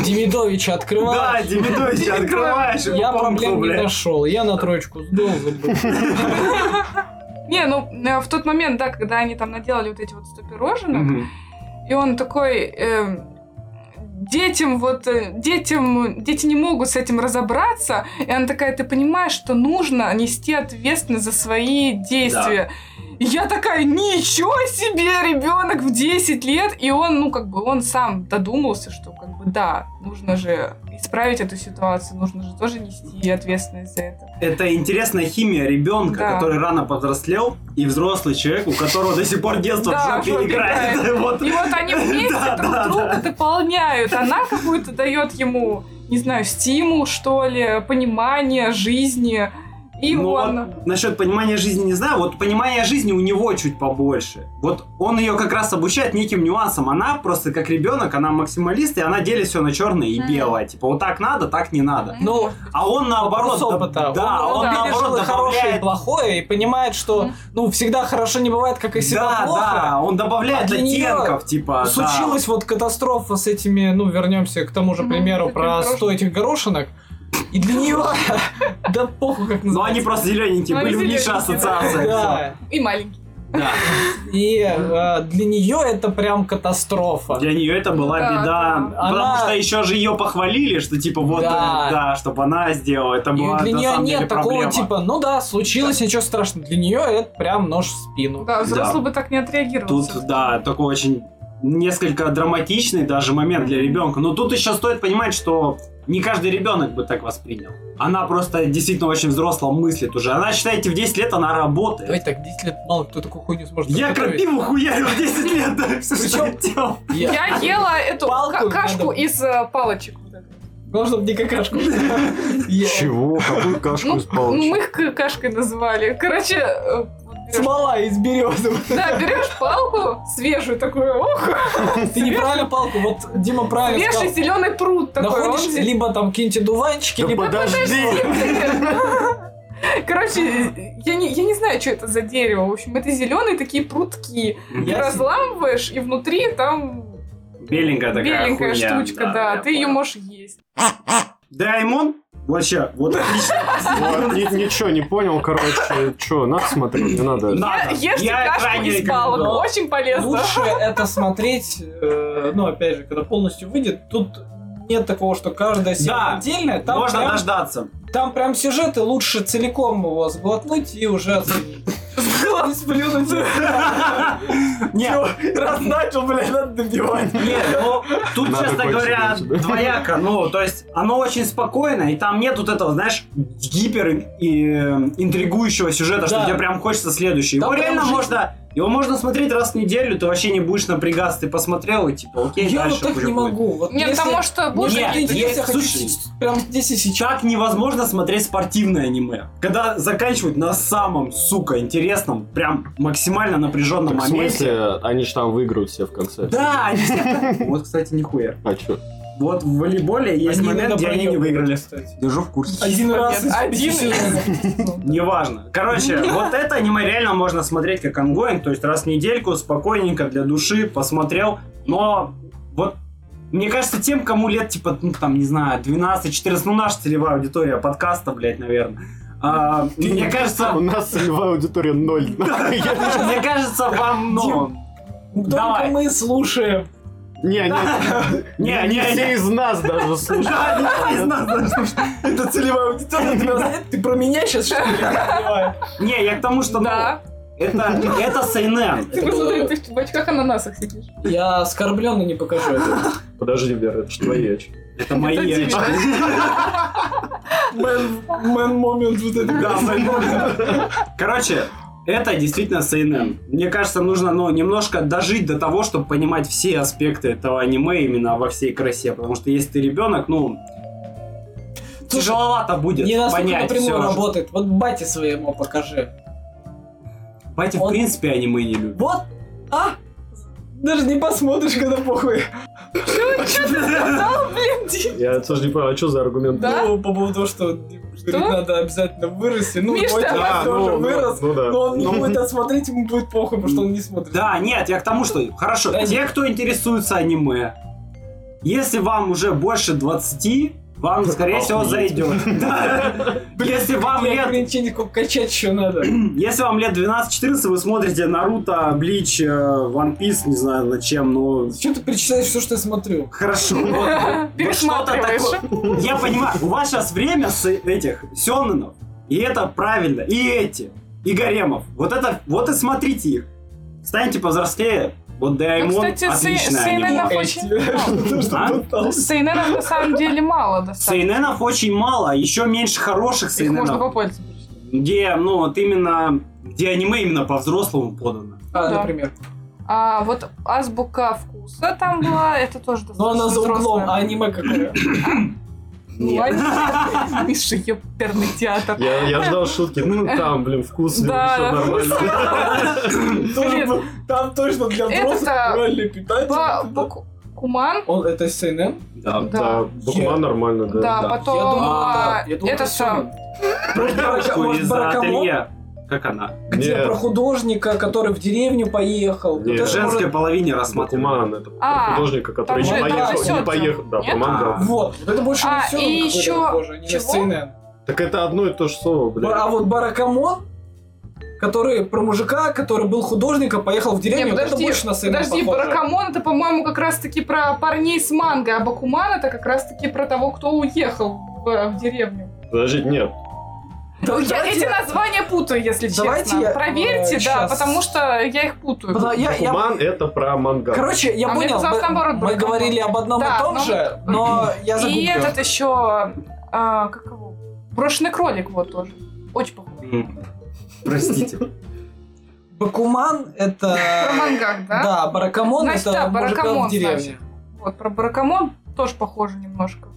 Speaker 3: Демидовича
Speaker 1: Да,
Speaker 3: открывай.
Speaker 1: Демидович, открываешь и
Speaker 3: Я
Speaker 1: по пункту,
Speaker 3: проблем не
Speaker 1: блядь.
Speaker 3: нашел. Я на троечку сдул, забыл.
Speaker 4: Не, ну, э, в тот момент, да, когда они там наделали вот эти вот 100 пироженок,
Speaker 1: Мгм.
Speaker 4: И он такой, эм, детям вот, э, детям, дети не могут с этим разобраться. И она такая, ты понимаешь, что нужно нести ответственность за свои действия. И я такая, ничего себе, ребенок в 10 лет. И он, ну, как бы, он сам додумался, что, как бы, да, нужно же исправить эту ситуацию, нужно же тоже нести ответственность за это.
Speaker 1: Это интересная химия ребенка,
Speaker 4: Да.
Speaker 1: который рано повзрослел, и взрослый человек, у которого до сих пор детство
Speaker 4: Да,
Speaker 1: в жопе
Speaker 4: жопе
Speaker 1: играет.
Speaker 4: играет.
Speaker 1: Вот.
Speaker 4: И вот они вместе
Speaker 1: Да,
Speaker 4: друг
Speaker 1: да,
Speaker 4: друга
Speaker 1: да.
Speaker 4: дополняют. Она какую-то дает ему, не знаю, стимул, что ли, понимание жизни. И
Speaker 1: Ну,
Speaker 4: он.
Speaker 1: вот насчет понимания жизни не знаю, вот понимание жизни у него чуть побольше. Вот он ее как раз обучает неким нюансам. Она просто как ребенок, она максималист, и она делит все на черное и
Speaker 4: Мгм.
Speaker 1: белое. Типа, вот так надо, так не надо.
Speaker 3: Ну,
Speaker 1: А он наоборот,
Speaker 3: вопрос опыта.
Speaker 1: да, да, он,
Speaker 4: он
Speaker 1: наоборот
Speaker 3: пережил и хорошее и
Speaker 1: добавляет
Speaker 3: плохое и понимает, что
Speaker 4: Мгм.
Speaker 3: ну всегда хорошо не бывает, как и всегда
Speaker 1: да,
Speaker 3: плохо.
Speaker 1: да, он добавляет
Speaker 3: А для неё
Speaker 1: оттенков, типа, да.
Speaker 3: Случилась вот катастрофа с этими, ну вернемся к тому же
Speaker 4: Мгм,
Speaker 3: примеру
Speaker 4: этих
Speaker 3: про
Speaker 4: горошек.
Speaker 3: 100 этих горошинок. И для нее, да похуй как
Speaker 1: Но Ну, они
Speaker 3: называется.
Speaker 1: просто зелененькие,
Speaker 4: Ну,
Speaker 1: были
Speaker 4: они
Speaker 1: в нише
Speaker 4: зелененькие,
Speaker 1: ассоциации.
Speaker 3: Да.
Speaker 4: И маленький.
Speaker 1: Да.
Speaker 3: И э, для нее это прям катастрофа.
Speaker 1: Для нее это была
Speaker 4: Да,
Speaker 1: беда.
Speaker 4: да.
Speaker 1: Потому
Speaker 3: Она-
Speaker 1: что еще же ее похвалили, что типа вот, э,
Speaker 3: Да.
Speaker 1: да, чтобы она сделала. Это
Speaker 3: И
Speaker 1: была
Speaker 3: для
Speaker 1: а на
Speaker 3: нее
Speaker 1: самом деле
Speaker 3: нет такого
Speaker 1: проблема.
Speaker 3: типа, ну да, случилось, ничего страшного. Для нее это прям нож в спину.
Speaker 4: Да, взрослый
Speaker 1: Да.
Speaker 4: бы так не отреагировал.
Speaker 1: Тут,
Speaker 4: всё-таки.
Speaker 1: да, такой очень несколько драматичный даже момент для ребенка. Но тут еще стоит понимать, что не каждый ребенок бы так воспринял. Она просто действительно очень взросло мыслит уже. Она, считаете, в 10 лет она работает.
Speaker 3: Давайте так, 10 лет мало кто такую хуйню сможет
Speaker 1: Я
Speaker 3: подготовить.
Speaker 1: крапиву хуярил 10 лет, да, всё, что я
Speaker 3: Причём-
Speaker 1: делал.
Speaker 3: Я-
Speaker 4: Я ела эту
Speaker 3: Палку
Speaker 4: ка- кашку
Speaker 3: надо.
Speaker 4: из э, палочек. вот этой.
Speaker 3: Главное, чтобы не какашку.
Speaker 5: Ну,
Speaker 3: Я-
Speaker 2: Чего? Какую кашку
Speaker 4: Ну,
Speaker 2: из
Speaker 4: Ну,
Speaker 2: палочки?
Speaker 4: мы их к- кашкой называли. Короче, э, вот берёшь-
Speaker 3: Смола из березы.
Speaker 4: да, берешь палку свежую такую, ох,
Speaker 3: Ты неправильно палку. Вот Дима правильно
Speaker 4: свежий
Speaker 3: сказал.
Speaker 4: зеленый пруд такой. он
Speaker 3: Находишь
Speaker 4: зе-
Speaker 3: либо там какие-нибудь дуванчики,
Speaker 2: Да
Speaker 3: либо...
Speaker 2: подожди!
Speaker 4: Короче, я не, я не знаю, что это за дерево. В общем, это зеленые такие прутки.
Speaker 3: Я-
Speaker 4: Разламываешь, и внутри там
Speaker 1: Беленькая такая
Speaker 4: беленькая
Speaker 1: хуйня,
Speaker 4: штучка, да.
Speaker 1: я
Speaker 4: ты ее
Speaker 1: понял.
Speaker 4: можешь есть.
Speaker 1: Даймон? Вообще, вот
Speaker 2: Вот,
Speaker 1: отлично.
Speaker 2: ни- Ничего не понял, короче. Че, надо смотреть, не надо?
Speaker 1: Да.
Speaker 4: Я,
Speaker 1: Надо.
Speaker 4: ешьте
Speaker 1: Я
Speaker 4: кашку
Speaker 1: крайне
Speaker 4: из палок.
Speaker 1: рекомендую.
Speaker 4: Очень полезно.
Speaker 3: Ну, Лучше это смотреть, э, ну, опять же, когда полностью выйдет. Тут нет такого, что каждая серия
Speaker 1: Да.
Speaker 3: отдельная. Там
Speaker 1: Можно
Speaker 3: прям-
Speaker 1: дождаться.
Speaker 3: Там прям сюжеты лучше целиком его сглотнуть и уже...
Speaker 4: Сглот-
Speaker 3: Сплюнуть.
Speaker 1: Нет,
Speaker 3: Раз начал, блядь, надо добивать.
Speaker 1: нет, ну, тут,
Speaker 2: Надо
Speaker 1: честно
Speaker 2: кончить,
Speaker 1: говоря,
Speaker 2: короче, да.
Speaker 1: двояко. Ну, то есть, оно очень спокойно, и там нет вот этого, знаешь, гипер и, э, интригующего сюжета, что
Speaker 3: Да.
Speaker 1: тебе прям хочется следующий.
Speaker 3: Да
Speaker 1: Его
Speaker 3: прям
Speaker 1: реально
Speaker 3: жизнь.
Speaker 1: можно... Его можно смотреть раз в неделю, ты вообще не будешь напрягаться, ты посмотрел, и типа, окей,
Speaker 3: Я вот
Speaker 1: дальше
Speaker 3: так
Speaker 1: пусть
Speaker 3: не
Speaker 1: будет.
Speaker 3: могу. Вот
Speaker 4: Нет,
Speaker 3: если-
Speaker 4: потому что больше
Speaker 1: Нет,
Speaker 4: какие-то
Speaker 3: если
Speaker 1: есть-
Speaker 3: я хочу
Speaker 1: слушай.
Speaker 3: с- прям здесь и сейчас.
Speaker 1: Как невозможно смотреть спортивное аниме, когда заканчивают на самом, сука, интересном, прям максимально напряженном
Speaker 2: Так, в
Speaker 1: моменте.
Speaker 2: смысле, они же там выиграют все в конце.
Speaker 1: Да, они все- Вот, кстати, нихуя.
Speaker 2: А че?
Speaker 1: Вот в волейболе есть
Speaker 3: Они
Speaker 1: момент,
Speaker 3: иногда
Speaker 1: где они не
Speaker 3: проебывают,
Speaker 1: выиграли.
Speaker 3: кстати.
Speaker 1: Держу в курсе.
Speaker 3: Один
Speaker 4: Один
Speaker 3: раз из
Speaker 4: один.
Speaker 3: пяти сезонов.
Speaker 1: Неважно. Короче, вот это аниме реально можно смотреть как ангоинг, то есть раз в недельку, спокойненько, для души, посмотрел, но вот Мне кажется, тем, кому лет, типа, ну, там, не знаю, 12-14, ну, наша целевая аудитория подкаста, блядь, наверное. А, мне
Speaker 2: У
Speaker 1: кажется,
Speaker 2: нас целевая аудитория ноль.
Speaker 1: мне кажется, вам, ну, Давай.
Speaker 5: Только мы слушаем.
Speaker 2: Не, не,
Speaker 1: Не, не,
Speaker 2: не, не
Speaker 1: не.
Speaker 2: все из нас даже слушают.
Speaker 1: да, никто из нас даже не слушает.
Speaker 5: Это целевая аудитория. тебя знает. Ты про меня сейчас что ли? Я не понимаю.
Speaker 1: Не, я к тому, что, ну,
Speaker 4: Да.
Speaker 1: это, это CNN.
Speaker 4: Ты
Speaker 5: это
Speaker 4: посмотри,
Speaker 5: было-
Speaker 4: ты в бачках ананасах сидишь.
Speaker 5: Я оскорбленно не покажу это.
Speaker 2: Подожди, Вера, это же твои очки.
Speaker 1: Это мои
Speaker 4: Это
Speaker 1: очки.
Speaker 5: Мэн мэн момент вот этот.
Speaker 1: Да, Бэтмен. Короче, это действительно CNN. Мне кажется, нужно ну, немножко дожить до того, чтобы понимать все аспекты этого аниме именно во всей красе. Потому что если ты ребенок, ну,
Speaker 5: Слушай,
Speaker 1: тяжеловато будет
Speaker 5: Не настолько
Speaker 1: понять
Speaker 5: напрямую
Speaker 1: всё же.
Speaker 5: работает. Вот бате своему покажи.
Speaker 1: Батя, в
Speaker 5: Он-
Speaker 1: принципе, аниме не любит.
Speaker 5: Вот, а! Даже не посмотришь, когда похуй.
Speaker 4: Блин, Дим.
Speaker 2: Я тоже не понял, а что за аргумент?
Speaker 4: Да?
Speaker 5: Ну, по поводу того, что, говорит, надо обязательно вырасти. Ну,
Speaker 4: Миш,
Speaker 5: мой
Speaker 4: ты
Speaker 5: дядя
Speaker 2: А,
Speaker 5: тоже
Speaker 2: ну,
Speaker 5: вырос.
Speaker 2: ну да.
Speaker 5: Но он не
Speaker 2: Ну,
Speaker 5: будет это смотреть, ему будет похуй, потому что он не смотрит.
Speaker 1: Да, нет, я к тому, что... Хорошо,
Speaker 5: Да,
Speaker 1: те, кто интересуется аниме, если вам уже больше 20, вам, скорее всего,
Speaker 2: Охуеть.
Speaker 1: зайдет. Да. Если вам
Speaker 5: Мне
Speaker 1: лет
Speaker 5: ограничений сколько качать еще надо.
Speaker 1: Если вам лет 12-14, вы смотрите Наруто, Блич, э, One Piece, не знаю на чем, но...
Speaker 5: Чего ты перечисляешь все, что я смотрю?
Speaker 1: Хорошо. вот, вот
Speaker 4: Пересматриваешь.
Speaker 1: такое. Я понимаю, у вас сейчас время с этих сёнэнов, и это правильно, и эти, и гаремов. Вот это, вот и смотрите их. Станьте повзрослее. Вот
Speaker 4: Ну,
Speaker 1: Даймон,
Speaker 4: кстати,
Speaker 1: отличное
Speaker 4: Сей-
Speaker 1: аниме.
Speaker 4: Сейненов
Speaker 5: Эти.
Speaker 1: А?
Speaker 4: Сейненов на самом деле мало достаточно.
Speaker 1: Сейненов очень мало, еще меньше хороших
Speaker 4: Их можно
Speaker 1: сейненов.
Speaker 4: попользоваться.
Speaker 1: Где, ну, вот именно, где аниме именно по-взрослому подано.
Speaker 5: А,
Speaker 4: Да.
Speaker 5: например.
Speaker 4: А вот азбука вкуса там была, это тоже
Speaker 5: Ну, она за углом,
Speaker 4: взрослая.
Speaker 5: а аниме какое?
Speaker 4: Ну,
Speaker 1: Нет.
Speaker 4: а- Миша, ёперный театр.
Speaker 2: Я, я ждал шутки. Ну там, блин, вкус, все
Speaker 4: Да,
Speaker 2: нормально.
Speaker 5: Тоже
Speaker 4: Блин.
Speaker 5: был- Там точно для
Speaker 4: Это-то
Speaker 5: взрослых
Speaker 3: а,
Speaker 5: правильный питатель.
Speaker 4: Ба- Баку- Куман,
Speaker 5: Он, это СНН?
Speaker 1: Да.
Speaker 2: Да, Бакуман нормально,
Speaker 4: Да,
Speaker 2: да.
Speaker 4: потом а, это сам.
Speaker 1: Про девочку
Speaker 5: Может,
Speaker 1: из
Speaker 5: Баракамон?
Speaker 1: ателье. Как она?
Speaker 5: Где
Speaker 2: Нет.
Speaker 5: про художника, который в деревню поехал.
Speaker 2: Нет.
Speaker 1: Это
Speaker 2: Это
Speaker 1: женской половине
Speaker 2: Бакуман
Speaker 1: рассматриваем.
Speaker 2: это
Speaker 4: А,
Speaker 2: художника, который
Speaker 4: там
Speaker 2: не
Speaker 5: же
Speaker 2: поехал.
Speaker 5: режиссер
Speaker 2: Не
Speaker 4: там.
Speaker 2: поехал. Да,
Speaker 4: Нет?
Speaker 2: Бакуман,
Speaker 1: А.
Speaker 2: да.
Speaker 5: Вот, это больше
Speaker 4: А,
Speaker 5: на всё
Speaker 4: и
Speaker 5: равно
Speaker 4: еще-
Speaker 5: какой-то похоже, не на
Speaker 4: чего?
Speaker 5: CNN.
Speaker 2: Так это одно и то же слово, блин.
Speaker 4: Ну,
Speaker 5: Бар- А вот Баракамон, который про мужика, который был художником, поехал в деревню,
Speaker 4: Не,
Speaker 5: вот это
Speaker 4: подожди,
Speaker 5: больше на CNN
Speaker 4: подожди,
Speaker 5: похоже.
Speaker 4: Баракамон это, по-моему, как раз-таки про парней с манго, а Бакуман это как раз-таки про того, кто уехал в, в деревню.
Speaker 2: Подожди, нет.
Speaker 5: Да,
Speaker 4: Ну, Я
Speaker 5: давайте-
Speaker 4: эти названия путаю, если
Speaker 5: Давайте
Speaker 4: честно.
Speaker 5: я,
Speaker 4: Проверьте,
Speaker 5: э,
Speaker 4: да,
Speaker 5: щас-
Speaker 4: потому что я их путаю.
Speaker 5: Потому- Ну, я- я-
Speaker 2: Бакуман это про манга.
Speaker 5: Короче, я
Speaker 4: А мне
Speaker 5: понял,
Speaker 4: казалось,
Speaker 5: мы,
Speaker 4: наоборот,
Speaker 5: мы
Speaker 4: Баракамон.
Speaker 5: говорили об одном
Speaker 4: Да,
Speaker 5: и том
Speaker 4: но-
Speaker 5: же, но я загуглил.
Speaker 4: И этот еще, а, как его, брошенный кролик вот тоже. Очень похож.
Speaker 1: М. Простите.
Speaker 5: Бакуман
Speaker 4: Про
Speaker 5: это...
Speaker 4: мангак, да?
Speaker 5: Да, Баракамон
Speaker 4: Значит, да,
Speaker 5: это мужика
Speaker 4: Баракамон,
Speaker 5: в деревне.
Speaker 4: Вот про Баракамон тоже похоже немножко.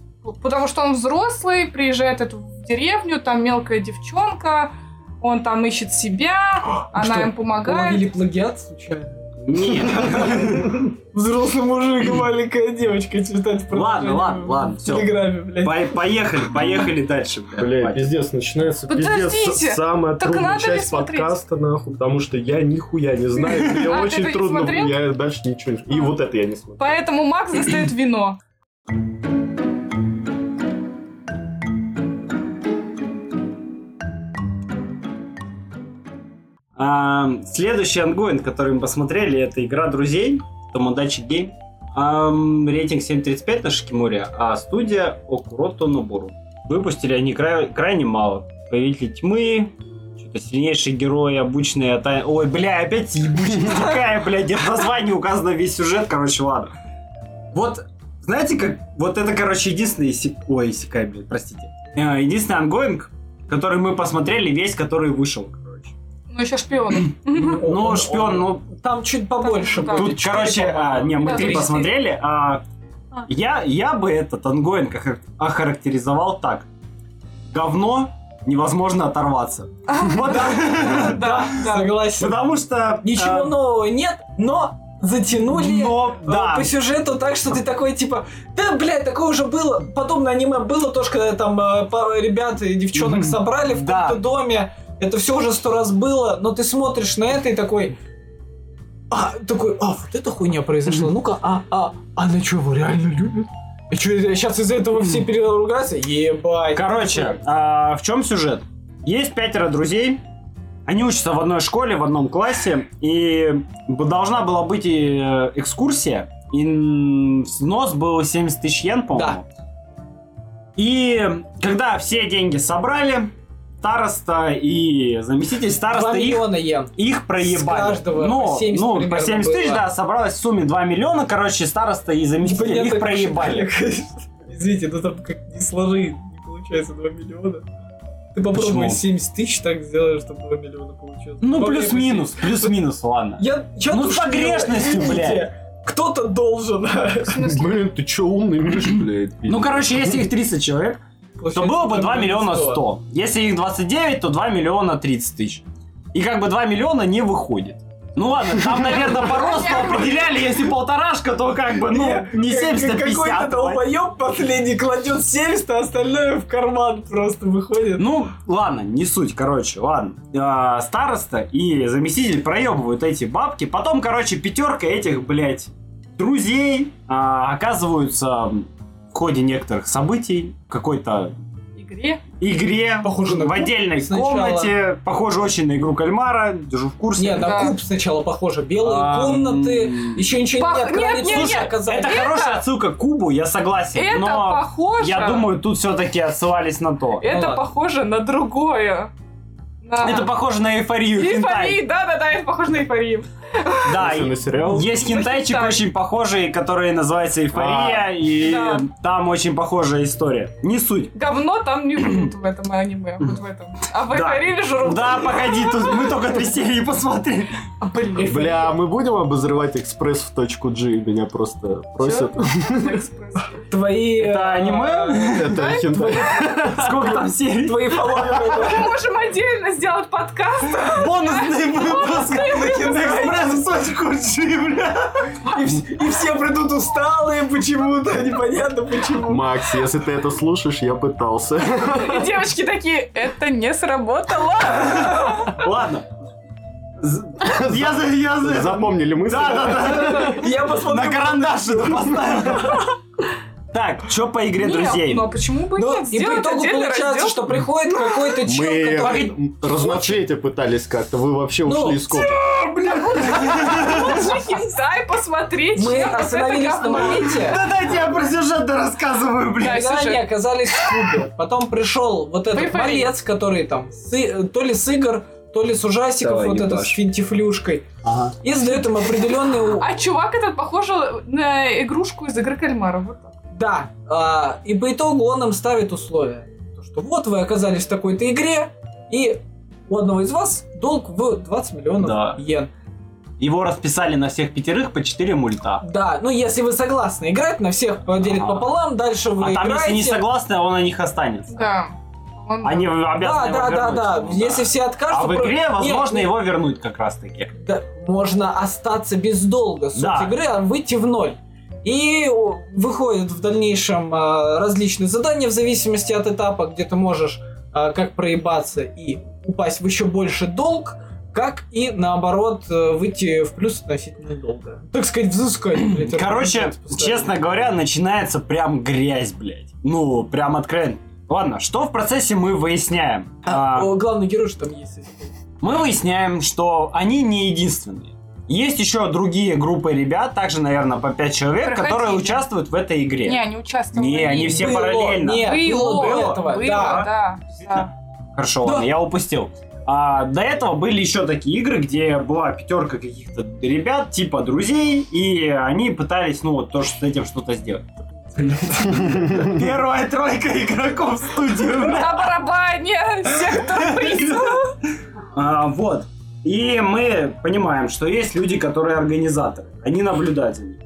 Speaker 4: Потому что он взрослый, приезжает эту в деревню, там мелкая девчонка, он там ищет себя,
Speaker 1: А
Speaker 4: она
Speaker 5: что,
Speaker 4: им помогает.
Speaker 5: Уловили плагиат случайно?
Speaker 1: Нет.
Speaker 5: Взрослый мужик и маленькая девочка читать про
Speaker 1: Ладно, ладно, ладно,
Speaker 5: В
Speaker 1: всё.
Speaker 5: телеграме, блядь.
Speaker 1: По- Поехали, поехали дальше.
Speaker 2: Бля,
Speaker 1: Хватит.
Speaker 2: пиздец, начинается пиздец.
Speaker 4: Подождите,
Speaker 2: с- Самая
Speaker 4: так
Speaker 2: трудная
Speaker 4: надо ли
Speaker 2: часть
Speaker 4: смотреть?
Speaker 2: подкаста, нахуй, потому что я нихуя не знаю, мне
Speaker 4: А, ты это
Speaker 2: очень
Speaker 4: не
Speaker 2: трудно,
Speaker 4: смотрел?
Speaker 2: я дальше ничего не... И
Speaker 4: А.
Speaker 2: вот это я не смотрю.
Speaker 4: Поэтому Макс достает вино.
Speaker 1: А, Следующий ангоинг, который мы посмотрели, это игра друзей. Томодачи Гейм. Ам, Рейтинг 7.35 на Шикиморе, а студия Окурото Нобору. Выпустили они кра- крайне мало. Повелитель тьмы, что-то сильнейшие герои, обычные... ата- Ой, бля, опять ебучая такая, бля, где в названии указан весь сюжет, короче, ладно. Вот, знаете, как... Вот это, короче, единственный... иси- Ой, Исикай, блядь, простите. Э, Единственный ангоинг, который мы посмотрели, весь, который вышел, короче.
Speaker 4: Ну, еще шпион.
Speaker 1: Ну,
Speaker 5: Он-
Speaker 1: шпион,
Speaker 5: он-
Speaker 1: ну,
Speaker 5: Там чуть побольше
Speaker 4: Да.
Speaker 1: Тут,
Speaker 5: Четыре,
Speaker 1: короче,
Speaker 5: по-моему.
Speaker 1: а, не, мы
Speaker 4: Да,
Speaker 1: три
Speaker 4: три,
Speaker 1: посмотрели, а
Speaker 4: А.
Speaker 1: я, я бы этот ангоинг охар- охарактеризовал так. Говно, невозможно оторваться. Вот так.
Speaker 4: Да, да.
Speaker 5: Согласен.
Speaker 1: Потому что...
Speaker 5: Ничего
Speaker 1: а,
Speaker 5: нового нет, но затянули
Speaker 1: но,
Speaker 5: э,
Speaker 1: да.
Speaker 5: по сюжету так, что ты такой, типа, да, блядь, такое уже было. Подобное аниме было тоже, когда там э, пару ребят и девчонок
Speaker 1: Мгм.
Speaker 5: собрали в
Speaker 1: Да.
Speaker 5: каком-то доме. Это все уже сто раз было, но ты смотришь на это и такой, А, такой, а, вот эта хуйня произошла, ну-ка, а, а, она что, его реально любит? И что, сейчас из-за этого все переругаются? Ебать.
Speaker 1: Короче, а, в чем сюжет? Есть пятеро друзей, они учатся в одной школе, в одном классе, и б- должна была быть и э, экскурсия, и м, взнос был 70 тысяч йен, по-моему. И когда все деньги собрали, староста и заместитель
Speaker 5: Два
Speaker 1: староста их
Speaker 5: миллиона йен.
Speaker 1: их проебали.
Speaker 5: С каждого
Speaker 1: ну,
Speaker 5: по 70
Speaker 1: ну, по
Speaker 5: примерно
Speaker 1: 70 тысяч,
Speaker 5: было.
Speaker 1: да, собралось в сумме 2 миллиона, короче, староста и заместитель
Speaker 3: Непонятно,
Speaker 1: их
Speaker 3: как
Speaker 1: проебали.
Speaker 3: же, конечно. Извините, но там как не сложи, не получается 2 миллиона. Ты попробуй
Speaker 1: Почему?
Speaker 3: 70 тысяч так сделаешь, чтобы 2 миллиона получилось.
Speaker 1: Ну,
Speaker 3: Попробуй
Speaker 1: плюс-минус, плюс-минус, ладно.
Speaker 3: 70. Я, я
Speaker 1: Ну,
Speaker 3: тут
Speaker 1: с
Speaker 3: шумел,
Speaker 1: погрешностью,
Speaker 3: извините.
Speaker 1: бля.
Speaker 3: Кто-то должен.
Speaker 2: Блин, ты че умный, Миш, блядь?
Speaker 1: Ну, короче, если их 30 человек, то было бы 2 миллиона 100. Если их 29, то 2 миллиона 30 тысяч. И как бы 2 миллиона не выходит. Ну ладно, там, наверное, по росту определяли, если полторашка, то как бы, ну, не 70, а
Speaker 3: Какой-то
Speaker 1: 50.
Speaker 3: долбоеб последний кладет 70, а остальное в карман просто выходит.
Speaker 1: Ну, ладно, не суть, короче, ладно. А, староста и заместитель проебывают эти бабки. Потом, короче, пятерка этих, блядь, друзей а, оказываются в ходе некоторых событий в какой-то
Speaker 4: Игре.
Speaker 1: игре,
Speaker 5: Похоже на
Speaker 1: в
Speaker 5: куб
Speaker 1: отдельной
Speaker 5: сначала.
Speaker 1: комнате, похоже очень на игру кальмара, держу в курсе.
Speaker 5: Не, на
Speaker 4: Да.
Speaker 5: куб сначала похоже. Белые
Speaker 2: А,
Speaker 1: Ам,
Speaker 5: комнаты, еще ничего
Speaker 4: Пах-
Speaker 5: не открыли.
Speaker 4: нет, нет,
Speaker 5: Слушай,
Speaker 4: нет,
Speaker 5: оказалось-
Speaker 1: Это хорошая отсылка к Кубу, я согласен,
Speaker 4: Это
Speaker 1: но
Speaker 4: похоже.
Speaker 1: я думаю, тут все-таки отсылались на то.
Speaker 4: Это
Speaker 5: ладно.
Speaker 4: похоже на другое. На...
Speaker 1: Это похоже на эйфорию хентай.
Speaker 4: Эйфорию, да-да-да, это похоже на эйфорию.
Speaker 1: Да,
Speaker 2: Если
Speaker 1: и-
Speaker 2: на сериал.
Speaker 1: Есть
Speaker 4: Ну,
Speaker 1: хентайчик
Speaker 4: хентай.
Speaker 1: очень похожий, который называется «Эйфория»,
Speaker 5: А.
Speaker 1: и
Speaker 4: Да.
Speaker 1: там очень похожая история. Не суть.
Speaker 4: Говно там не жрут в этом аниме, вот в этом. А в
Speaker 1: Да.
Speaker 4: эйфории жрут.
Speaker 1: Да, погоди, тут мы только три серии посмотрели.
Speaker 4: А, Блин.
Speaker 2: Бля, мы будем обозревать экспресс в точку G? Меня просто просят.
Speaker 4: Экспресс.
Speaker 5: Твои...
Speaker 1: Это
Speaker 5: э,
Speaker 1: аниме?
Speaker 2: Это хентай.
Speaker 1: Сколько там серий?
Speaker 5: Твои фолловеры.
Speaker 4: А Мы можем отдельно сделать подкаст.
Speaker 1: Бонусный выпуск «Экспресс» в точку G, бля.
Speaker 5: И вс- И все придут усталые почему-то, непонятно почему.
Speaker 2: Макс, если ты это слушаешь, я пытался.
Speaker 4: И девочки такие, это не сработало.
Speaker 1: Ладно. З- Я за... Я за...
Speaker 2: Запомнили мысль?
Speaker 1: Да, да,
Speaker 5: Я
Speaker 1: да. На
Speaker 5: посмотрю.
Speaker 1: карандаш это поставил. Так, что по игре
Speaker 4: Нет,
Speaker 1: друзей?
Speaker 4: Ну а почему бы
Speaker 5: Ну,
Speaker 4: нет?
Speaker 5: и по
Speaker 4: Сделать
Speaker 5: итогу
Speaker 4: отдельный
Speaker 5: получается,
Speaker 4: раздел.
Speaker 5: что приходит какой-то чел, который...
Speaker 2: Мы разноцветие пытались как-то, вы вообще
Speaker 5: Ну,
Speaker 2: ушли из копа.
Speaker 4: Лучше хентай посмотреть,
Speaker 5: Мы
Speaker 4: чем вот это
Speaker 5: остановились на
Speaker 4: говно.
Speaker 5: моменте,
Speaker 1: Да дайте я про сюжет рассказываю, блин.
Speaker 4: Да,
Speaker 5: когда
Speaker 4: слушай.
Speaker 5: они оказались в клубе. Потом пришел вот этот
Speaker 4: Выпали.
Speaker 5: малец, который там с и- то ли с игр, то ли с ужастиков,
Speaker 2: Давай,
Speaker 5: вот
Speaker 2: не
Speaker 5: этот с
Speaker 2: плачь.
Speaker 5: финтифлюшкой.
Speaker 1: Ага.
Speaker 5: И сдает им определенные... у-
Speaker 4: А чувак этот похож на игрушку из игры кальмара. Вот так.
Speaker 5: Да. а, и по итогу он им ставит условия. То, что вот вы оказались в такой-то игре, и у одного из вас долг в 20 миллионов
Speaker 1: Да.
Speaker 5: йен.
Speaker 1: Его расписали на всех пятерых по 4 мульта.
Speaker 5: Да, ну если вы согласны играть, на всех поделит
Speaker 1: Ага.
Speaker 5: пополам, дальше вы
Speaker 1: А там,
Speaker 5: играете.
Speaker 1: если не согласны, он на них останется.
Speaker 4: Да. Он-
Speaker 1: Они
Speaker 5: да,
Speaker 1: обязаны
Speaker 5: да,
Speaker 1: его
Speaker 5: да,
Speaker 1: вернуть.
Speaker 5: да.
Speaker 1: Ну,
Speaker 5: Если все откажутся...
Speaker 1: А в
Speaker 5: про-
Speaker 1: игре,
Speaker 5: Нет,
Speaker 1: возможно,
Speaker 5: нет,
Speaker 1: его вернуть как раз-таки.
Speaker 5: да, можно остаться без долга суть
Speaker 1: Да.
Speaker 5: игры, а выйти в ноль. И о, выходят в дальнейшем а, различные задания в зависимости от этапа, где ты можешь а, как проебаться и упасть в еще больше долг, как и наоборот э, выйти в плюс относительно долга. Так сказать, взыскать. блядь,
Speaker 1: Короче,
Speaker 5: аргументацию поставить.
Speaker 1: честно говоря, начинается прям грязь, блядь. Ну, прям откровенно. Ладно, что в процессе мы выясняем? А,
Speaker 5: О, главный герой же там есть.
Speaker 1: мы выясняем, что они не единственные. Есть еще другие группы ребят, также, наверное, по 5 человек,
Speaker 4: Проходили.
Speaker 1: которые участвуют в этой игре.
Speaker 4: Не, они участвовали.
Speaker 1: Не, они все параллельно.
Speaker 5: Нет,
Speaker 4: Было,
Speaker 5: было, до
Speaker 4: было,
Speaker 5: этого.
Speaker 4: было,
Speaker 5: да.
Speaker 4: да.
Speaker 1: Действительно? Хорошо,
Speaker 5: Да.
Speaker 1: ладно, я упустил. А, до этого были еще такие игры, где была пятерка каких-то ребят, типа друзей, и они пытались, ну, вот то, что с этим что-то сделать. Первая тройка игроков в студию. бля.
Speaker 4: На барабане, сектор призов.
Speaker 1: А, вот. И мы понимаем, что есть люди, которые организаторы. Они наблюдают за ним.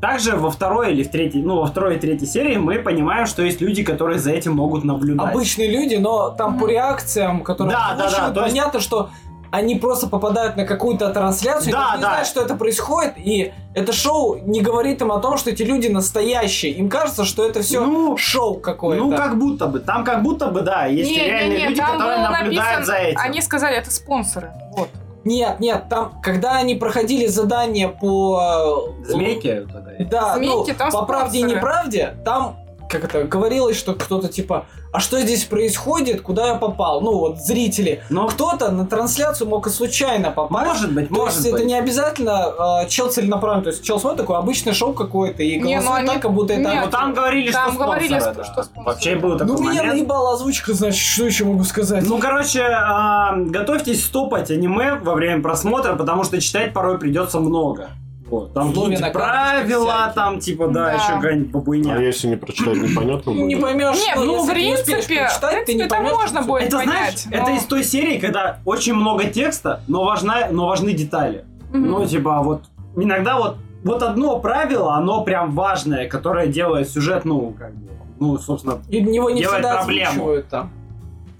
Speaker 1: Также во второй или в третьей, ну, во второй и третьей серии мы понимаем, что есть люди, которые за этим могут наблюдать.
Speaker 5: Обычные люди, но там по реакциям, которые
Speaker 1: Да,
Speaker 5: он
Speaker 1: да, да,
Speaker 5: озвучивает,
Speaker 1: то есть-
Speaker 5: понятно, что они просто попадают на какую-то трансляцию,
Speaker 1: Да,
Speaker 5: они не
Speaker 1: да.
Speaker 5: знают, что это происходит, и это шоу не говорит им о том, что эти люди настоящие. Им кажется, что это все
Speaker 1: Ну,
Speaker 5: шоу какое-то.
Speaker 1: Ну, как будто бы. Там как будто бы, да, есть
Speaker 4: Не, не,
Speaker 1: реальные
Speaker 4: не,
Speaker 1: люди,
Speaker 4: там
Speaker 1: которые
Speaker 4: было
Speaker 1: наблюдают
Speaker 4: написано,
Speaker 1: за этим.
Speaker 4: они сказали, это спонсоры. Вот.
Speaker 5: Нет, нет, там, когда они проходили задание по... э,
Speaker 1: Змейки? тогда есть.
Speaker 5: Да,
Speaker 4: Змейки,
Speaker 5: ну,
Speaker 4: там
Speaker 5: по правде и
Speaker 4: спонсоры.
Speaker 5: неправде, там, как это, говорилось, что кто-то типа, а что здесь происходит, куда я попал? Ну, вот зрители.
Speaker 1: Ну,
Speaker 5: Кто-то на трансляцию мог и случайно попасть.
Speaker 1: может быть,
Speaker 5: То
Speaker 1: может
Speaker 5: есть
Speaker 1: быть.
Speaker 5: это не обязательно э, чел целенаправленно. То есть чел смотрит такой обычное шоу какое-то и
Speaker 4: Не,
Speaker 5: голосует
Speaker 4: ну они-
Speaker 5: так, как будто это...
Speaker 4: не,
Speaker 1: Ну, там говорили,
Speaker 4: Там
Speaker 1: что
Speaker 4: говорили,
Speaker 1: спонсоры,
Speaker 4: что
Speaker 1: да.
Speaker 4: спонсоры.
Speaker 1: Вообще был такой
Speaker 5: Ну, меня
Speaker 1: момент.
Speaker 5: наебала озвучка, значит, что еще могу сказать?
Speaker 1: Ну, короче, а, готовьтесь стопать аниме во время просмотра, потому что читать порой придется много. Вот. Там
Speaker 5: Слове
Speaker 1: будут
Speaker 5: на
Speaker 1: правила,
Speaker 5: карточке
Speaker 1: там, типа, да,
Speaker 4: Да.
Speaker 1: еще какая-нибудь
Speaker 2: А
Speaker 1: бабуйня.
Speaker 2: если не прочитать, непонятно
Speaker 5: не
Speaker 2: будет.
Speaker 5: поймешь,
Speaker 4: Не,
Speaker 5: что
Speaker 4: ну, в
Speaker 5: если ты не
Speaker 4: принципе,
Speaker 5: успеешь
Speaker 4: в
Speaker 5: прочитать, ты не
Speaker 4: принципе, там
Speaker 5: поймешь,
Speaker 4: можно
Speaker 5: что-
Speaker 4: будет
Speaker 1: Это,
Speaker 4: понять.
Speaker 1: знаешь, это
Speaker 4: но-
Speaker 1: из той серии, когда очень много текста, но, важна, но важны детали.
Speaker 4: Мгм.
Speaker 1: Ну, типа, вот иногда вот, вот одно правило, оно прям важное, которое делает сюжет, ну, как бы, ну, собственно,
Speaker 5: И него не
Speaker 1: Делает
Speaker 5: всегда
Speaker 1: проблему.
Speaker 5: озвучивают там.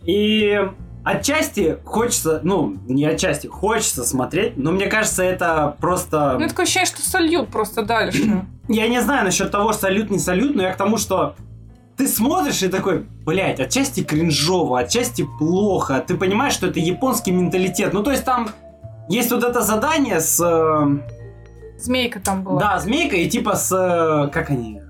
Speaker 1: И отчасти хочется, ну, не отчасти, хочется смотреть, но мне кажется, это просто...
Speaker 4: Ну, это такое ощущение, что сольют просто дальше.
Speaker 1: Я не знаю насчет того, что салют, не салют, но я к тому, что ты смотришь и такой, блядь, отчасти кринжово, отчасти плохо. Ты понимаешь, что это японский менталитет. Ну, то есть там есть вот это задание с... э,
Speaker 4: Змейка там была.
Speaker 1: да, змейкой и типа с... э, как они?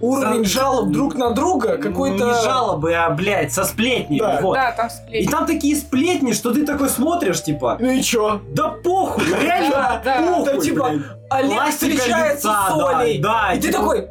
Speaker 5: Уровень
Speaker 1: Сам-
Speaker 5: жалоб друг на друга
Speaker 1: Не
Speaker 5: какой-то...
Speaker 1: жалобы, а, блядь, со сплетни.
Speaker 5: Да.
Speaker 1: вот.
Speaker 4: Да, там
Speaker 1: И
Speaker 4: сплетни.
Speaker 1: там такие сплетни, что ты такой смотришь, типа,
Speaker 5: Ну и чё?
Speaker 1: Да похуй, реально
Speaker 4: Да, да.
Speaker 1: похуй,
Speaker 5: Там типа
Speaker 1: блин.
Speaker 5: Олег
Speaker 1: Пластика
Speaker 5: встречается
Speaker 1: лица,
Speaker 5: с
Speaker 1: да,
Speaker 5: Олей.
Speaker 1: да,
Speaker 5: и ты
Speaker 1: типа-
Speaker 5: такой...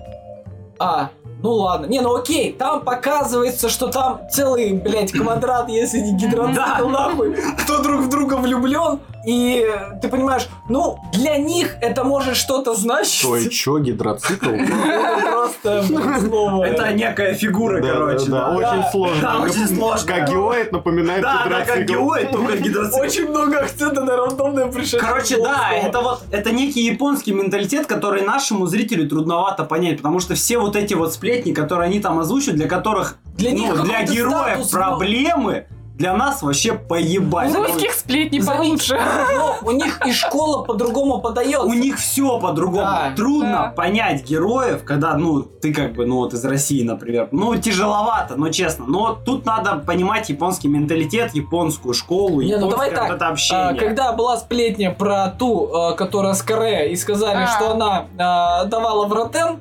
Speaker 5: А, ну ладно. Не, ну окей, там показывается, что там целый, блядь, квадрат, если не гидроцикл, нахуй, кто друг в друга влюблен. И э, ты понимаешь, ну, для них это может что-то значить.
Speaker 2: Что и чё, гидроцикл?
Speaker 5: Просто, блин, слово.
Speaker 1: Это некая фигура,
Speaker 2: Да,
Speaker 1: короче.
Speaker 2: да,
Speaker 1: да.
Speaker 2: очень
Speaker 5: Да.
Speaker 2: сложно.
Speaker 1: Да, очень сложно.
Speaker 2: Как геоид напоминает
Speaker 1: Да, да, как
Speaker 2: гидроцикл.
Speaker 1: геоид, Ну, только гидроцикл.
Speaker 5: Очень много акцента на рандомное пришествие.
Speaker 1: Короче, да, это вот это некий японский менталитет, который нашему зрителю трудновато понять, потому что все вот эти вот сплетни, которые они там озвучивают, для которых
Speaker 5: Для них
Speaker 1: ну, для
Speaker 5: какой-то
Speaker 1: героев
Speaker 5: статус, ну.
Speaker 1: проблемы, для нас вообще поебать.
Speaker 4: У русских сплетни
Speaker 5: Заметь,
Speaker 4: получше.
Speaker 5: Но Ну, у них и школа по-другому подается.
Speaker 1: У них все по-другому.
Speaker 5: Да.
Speaker 1: Трудно
Speaker 4: Да.
Speaker 1: понять героев, когда, ну, ты как бы, ну, вот из России, например. Ну, тяжеловато, но честно. Но тут надо понимать японский менталитет, японскую школу,
Speaker 5: Не, ну
Speaker 1: японское
Speaker 5: давай так,
Speaker 1: вот это общение.
Speaker 5: А, когда была сплетня про ту, а, которая с Коре, и сказали,
Speaker 4: А.
Speaker 5: что она а, давала в ротен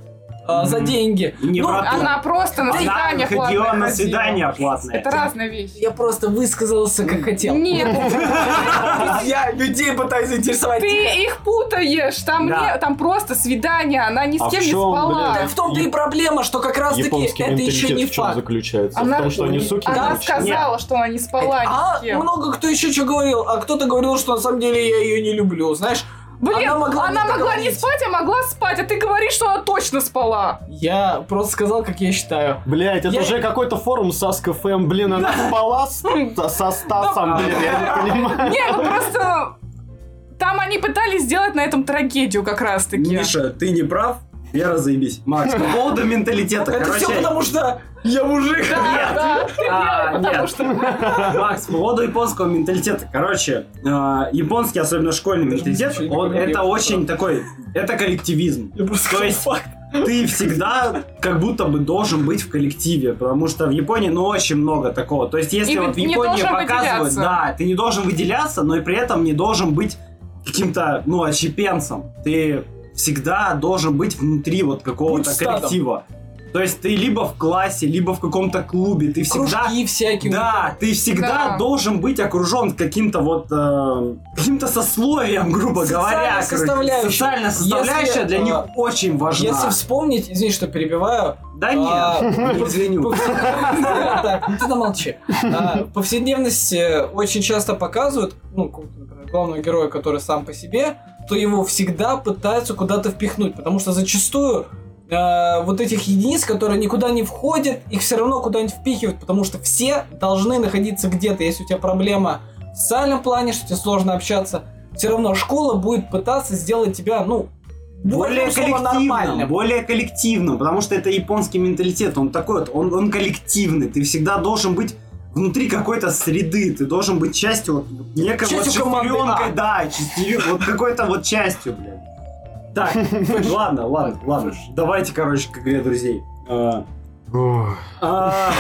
Speaker 5: а, за
Speaker 1: Мгм.
Speaker 5: деньги.
Speaker 1: Не
Speaker 5: ну,
Speaker 1: про то.
Speaker 4: Она просто на
Speaker 1: Она
Speaker 4: свидание
Speaker 1: ходила
Speaker 4: платное
Speaker 1: на
Speaker 4: ходила.
Speaker 1: свидание платное.
Speaker 4: Это разные вещи.
Speaker 5: Я просто высказался, как хотел.
Speaker 4: Нет,
Speaker 5: А Я людей пытаюсь заинтересовать.
Speaker 4: ты их путаешь. Там,
Speaker 1: Да.
Speaker 4: не- там просто свидание, она ни с
Speaker 2: А в
Speaker 4: кем не
Speaker 2: чем,
Speaker 4: спала.
Speaker 2: блин?
Speaker 5: Так Типа, в том-то и проблема, что как раз-таки
Speaker 2: Японский
Speaker 5: это еще не
Speaker 2: менталитет в чем
Speaker 5: факт.
Speaker 2: заключается? В
Speaker 4: Она-
Speaker 2: том, что они суки
Speaker 4: Она
Speaker 2: короче.
Speaker 4: сказала, что она не спала ни
Speaker 5: А
Speaker 4: с кем.
Speaker 5: много кто еще что говорил, а кто-то говорил, что на самом деле я ее не люблю, знаешь?
Speaker 4: Блин,
Speaker 5: она
Speaker 4: она
Speaker 5: могла
Speaker 4: могла,
Speaker 5: не
Speaker 4: не
Speaker 5: договорить.
Speaker 4: спать, а могла спать, а ты говоришь, что она точно спала.
Speaker 5: Я просто сказал, как я считаю.
Speaker 2: Блять, это
Speaker 5: Я-
Speaker 2: же какой-то форум Саска ФМ, блин, она спала с- со Стасом, блин, я не понимаю.
Speaker 4: Не, ну просто... Там они пытались сделать на этом трагедию как раз-таки.
Speaker 1: Миша, ты не прав, Вера, заебись. Макс, по поводу менталитета,
Speaker 5: Это
Speaker 1: короче...
Speaker 5: все потому, что я мужик.
Speaker 4: Да, да, ты
Speaker 1: А,
Speaker 4: правый, потому
Speaker 1: нет.
Speaker 4: что...
Speaker 1: Макс, по поводу японского менталитета. Короче, э, японский, особенно школьный
Speaker 5: Даже
Speaker 1: менталитет,
Speaker 5: ничего не
Speaker 1: он,
Speaker 5: поговорил,
Speaker 1: это
Speaker 5: что-
Speaker 1: очень такой... Это коллективизм.
Speaker 5: Я просто
Speaker 1: То есть ты всегда как будто бы должен быть в коллективе, потому что в Японии, ну, очень много такого. То есть если
Speaker 4: И
Speaker 1: вот в
Speaker 4: вы- не
Speaker 1: Японии
Speaker 4: должен
Speaker 1: показывают,
Speaker 4: выделяться.
Speaker 1: да, ты не должен выделяться, но и при этом не должен быть каким-то, ну, отщепенцем. Ты всегда должен быть внутри вот какого-то
Speaker 5: Будь стадом.
Speaker 1: коллектива. То есть ты либо в классе, либо в каком-то клубе, ты всегда...
Speaker 5: Кружки всякие.
Speaker 1: Да, ты всегда
Speaker 4: Да.
Speaker 1: должен быть окружен каким-то вот э, каким-то сословием, грубо
Speaker 5: Социальная
Speaker 1: говоря. короче.
Speaker 5: составляющая.
Speaker 1: Социальная составляющая
Speaker 5: Если,
Speaker 1: для них
Speaker 5: э,
Speaker 1: очень важна.
Speaker 5: Если А, вспомнить, извини, что перебиваю.
Speaker 1: Да нет, А, не извиню.
Speaker 5: Так, ну Ты замолчи. А, В повседневности очень часто показывают, ну, какого-то, например, главного героя, который сам по себе, то его всегда пытаются куда-то впихнуть, потому что зачастую э, вот этих единиц, которые никуда не входят, их все равно куда-нибудь впихивают, потому что все должны находиться где-то. Если у тебя проблема в социальном плане, что тебе сложно общаться, все равно школа будет пытаться сделать тебя, ну,
Speaker 1: Более
Speaker 5: возьмем слово
Speaker 1: коллективно,
Speaker 5: нормальным.
Speaker 1: более коллективно, потому что это японский менталитет, он такой вот, он, он коллективный, ты всегда должен быть внутри какой-то среды, ты должен быть частью вот некой вот
Speaker 5: Частью команды,
Speaker 1: шестеренкой,
Speaker 5: а.
Speaker 1: да, частью, вот какой-то вот частью, блядь. Так, ладно, ладно, ладно, давайте, короче, к игре друзей. Э,
Speaker 2: Ох.
Speaker 1: А,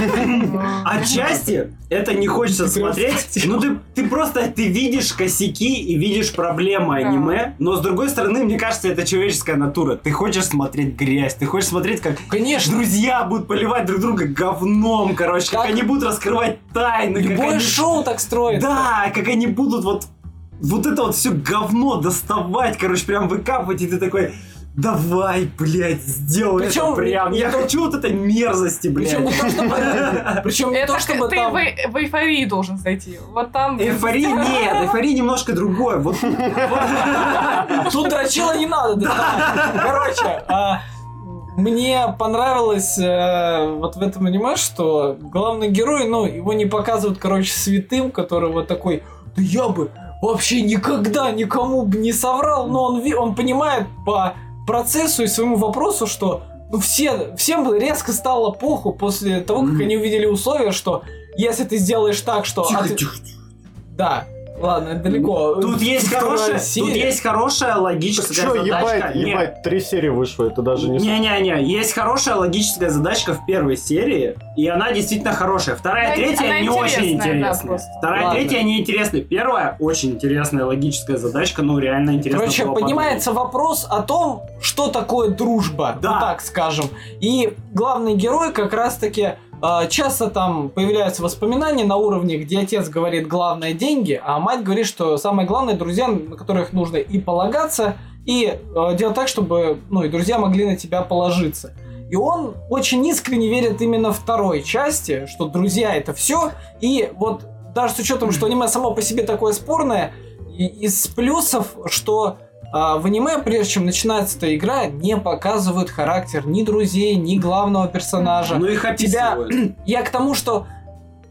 Speaker 1: Отчасти это не хочется смотреть. Ну ты, ты просто ты видишь косяки и видишь проблемы
Speaker 4: Да.
Speaker 1: аниме, но с другой стороны, мне кажется, это человеческая натура. Ты хочешь смотреть грязь, ты хочешь смотреть, как
Speaker 5: Конечно,
Speaker 1: друзья будут поливать друг друга говном, короче, как
Speaker 5: Так.
Speaker 1: они будут раскрывать тайны. как
Speaker 5: любое
Speaker 1: они-
Speaker 5: шоу так строится.
Speaker 1: Да, как они будут вот вот это вот все говно доставать, короче, прям выкапывать, и ты такой, давай, блядь, сделай это
Speaker 5: Причём
Speaker 1: прям. Я
Speaker 5: не то-
Speaker 1: хочу вот этой мерзости, блядь.
Speaker 5: Причем не то, чтобы, причем не
Speaker 4: Это
Speaker 5: Ну, то,
Speaker 4: к-
Speaker 5: чтобы
Speaker 4: ты
Speaker 5: там...
Speaker 4: в, э- в эйфории должен зайти. Вот там...
Speaker 1: Эйфория нет, эйфория немножко другое. Вот
Speaker 5: Тут дрочила не надо. да. Короче, а, мне понравилось э, вот в этом аниме, что главный герой, ну, его не показывают, короче, святым, который вот такой, да я бы вообще никогда никому бы не соврал, но он, ви- он понимает по процессу и своему вопросу, что ну, все, всем бы резко стало поху после того, как
Speaker 1: Мгм.
Speaker 5: они увидели условия, что если ты сделаешь так, что... а ты-
Speaker 1: тихо.
Speaker 5: Да, ладно, это далеко.
Speaker 1: Тут есть
Speaker 5: Вторая
Speaker 1: хорошая, тут
Speaker 5: серия.
Speaker 1: есть хорошая логическая
Speaker 2: Чё,
Speaker 1: задачка.
Speaker 2: ебать,
Speaker 1: Нет.
Speaker 2: ебать, три серии вышло, это даже не...
Speaker 1: Не-не-не, есть хорошая логическая задачка в первой серии, и она действительно хорошая. Вторая,
Speaker 4: Она ин-
Speaker 1: третья
Speaker 4: она
Speaker 1: не очень
Speaker 4: интересная, да,
Speaker 1: интересная.
Speaker 4: просто.
Speaker 1: Вторая,
Speaker 5: Ладно.
Speaker 1: третья неинтересная. Первая очень интересная логическая задачка, ну реально интересно.
Speaker 5: Короче,
Speaker 1: было
Speaker 5: поднимается вопрос о том, что такое дружба,
Speaker 1: Да.
Speaker 5: ну так скажем. И главный герой как раз-таки э, часто там появляются воспоминания на уровне, где отец говорит главное деньги, а мать говорит, что самое главное друзья, на которых нужно и полагаться, и э, делать так, чтобы ну и друзья могли на тебя положиться. И он очень искренне верит именно второй части, что друзья это все. И вот даже с учетом, что аниме само по себе такое спорное, и- из плюсов, что а, в аниме, прежде чем начинается эта игра, не показывают характер ни друзей, ни главного персонажа.
Speaker 1: Ну их
Speaker 5: тебя-
Speaker 1: описывают.
Speaker 5: Я к тому, что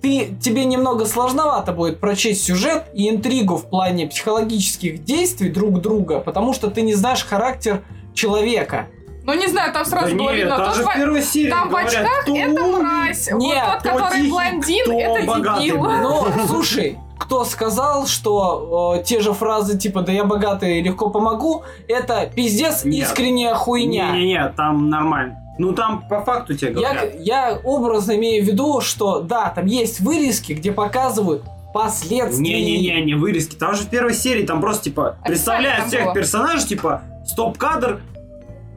Speaker 5: ты, тебе немного сложновато будет прочесть сюжет и интригу в плане психологических действий друг друга, потому что ты не знаешь характер человека.
Speaker 4: Ну, не знаю, там
Speaker 1: Да
Speaker 4: сразу
Speaker 1: нет,
Speaker 4: говорили, но
Speaker 5: «Ну,
Speaker 1: там
Speaker 5: а
Speaker 4: тот
Speaker 1: же в
Speaker 4: во-
Speaker 1: первой серии
Speaker 4: там в
Speaker 1: говорят,
Speaker 4: очках
Speaker 1: кто
Speaker 4: это
Speaker 1: умный,
Speaker 4: мразь.
Speaker 5: Нет,
Speaker 4: вот тот,
Speaker 1: кто
Speaker 4: который
Speaker 1: тихий,
Speaker 4: блондин,
Speaker 1: кто
Speaker 4: это
Speaker 1: богатый,
Speaker 4: дебил.
Speaker 1: блядь.
Speaker 5: Но, слушай, кто сказал, что э, те же фразы типа «да я богатый и легко помогу» это пиздец
Speaker 1: Нет.
Speaker 5: искренняя хуйня.
Speaker 1: Не-не-не, там нормально. Ну там по факту тебе
Speaker 5: Я,
Speaker 1: говорят.
Speaker 5: я образно имею в виду, что да, там есть вырезки, где показывают последствия.
Speaker 1: Не-не-не, не вырезки. Там же в первой серии там просто, типа,
Speaker 4: Описание
Speaker 5: А,
Speaker 1: представляют
Speaker 4: там
Speaker 1: всех
Speaker 4: было.
Speaker 1: персонажей, типа, стоп-кадр,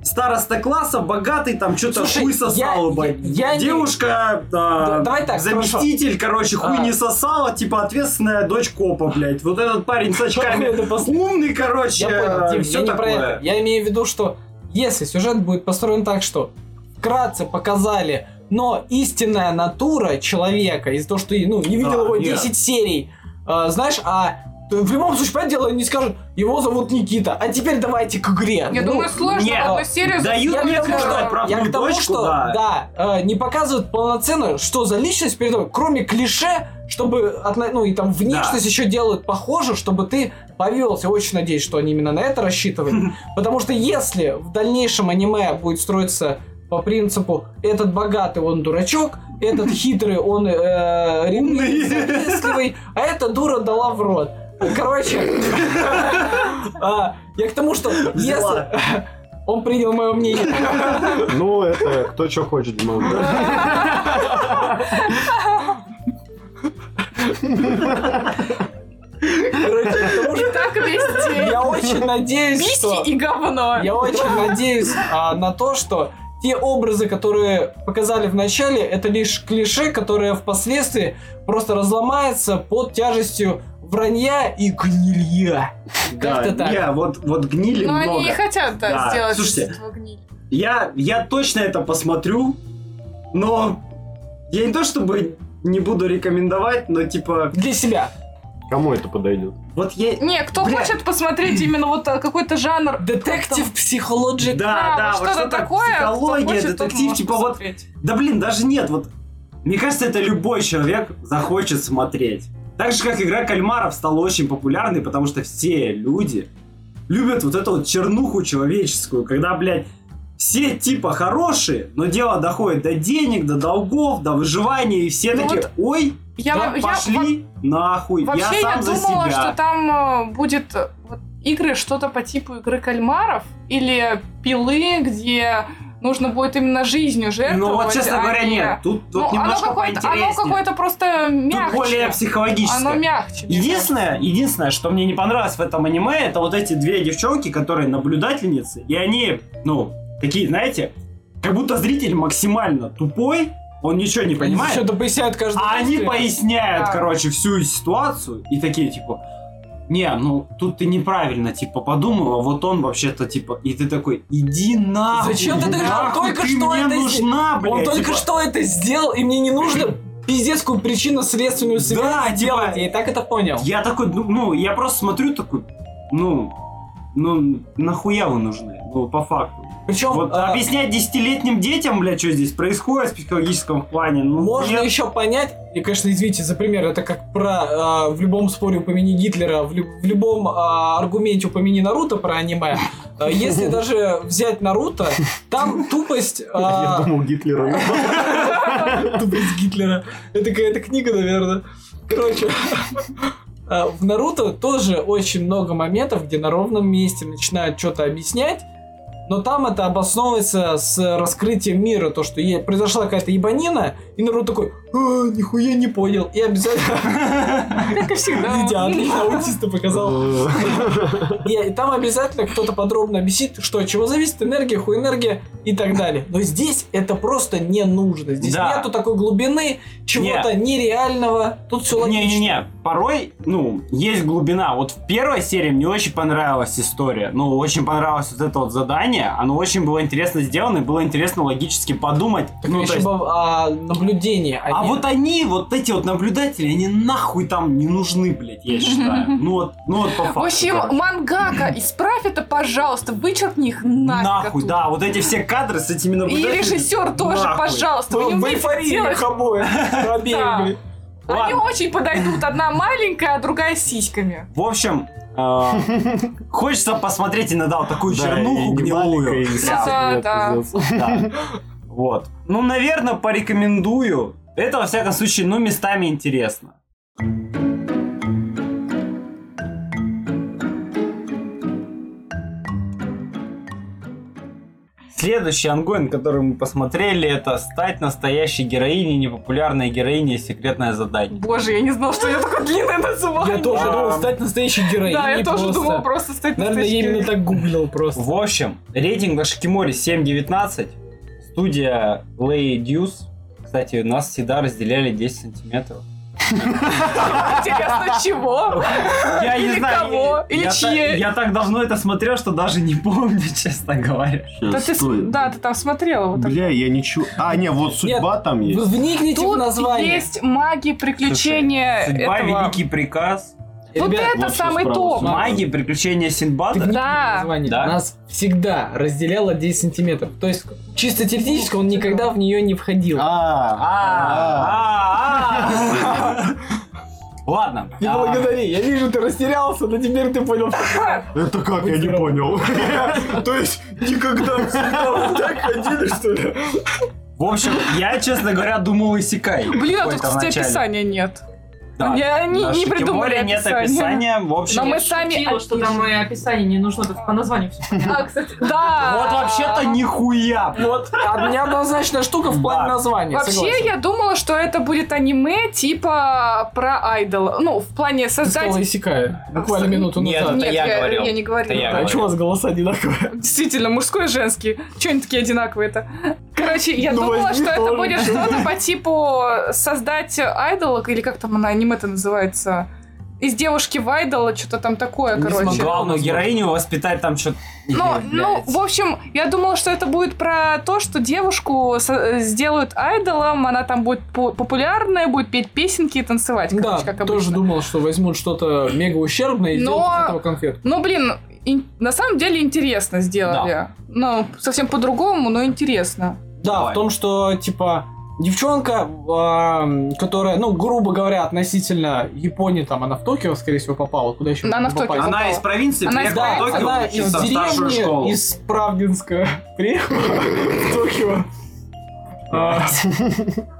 Speaker 1: староста класса, богатый, там, что-то
Speaker 5: Слушай,
Speaker 1: хуй сосала,
Speaker 5: я-
Speaker 1: блядь.
Speaker 5: я- я не-
Speaker 1: Девушка, а,
Speaker 5: Да- давай так,
Speaker 1: заместитель, короче, хуй
Speaker 5: А.
Speaker 1: не сосала, типа, ответственная дочь копа, блядь. Вот этот парень с очками,
Speaker 5: это последствия?
Speaker 1: умный, короче,
Speaker 5: Я понял, Дим,
Speaker 1: все
Speaker 5: э, я не про
Speaker 1: такое.
Speaker 5: это. Я имею в виду, что если сюжет будет построен так, что вкратце показали, но истинная натура человека из-за того, что ну, не видел
Speaker 1: Да,
Speaker 5: его
Speaker 1: нет.
Speaker 5: 10 серий, э, знаешь, а то в любом случае, понятное дело, не скажут, его зовут Никита, а теперь давайте к игре.
Speaker 4: Я
Speaker 5: Ну,
Speaker 4: думаю, сложно
Speaker 1: нет,
Speaker 4: в одну серию
Speaker 1: дают
Speaker 4: засунуть,
Speaker 1: мне
Speaker 4: да.
Speaker 1: сказать, правда.
Speaker 5: я к
Speaker 1: правдивую
Speaker 5: тому,
Speaker 1: точку,
Speaker 5: что
Speaker 1: А да.
Speaker 5: да, э, не показывают полноценно, что за личность перед тобой, кроме клише, чтобы отно- ну и там внешность еще делают похоже, чтобы ты повелся. Очень надеюсь, что они именно на это рассчитывали, потому что если в дальнейшем аниме будет строиться по принципу этот богатый он дурачок, этот хитрый он э, ревнивый,
Speaker 1: Умный.
Speaker 5: завистливый, а эта дура дала в рот. Короче, а, я к тому, что если
Speaker 1: Взяла.
Speaker 5: он принял мое мнение.
Speaker 2: Ну, это кто что хочет, Дима. да.
Speaker 5: Короче, к тому, что
Speaker 4: Так вести.
Speaker 5: я очень надеюсь, что...
Speaker 4: Письки и говно.
Speaker 5: Я очень надеюсь а, на то, что те образы, которые показали в начале, это лишь клише, которое впоследствии просто разломается под тяжестью вранья и гнилья.
Speaker 1: Да,
Speaker 5: Как-то так.
Speaker 1: не, вот, вот гнили
Speaker 4: Но
Speaker 1: много.
Speaker 4: Ну, они не хотят да,
Speaker 1: Да,
Speaker 4: сделать
Speaker 1: слушайте.
Speaker 4: из этого гниль.
Speaker 1: Я, я точно это посмотрю, но я не то чтобы не буду рекомендовать, но типа
Speaker 5: Для себя.
Speaker 2: Кому это подойдет?
Speaker 1: вот я...
Speaker 4: Не, кто
Speaker 1: Бля.
Speaker 4: хочет посмотреть именно вот а, какой-то жанр.
Speaker 5: Детектив
Speaker 1: Да,
Speaker 5: психологи.
Speaker 1: да, вот
Speaker 4: что-то такое. кто
Speaker 1: психология,
Speaker 4: хочет, тот
Speaker 1: детектив,
Speaker 4: может
Speaker 1: типа вот...
Speaker 4: посмотреть.
Speaker 1: Да блин, даже нет, вот... Мне кажется, это любой человек захочет смотреть. Так же, как игра кальмаров стала очень популярной, потому что все люди любят вот эту вот чернуху человеческую, когда, блядь, все типа хорошие, но дело доходит до денег, до долгов, до выживания, и все
Speaker 4: Ну
Speaker 1: такие,
Speaker 4: вот
Speaker 1: ой,
Speaker 4: Я,
Speaker 1: Да
Speaker 4: во- я во-
Speaker 1: пошли нахуй, я
Speaker 4: вообще
Speaker 1: сам
Speaker 4: я
Speaker 1: за
Speaker 4: думала,
Speaker 1: себя.
Speaker 4: что там э, будет э, вот, игры что-то по типу игры кальмаров или пилы, где нужно будет именно жизнью жертвовать.
Speaker 1: Ну вот, честно
Speaker 4: а
Speaker 1: говоря,
Speaker 4: не-
Speaker 1: нет. Тут
Speaker 4: Ну,
Speaker 1: вот
Speaker 4: оно
Speaker 1: немножко
Speaker 4: какое-то, оно
Speaker 1: поинтереснее.
Speaker 4: какое-то просто мягче.
Speaker 1: Тут более психологическое.
Speaker 4: Оно мягче. мне
Speaker 1: Единственное, единственное, что мне не понравилось в этом аниме, это вот эти две девчонки, которые наблюдательницы, и они, ну, такие, знаете, как будто зритель максимально тупой, он ничего не понимает.
Speaker 5: Что-то поясняют каждый
Speaker 1: А они
Speaker 5: действие.
Speaker 1: поясняют,
Speaker 4: Да.
Speaker 1: короче, всю ситуацию и такие, типа, не, ну тут ты неправильно, типа, подумала, вот он вообще-то, типа, и ты такой, иди нахуй.
Speaker 5: Зачем ты так делал?
Speaker 1: нахуй
Speaker 5: Только
Speaker 1: ты
Speaker 5: что
Speaker 1: мне
Speaker 5: это
Speaker 1: нужна, блядь,
Speaker 5: Он только
Speaker 1: типа.
Speaker 5: что это сделал, и мне не нужно пиздецкую причинно-следственную связь
Speaker 1: Да,
Speaker 5: делать.
Speaker 1: типа-
Speaker 5: Я и так это понял.
Speaker 1: Я такой, ну, ну, я просто смотрю такой, ну, ну, нахуя вы нужны, ну, по факту.
Speaker 5: Причем
Speaker 1: Вот
Speaker 5: а,
Speaker 1: объяснять десятилетним детям, блядь, что здесь происходит в психологическом плане, ну,
Speaker 5: можно
Speaker 1: нет.
Speaker 5: еще понять, и, конечно, извините за пример, это как про а, в любом споре упомяни Гитлера, в, лю- в любом а, аргументе упомяни Наруто про аниме. А, Если даже взять Наруто, там тупость...
Speaker 2: Я
Speaker 5: а,
Speaker 2: думал, Гитлера.
Speaker 5: Тупость Гитлера. Это какая-то книга, наверное. Короче, а, в Наруто тоже очень много моментов, где на ровном месте начинают что-то объяснять, но там это обосновывается с раскрытием мира, то, что е- произошла какая-то ебанина, и Наруто такой, «А, нихуя не понял, и обязательно...
Speaker 4: кажется. Как и всегда.
Speaker 5: Видя, отлично аутиста показал. И, и там обязательно кто-то подробно объяснит, что от чего зависит энергия, хуэнергия и так далее. Но здесь это просто не нужно. Здесь
Speaker 1: Да.
Speaker 5: нету такой глубины, чего-то нереального. Тут все логично.
Speaker 1: Не-не-не, порой, ну, есть глубина. Вот в первой серии мне очень понравилась история. Ну, очень понравилось вот это вот задание. Оно очень было интересно сделано, и было интересно логически подумать.
Speaker 5: Так
Speaker 1: ну, то
Speaker 5: еще
Speaker 1: есть-
Speaker 5: бы, а, наблюдение.
Speaker 1: А
Speaker 5: не-
Speaker 1: вот они, вот эти вот наблюдатели, они нахуй там не нужны, блядь, я считаю. Ну вот, ну вот по факту.
Speaker 4: В общем,
Speaker 1: короче.
Speaker 4: мангака, исправь это, пожалуйста, вычеркни их нафиг
Speaker 1: Нахуй,
Speaker 4: оттуда.
Speaker 1: да, вот эти все кадры с этими
Speaker 4: И
Speaker 1: наблюдателями.
Speaker 4: режиссер тоже,
Speaker 1: нахуй.
Speaker 4: пожалуйста, вы не
Speaker 5: в
Speaker 4: умеете
Speaker 5: эйфории
Speaker 4: делать.
Speaker 5: их обоих. обеих,
Speaker 4: Да.
Speaker 5: блин.
Speaker 4: Они
Speaker 1: Ладно.
Speaker 4: очень подойдут, одна маленькая, а другая с сиськами.
Speaker 1: В общем, э, хочется посмотреть иногда вот такую чернуху гнилую.
Speaker 4: Да, да.
Speaker 1: Да. Вот. Ну, наверное, порекомендую. Это, во всяком случае, ну, местами интересно. Следующий ангоин, который мы посмотрели, это «Стать настоящей героиней, непопулярной героиней, секретное задание».
Speaker 4: Боже, я не знала, что у нее такое длинное название.
Speaker 5: Я тоже
Speaker 1: Да.
Speaker 5: думал стать настоящей героиней.
Speaker 4: Да, я тоже
Speaker 5: просто.
Speaker 4: думала просто стать
Speaker 5: Наверное, я
Speaker 4: настоящей
Speaker 5: именно так гуглил просто.
Speaker 1: В общем, рейтинг на Шикиморе 7.19, студия Lay Deuce. Кстати, нас всегда разделяли 10 сантиметров.
Speaker 4: Интересно, чего?
Speaker 1: Я
Speaker 4: Или
Speaker 1: не знаю.
Speaker 4: кого?
Speaker 1: я-
Speaker 4: Или
Speaker 1: я
Speaker 4: чьи?
Speaker 1: та- Я так давно это смотрел, что даже не помню, честно говоря.
Speaker 4: Да ты, с- да, ты там смотрела вот так.
Speaker 2: Бля, я ничего... А, не, вот судьба там
Speaker 5: Вы
Speaker 2: есть.
Speaker 5: Вникните в
Speaker 4: Тут
Speaker 5: типа название.
Speaker 4: есть маги приключения
Speaker 1: Судьба,
Speaker 4: этого.
Speaker 1: великий приказ.
Speaker 4: Вот
Speaker 5: Ребят,
Speaker 4: это
Speaker 2: вот что
Speaker 4: самый
Speaker 2: справа,
Speaker 4: топ.
Speaker 2: справа.
Speaker 1: Магия, приключения
Speaker 5: Ты
Speaker 1: Синбада.
Speaker 5: вникни в
Speaker 4: Да.
Speaker 5: название.
Speaker 1: Да.
Speaker 5: Нас всегда разделяло 10 сантиметров. То есть, чисто теоретически, он никогда в нее не входил.
Speaker 2: А, а,
Speaker 1: А, а, а. Ладно.
Speaker 5: Не
Speaker 1: А,
Speaker 5: благодари, я вижу, ты растерялся, но теперь ты понял.
Speaker 2: а, Это как, я не понял. То есть, никогда всегда вот так ходили, что ли?
Speaker 1: В общем, я, честно говоря, думал Исекай.
Speaker 4: Блин, а
Speaker 1: в
Speaker 4: тут,
Speaker 1: этом
Speaker 4: кстати,
Speaker 1: начале.
Speaker 4: описания нет.
Speaker 1: Да.
Speaker 4: Я не,
Speaker 1: На
Speaker 4: не
Speaker 1: Шикиморе
Speaker 4: придумали
Speaker 1: нет
Speaker 4: описания.
Speaker 1: описания. В общем,
Speaker 4: Но мы
Speaker 6: Я
Speaker 4: сами
Speaker 6: шутила, что там и описание не нужно, тут по названию все
Speaker 4: А, кстати, да.
Speaker 1: вот вообще-то нихуя.
Speaker 5: Ну Вот, неоднозначная штука в плане
Speaker 1: Да.
Speaker 5: названия.
Speaker 4: Вообще,
Speaker 5: согласен.
Speaker 4: я думала, что это будет аниме типа про айдол. Ну, в плане
Speaker 5: Ты сказала
Speaker 4: создать...
Speaker 5: Исекая, буквально минуту
Speaker 1: Нет,
Speaker 5: назад.
Speaker 1: это я говорил.
Speaker 4: я не говорила.
Speaker 1: Это я
Speaker 4: да.
Speaker 5: А
Speaker 1: говорил.
Speaker 5: что у вас голоса одинаковые?
Speaker 4: Действительно, мужской и женский. Че они такие одинаковые-то? Короче, я
Speaker 5: Ну,
Speaker 4: думала,
Speaker 5: возьми
Speaker 4: что это
Speaker 5: тоже.
Speaker 4: будет что-то по типу создать айдолок, или как там она, аниме-то называется? Из девушки в айдола, что-то там такое,
Speaker 5: Не
Speaker 4: короче.
Speaker 5: смогла.
Speaker 1: Главную героиню воспитать там что-то.
Speaker 4: Ну, ну, в общем, я думала, что это будет про то, что девушку со- сделают айдолом, она там будет по- популярная, будет петь песенки и танцевать, короче,
Speaker 5: Да,
Speaker 4: как
Speaker 5: тоже
Speaker 4: обычно.
Speaker 5: думал, что возьмут что-то мега ущербное и
Speaker 4: Но-
Speaker 5: сделают из этого конфетку.
Speaker 4: Ну, блин, ин- на самом деле интересно сделали. Ну, совсем по-другому, но интересно.
Speaker 5: Да,
Speaker 1: Давай.
Speaker 5: в том, что, типа, девчонка, эм, которая, ну, грубо говоря, относительно Японии, там, она в Токио, скорее всего, попала. Куда еще
Speaker 4: Она
Speaker 5: можно
Speaker 4: в Токио.
Speaker 5: попасть?
Speaker 1: Она из провинции
Speaker 4: Она из
Speaker 1: приехала в
Speaker 4: провинции.
Speaker 1: Токио
Speaker 5: она из
Speaker 1: учиться в старшую школу.
Speaker 5: деревни, из Правдинска приехала в Токио. А,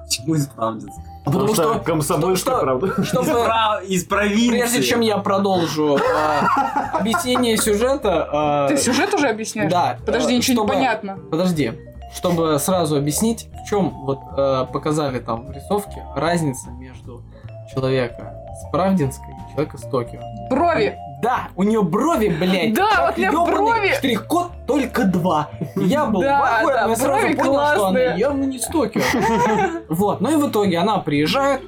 Speaker 1: Почему из Правдинска?
Speaker 5: Потому что-
Speaker 2: комсомольская
Speaker 5: что-
Speaker 2: правда.
Speaker 1: Из
Speaker 5: Чтобы
Speaker 1: прав- Из провинции.
Speaker 5: Прежде чем я продолжу а, объяснение сюжета... а,
Speaker 4: Ты сюжет уже объясняешь?
Speaker 5: Да.
Speaker 4: Подожди,
Speaker 5: а,
Speaker 4: ничего
Speaker 5: чтобы-
Speaker 4: не понятно.
Speaker 5: Подожди. чтобы сразу объяснить, в чем вот э, показали там в рисовке разница между человека с Правдинской и человека с Токио.
Speaker 4: Брови.
Speaker 5: Да, у нее брови, блядь.
Speaker 4: Да,
Speaker 5: как
Speaker 4: вот у неё
Speaker 5: ёбаный
Speaker 4: брови.
Speaker 5: Штрих-код только два. И Я был
Speaker 4: Да,
Speaker 5: в ахуе,
Speaker 4: да,
Speaker 5: но я сразу
Speaker 4: брови
Speaker 5: понял, что она
Speaker 4: классные.
Speaker 5: явно не с Токио. Вот, ну и в итоге она приезжает,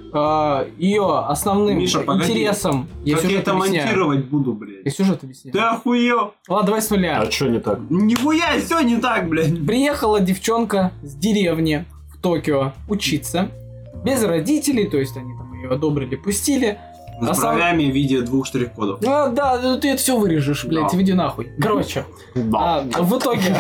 Speaker 5: ее основным
Speaker 1: Миша, погоди.
Speaker 5: интересом... Я
Speaker 1: Как я
Speaker 5: сюжет
Speaker 1: это
Speaker 5: объясняю.
Speaker 1: монтировать буду,
Speaker 5: Я
Speaker 1: блядь?
Speaker 5: сюжет объясняю.
Speaker 1: Да охуел!
Speaker 5: Ладно, давай с нуля.
Speaker 2: А что не так?
Speaker 1: Нихуя, все не так, блядь.
Speaker 5: Приехала девчонка с деревни в Токио учиться. Без родителей, то есть они там ее одобрили, пустили. На
Speaker 1: С
Speaker 5: самом-
Speaker 1: бровями в виде двух штрих-кодов.
Speaker 5: А, да, ну ты это все вырежешь, блядь,
Speaker 1: Да.
Speaker 5: иди нахуй. Короче,
Speaker 2: Да.
Speaker 5: а, в итоге...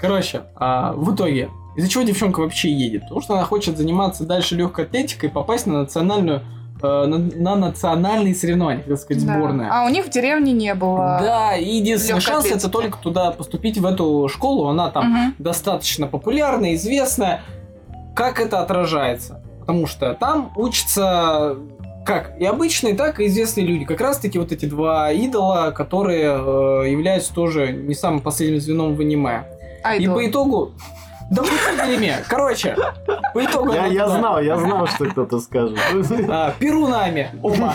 Speaker 5: Короче, а, в итоге, из-за чего девчонка вообще едет? Потому что она хочет заниматься дальше легкой атлетикой и попасть на национальную э, на, на национальные соревнования, так сказать,
Speaker 4: Да.
Speaker 5: сборная.
Speaker 4: А у них в деревне не было.
Speaker 5: Да, и единственный
Speaker 4: Лёгкой
Speaker 5: шанс это
Speaker 4: атлетики.
Speaker 5: только туда поступить в эту школу. Она там
Speaker 4: Мгм.
Speaker 5: достаточно популярная, известная. Как это отражается? Потому что там учатся как и обычные, так и известные люди. Как раз-таки вот эти два идола, которые э, являются тоже не самым последним звеном в аниме. И
Speaker 4: Айдол.
Speaker 5: по итогу... Да вы в аниме. Короче, по
Speaker 4: А,
Speaker 5: итогу...
Speaker 2: Я,
Speaker 5: она
Speaker 2: я
Speaker 5: туда.
Speaker 2: знал, я знал, что кто-то скажет.
Speaker 5: А, Перунами. Оба.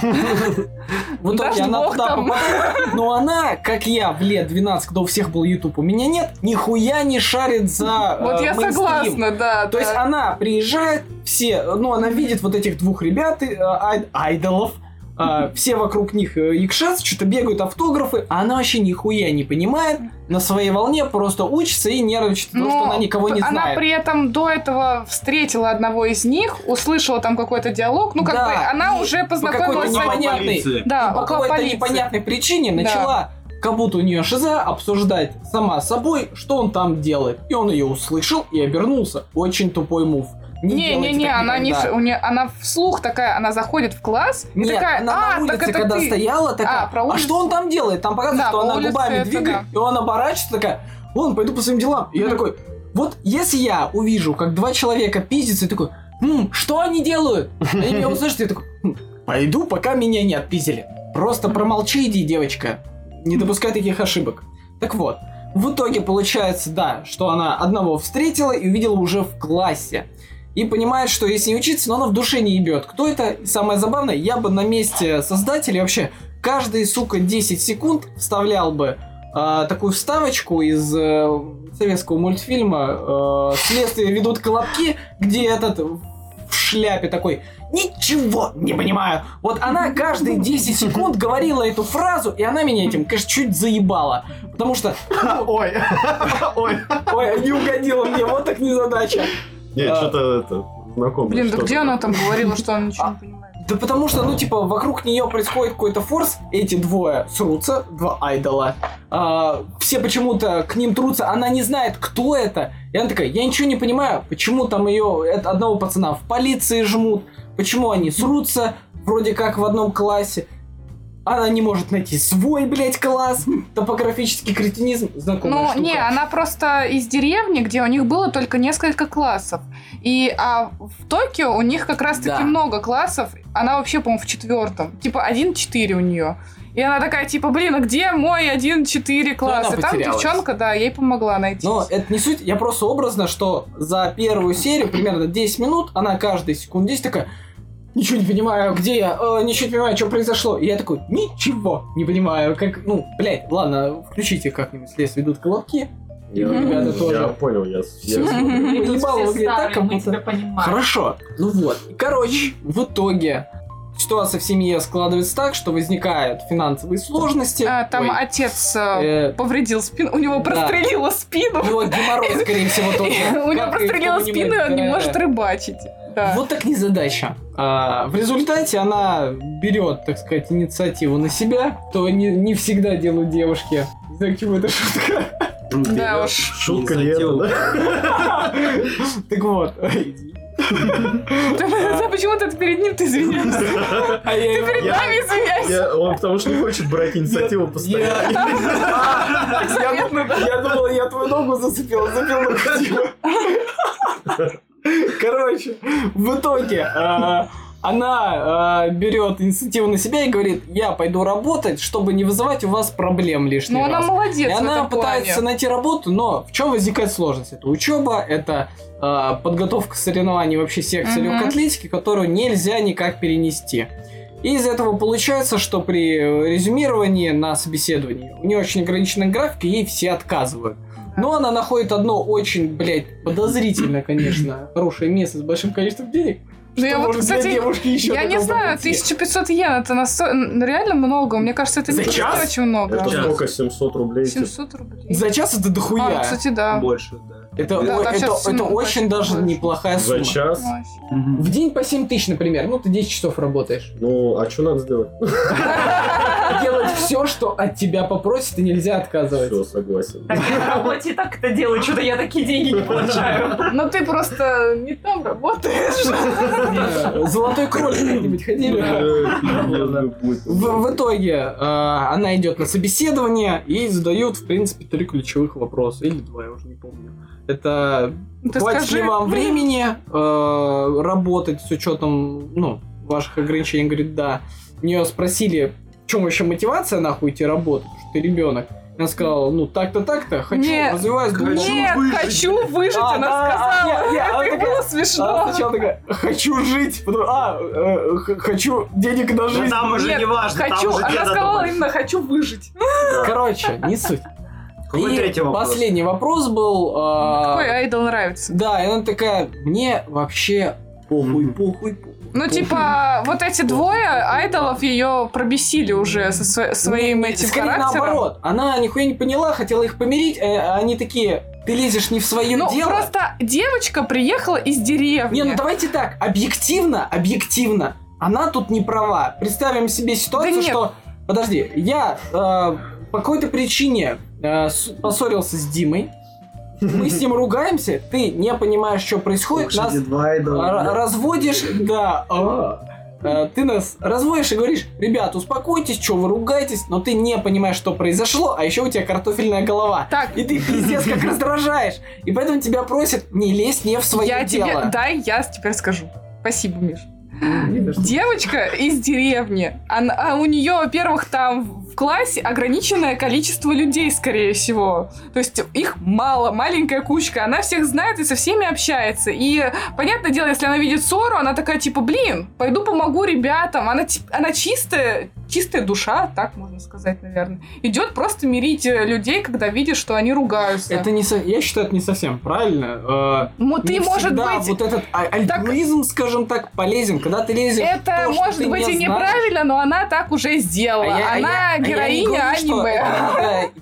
Speaker 5: В итоге
Speaker 4: Дашь
Speaker 5: она
Speaker 4: бог
Speaker 5: туда
Speaker 4: там.
Speaker 5: попадает. Но она, как я, в лет 12, когда у всех был YouTube, у меня нет, нихуя не шарит за э,
Speaker 4: Вот я
Speaker 5: мейнстрим.
Speaker 4: согласна, да.
Speaker 5: То есть
Speaker 4: да.
Speaker 5: она приезжает, все, ну, она видит вот этих двух ребят, э, ай- айдолов, э, все вокруг них э, якшатся, что-то бегают автографы, а она вообще нихуя не понимает, на своей волне просто учится и нервничает, потому
Speaker 4: Но
Speaker 5: что она никого не
Speaker 4: Ну, она
Speaker 5: знает.
Speaker 4: при этом до этого встретила одного из них, услышала там какой-то диалог, ну как
Speaker 5: Да,
Speaker 4: бы она
Speaker 5: и
Speaker 4: уже познакомилась
Speaker 5: какой-то
Speaker 4: с одним.
Speaker 5: непонятной-
Speaker 1: Полиция.
Speaker 4: Да,
Speaker 5: по
Speaker 4: около
Speaker 5: какой-то
Speaker 4: полиции.
Speaker 5: непонятной причине
Speaker 4: Да.
Speaker 5: начала, как будто у нее шиза, обсуждать сама с собой, что он там делает. И он ее услышал и обернулся. Очень тупой мув.
Speaker 4: Не,
Speaker 5: делайте
Speaker 4: не, не,
Speaker 5: так
Speaker 4: она не,
Speaker 5: никогда.
Speaker 4: ш- у нее, она вслух такая, она заходит в класс и
Speaker 5: Нет,
Speaker 4: такая,
Speaker 5: она
Speaker 4: а,
Speaker 5: на улице,
Speaker 4: так это
Speaker 5: когда
Speaker 4: ты.
Speaker 5: стояла, такая,
Speaker 4: А, про
Speaker 5: а,
Speaker 4: улицу.
Speaker 5: что он там делает? Там показано,
Speaker 4: Да,
Speaker 5: что
Speaker 4: по
Speaker 5: она
Speaker 4: улице
Speaker 5: губами
Speaker 4: это
Speaker 5: двигает, и он оборачивается, такая, ладно, пойду по своим делам. И я
Speaker 4: Мгм.
Speaker 5: такой, вот если я увижу, как два человека пиздятся, и такой, «М, что они делают? Они меня услышат, и я такой, «Хм, пойду, пока меня не отпиздили. Просто промолчи, иди, девочка. Не допускай таких ошибок. Так вот, в итоге получается, да, что она одного встретила и увидела уже в классе. И понимает, что если не учиться, но она в душе не ебет. Кто это? И самое забавное, я бы на месте создателей вообще каждые, сука, 10 секунд вставлял бы а, такую вставочку из э, советского мультфильма э, «Следствие ведут колобки», где этот в шляпе такой «Ничего не понимаю». Вот она каждые 10 секунд говорила эту фразу, и она меня этим, конечно, чуть заебала. Потому что
Speaker 2: Ой. Ой.
Speaker 5: Ой, не угодила мне, вот так незадача.
Speaker 2: Нет,
Speaker 5: А.
Speaker 2: что-то это знакомое.
Speaker 4: Блин, да
Speaker 2: что-то.
Speaker 4: где она там говорила, что она ничего не
Speaker 5: А,
Speaker 4: понимает?
Speaker 5: Да потому что, ну, типа, вокруг нее происходит какой-то форс, эти двое срутся, два айдола. А, все почему-то к ним трутся, она не знает, кто это. И она такая, я ничего не понимаю, почему там ее одного пацана в полиции жмут, почему они срутся, вроде как в одном классе. Она не может найти свой, блядь, класс. Топографический кретинизм знакомая
Speaker 4: Ну,
Speaker 5: штука.
Speaker 4: не, она просто из деревни, где у них было только несколько классов. И а в Токио у них как раз-таки
Speaker 5: Да.
Speaker 4: много классов. Она вообще, по-моему, в четвертом. Типа 1-4 у нее. И она такая, типа, блин, а где мой 1-4 класс?
Speaker 5: Ну, она
Speaker 4: И там
Speaker 5: потерялась. Ну,
Speaker 4: девчонка, да, ей помогла найти.
Speaker 5: Но это не суть, я просто образно, что за первую серию, примерно 10 минут, она каждые секунд 10 такая, ничего не понимаю, где я, Э, ничего не понимаю, что произошло. И я такой, ничего не понимаю, как, ну, блядь, ладно, включите как-нибудь, если ведут колобки.
Speaker 2: Я,
Speaker 4: Ребята
Speaker 2: я
Speaker 5: тоже.
Speaker 2: понял, я, я
Speaker 5: Всё.
Speaker 2: смотрю.
Speaker 5: Ну,
Speaker 6: Все
Speaker 5: ебало выглядит так,
Speaker 6: старые,
Speaker 5: как
Speaker 6: мы
Speaker 5: будто-
Speaker 6: тебя понимаем.
Speaker 5: Хорошо, ну вот. Короче, в итоге ситуация в семье складывается так, что возникают финансовые сложности.
Speaker 4: А, там
Speaker 5: Ой.
Speaker 4: отец э,
Speaker 5: Э,
Speaker 4: повредил спину, у него
Speaker 5: Да.
Speaker 4: прострелило
Speaker 5: у
Speaker 4: спину.
Speaker 5: него геморрой, скорее всего, тоже.
Speaker 4: У него
Speaker 5: Как и в
Speaker 4: прострелило
Speaker 5: том аниме,
Speaker 4: спину, и он не
Speaker 5: да.
Speaker 4: может рыбачить. Да.
Speaker 5: Вот так незадача. А, в результате она берет, так сказать, инициативу на себя, то не, не всегда делают девушки. Не знаю, к чему это шутка.
Speaker 4: Да
Speaker 1: Я
Speaker 4: уж.
Speaker 2: Шутка
Speaker 1: не
Speaker 2: ли это,
Speaker 1: хотел.
Speaker 2: да?
Speaker 5: Так вот.
Speaker 4: Да Почему ты перед ним ты извиняешься?
Speaker 5: А я его-
Speaker 4: Перед
Speaker 2: Я-
Speaker 4: нами извиняйся.
Speaker 2: Я- он потому что не хочет брать инициативу постоянно.
Speaker 5: Я- Я думал, я твою ногу зацепил, зацепил ногу. Дима. Короче, в итоге а, она э, берет инициативу на себя и говорит, я пойду работать, чтобы не вызывать у вас проблем лишний
Speaker 4: Ну, она
Speaker 5: раз.
Speaker 4: молодец
Speaker 5: И
Speaker 4: в
Speaker 5: она
Speaker 4: этом плане.
Speaker 5: пытается найти работу, но в чем возникает сложность? Это учеба, это э, подготовка к соревнований вообще всех
Speaker 4: Мгм.
Speaker 5: целей атлетики, которую нельзя никак перенести. И из этого получается, что при резюмировании на собеседовании у нее очень ограниченный график, и ей все отказывают. Но она находит одно очень, блядь, подозрительно, конечно, хорошее место с большим количеством денег.
Speaker 4: Ну, я
Speaker 5: Что
Speaker 4: вот,
Speaker 5: может для
Speaker 4: кстати,
Speaker 5: девушки еще
Speaker 4: Я не
Speaker 5: таком
Speaker 4: знаю,
Speaker 5: пойти?
Speaker 4: 1500 йен, это насто- ну, реально много. Мне кажется, это
Speaker 1: За
Speaker 4: не
Speaker 1: час?
Speaker 4: так очень много.
Speaker 2: Это
Speaker 1: Сейчас.
Speaker 2: сколько? 700 рублей? типа?
Speaker 4: 700 рублей.
Speaker 5: За час это дохуя.
Speaker 4: А, ну, кстати, да.
Speaker 1: Больше, да.
Speaker 5: Это,
Speaker 4: Да,
Speaker 5: о-
Speaker 4: так
Speaker 5: это,
Speaker 4: сейчас
Speaker 5: это
Speaker 4: сумма
Speaker 5: очень даже
Speaker 4: большая.
Speaker 5: неплохая сумма.
Speaker 2: типа, За час?
Speaker 1: Мгм.
Speaker 5: В день по 7 тысяч, например. Ну, ты 10 часов работаешь.
Speaker 2: Ну, а что надо сделать?
Speaker 5: Делать все, что от тебя попросят, и нельзя
Speaker 2: Все,
Speaker 5: отказывать.
Speaker 2: согласен.
Speaker 6: Так я на работе и так это делаю, что-то я такие деньги не получаю.
Speaker 4: Но Ну, ты просто не там работаешь.
Speaker 5: Э, Золотой кролик где-нибудь
Speaker 2: Э,
Speaker 5: ходили.
Speaker 2: В
Speaker 5: В, в итоге э, она идет на собеседование и задают, в принципе, три ключевых вопроса. Или два, я уже не помню. Это
Speaker 4: Ты
Speaker 5: хватит
Speaker 4: скажи.
Speaker 5: ли вам времени э, работать с учетом ну, ваших ограничений? Он Говорит, да. У нее спросили, в чем вообще мотивация нахуй идти работать, потому что ты ребенок. Она сказала, ну так-то, так-то, хочу,
Speaker 4: Не,
Speaker 5: развиваюсь, думаю,
Speaker 4: Нет, хочу выжить,
Speaker 5: А, да,
Speaker 4: она
Speaker 5: а, не, не,
Speaker 4: сказала.
Speaker 5: она
Speaker 4: Это
Speaker 5: такая-
Speaker 4: было
Speaker 5: Она
Speaker 4: смешно.
Speaker 5: сначала такая, хочу жить, потом, а, э, х- хочу денег на
Speaker 1: Да
Speaker 5: жизнь.
Speaker 1: там уже
Speaker 4: Нет,
Speaker 1: не важно, там
Speaker 4: Хочу,
Speaker 1: уже тебе
Speaker 4: она сказала
Speaker 1: додумали.
Speaker 4: именно хочу выжить.
Speaker 5: Короче, не суть.
Speaker 1: Какой
Speaker 5: И
Speaker 1: третий вопрос?
Speaker 5: последний вопрос был... а,
Speaker 4: Какой айдол нравится?
Speaker 5: Да, и она такая, мне вообще похуй, похуй, похуй.
Speaker 4: Ну, типа, вот эти двое айдолов ее пробесили уже со сво- своим этим
Speaker 5: Ну, Скорее
Speaker 4: характером.
Speaker 5: наоборот, она нихуя не поняла, хотела их помирить, э, а они такие, ты лезешь не в свое
Speaker 4: Ну,
Speaker 5: дело.
Speaker 4: просто девочка приехала из
Speaker 5: Не, ну
Speaker 4: деревни.
Speaker 5: давайте так, объективно, объективно, она тут не права. Представим себе ситуацию,
Speaker 4: нет.
Speaker 5: что... Подожди, я э, по какой-то причине э, с- поссорился с Димой, мы с ним ругаемся, ты не понимаешь, что происходит, нас Р- разводишь, да. а. Э, Ты нас разводишь и говоришь, ребят, успокойтесь, что вы ругаетесь, но ты не понимаешь, что произошло, а еще у тебя картофельная голова.
Speaker 4: Так,
Speaker 5: И ты пиздец как раздражаешь. И поэтому тебя просят не лезь не в свое
Speaker 4: я тебе,
Speaker 5: дело.
Speaker 4: дай, я теперь скажу. Спасибо, Миш. Девочка из деревни, она- а у нее, во-первых, там в классе ограниченное количество людей, скорее всего. То есть их мало, маленькая кучка. Она всех знает и со всеми общается. И, понятное дело, если она видит ссору, она такая, типа, блин, пойду помогу ребятам. Она, ти- она чистая, чистая душа, так можно сказать, наверное. Идет просто мирить э, людей, когда видит, что они ругаются.
Speaker 5: Это не со- Я считаю, это не совсем правильно. Э,
Speaker 4: Ну,
Speaker 5: не
Speaker 4: ты, может
Speaker 5: всегда
Speaker 4: быть,
Speaker 5: вот этот а- альтруизм, скажем так, полезен, когда ты лезешь. в
Speaker 4: Это
Speaker 5: то, что
Speaker 4: может
Speaker 5: ты
Speaker 4: быть
Speaker 5: не
Speaker 4: и
Speaker 5: знаешь.
Speaker 4: неправильно, но она так уже
Speaker 5: А
Speaker 4: сделала.
Speaker 5: я-
Speaker 4: Э,
Speaker 5: а я-
Speaker 4: она
Speaker 5: а я не
Speaker 4: героиня
Speaker 5: говорю, что
Speaker 4: аниме.
Speaker 5: это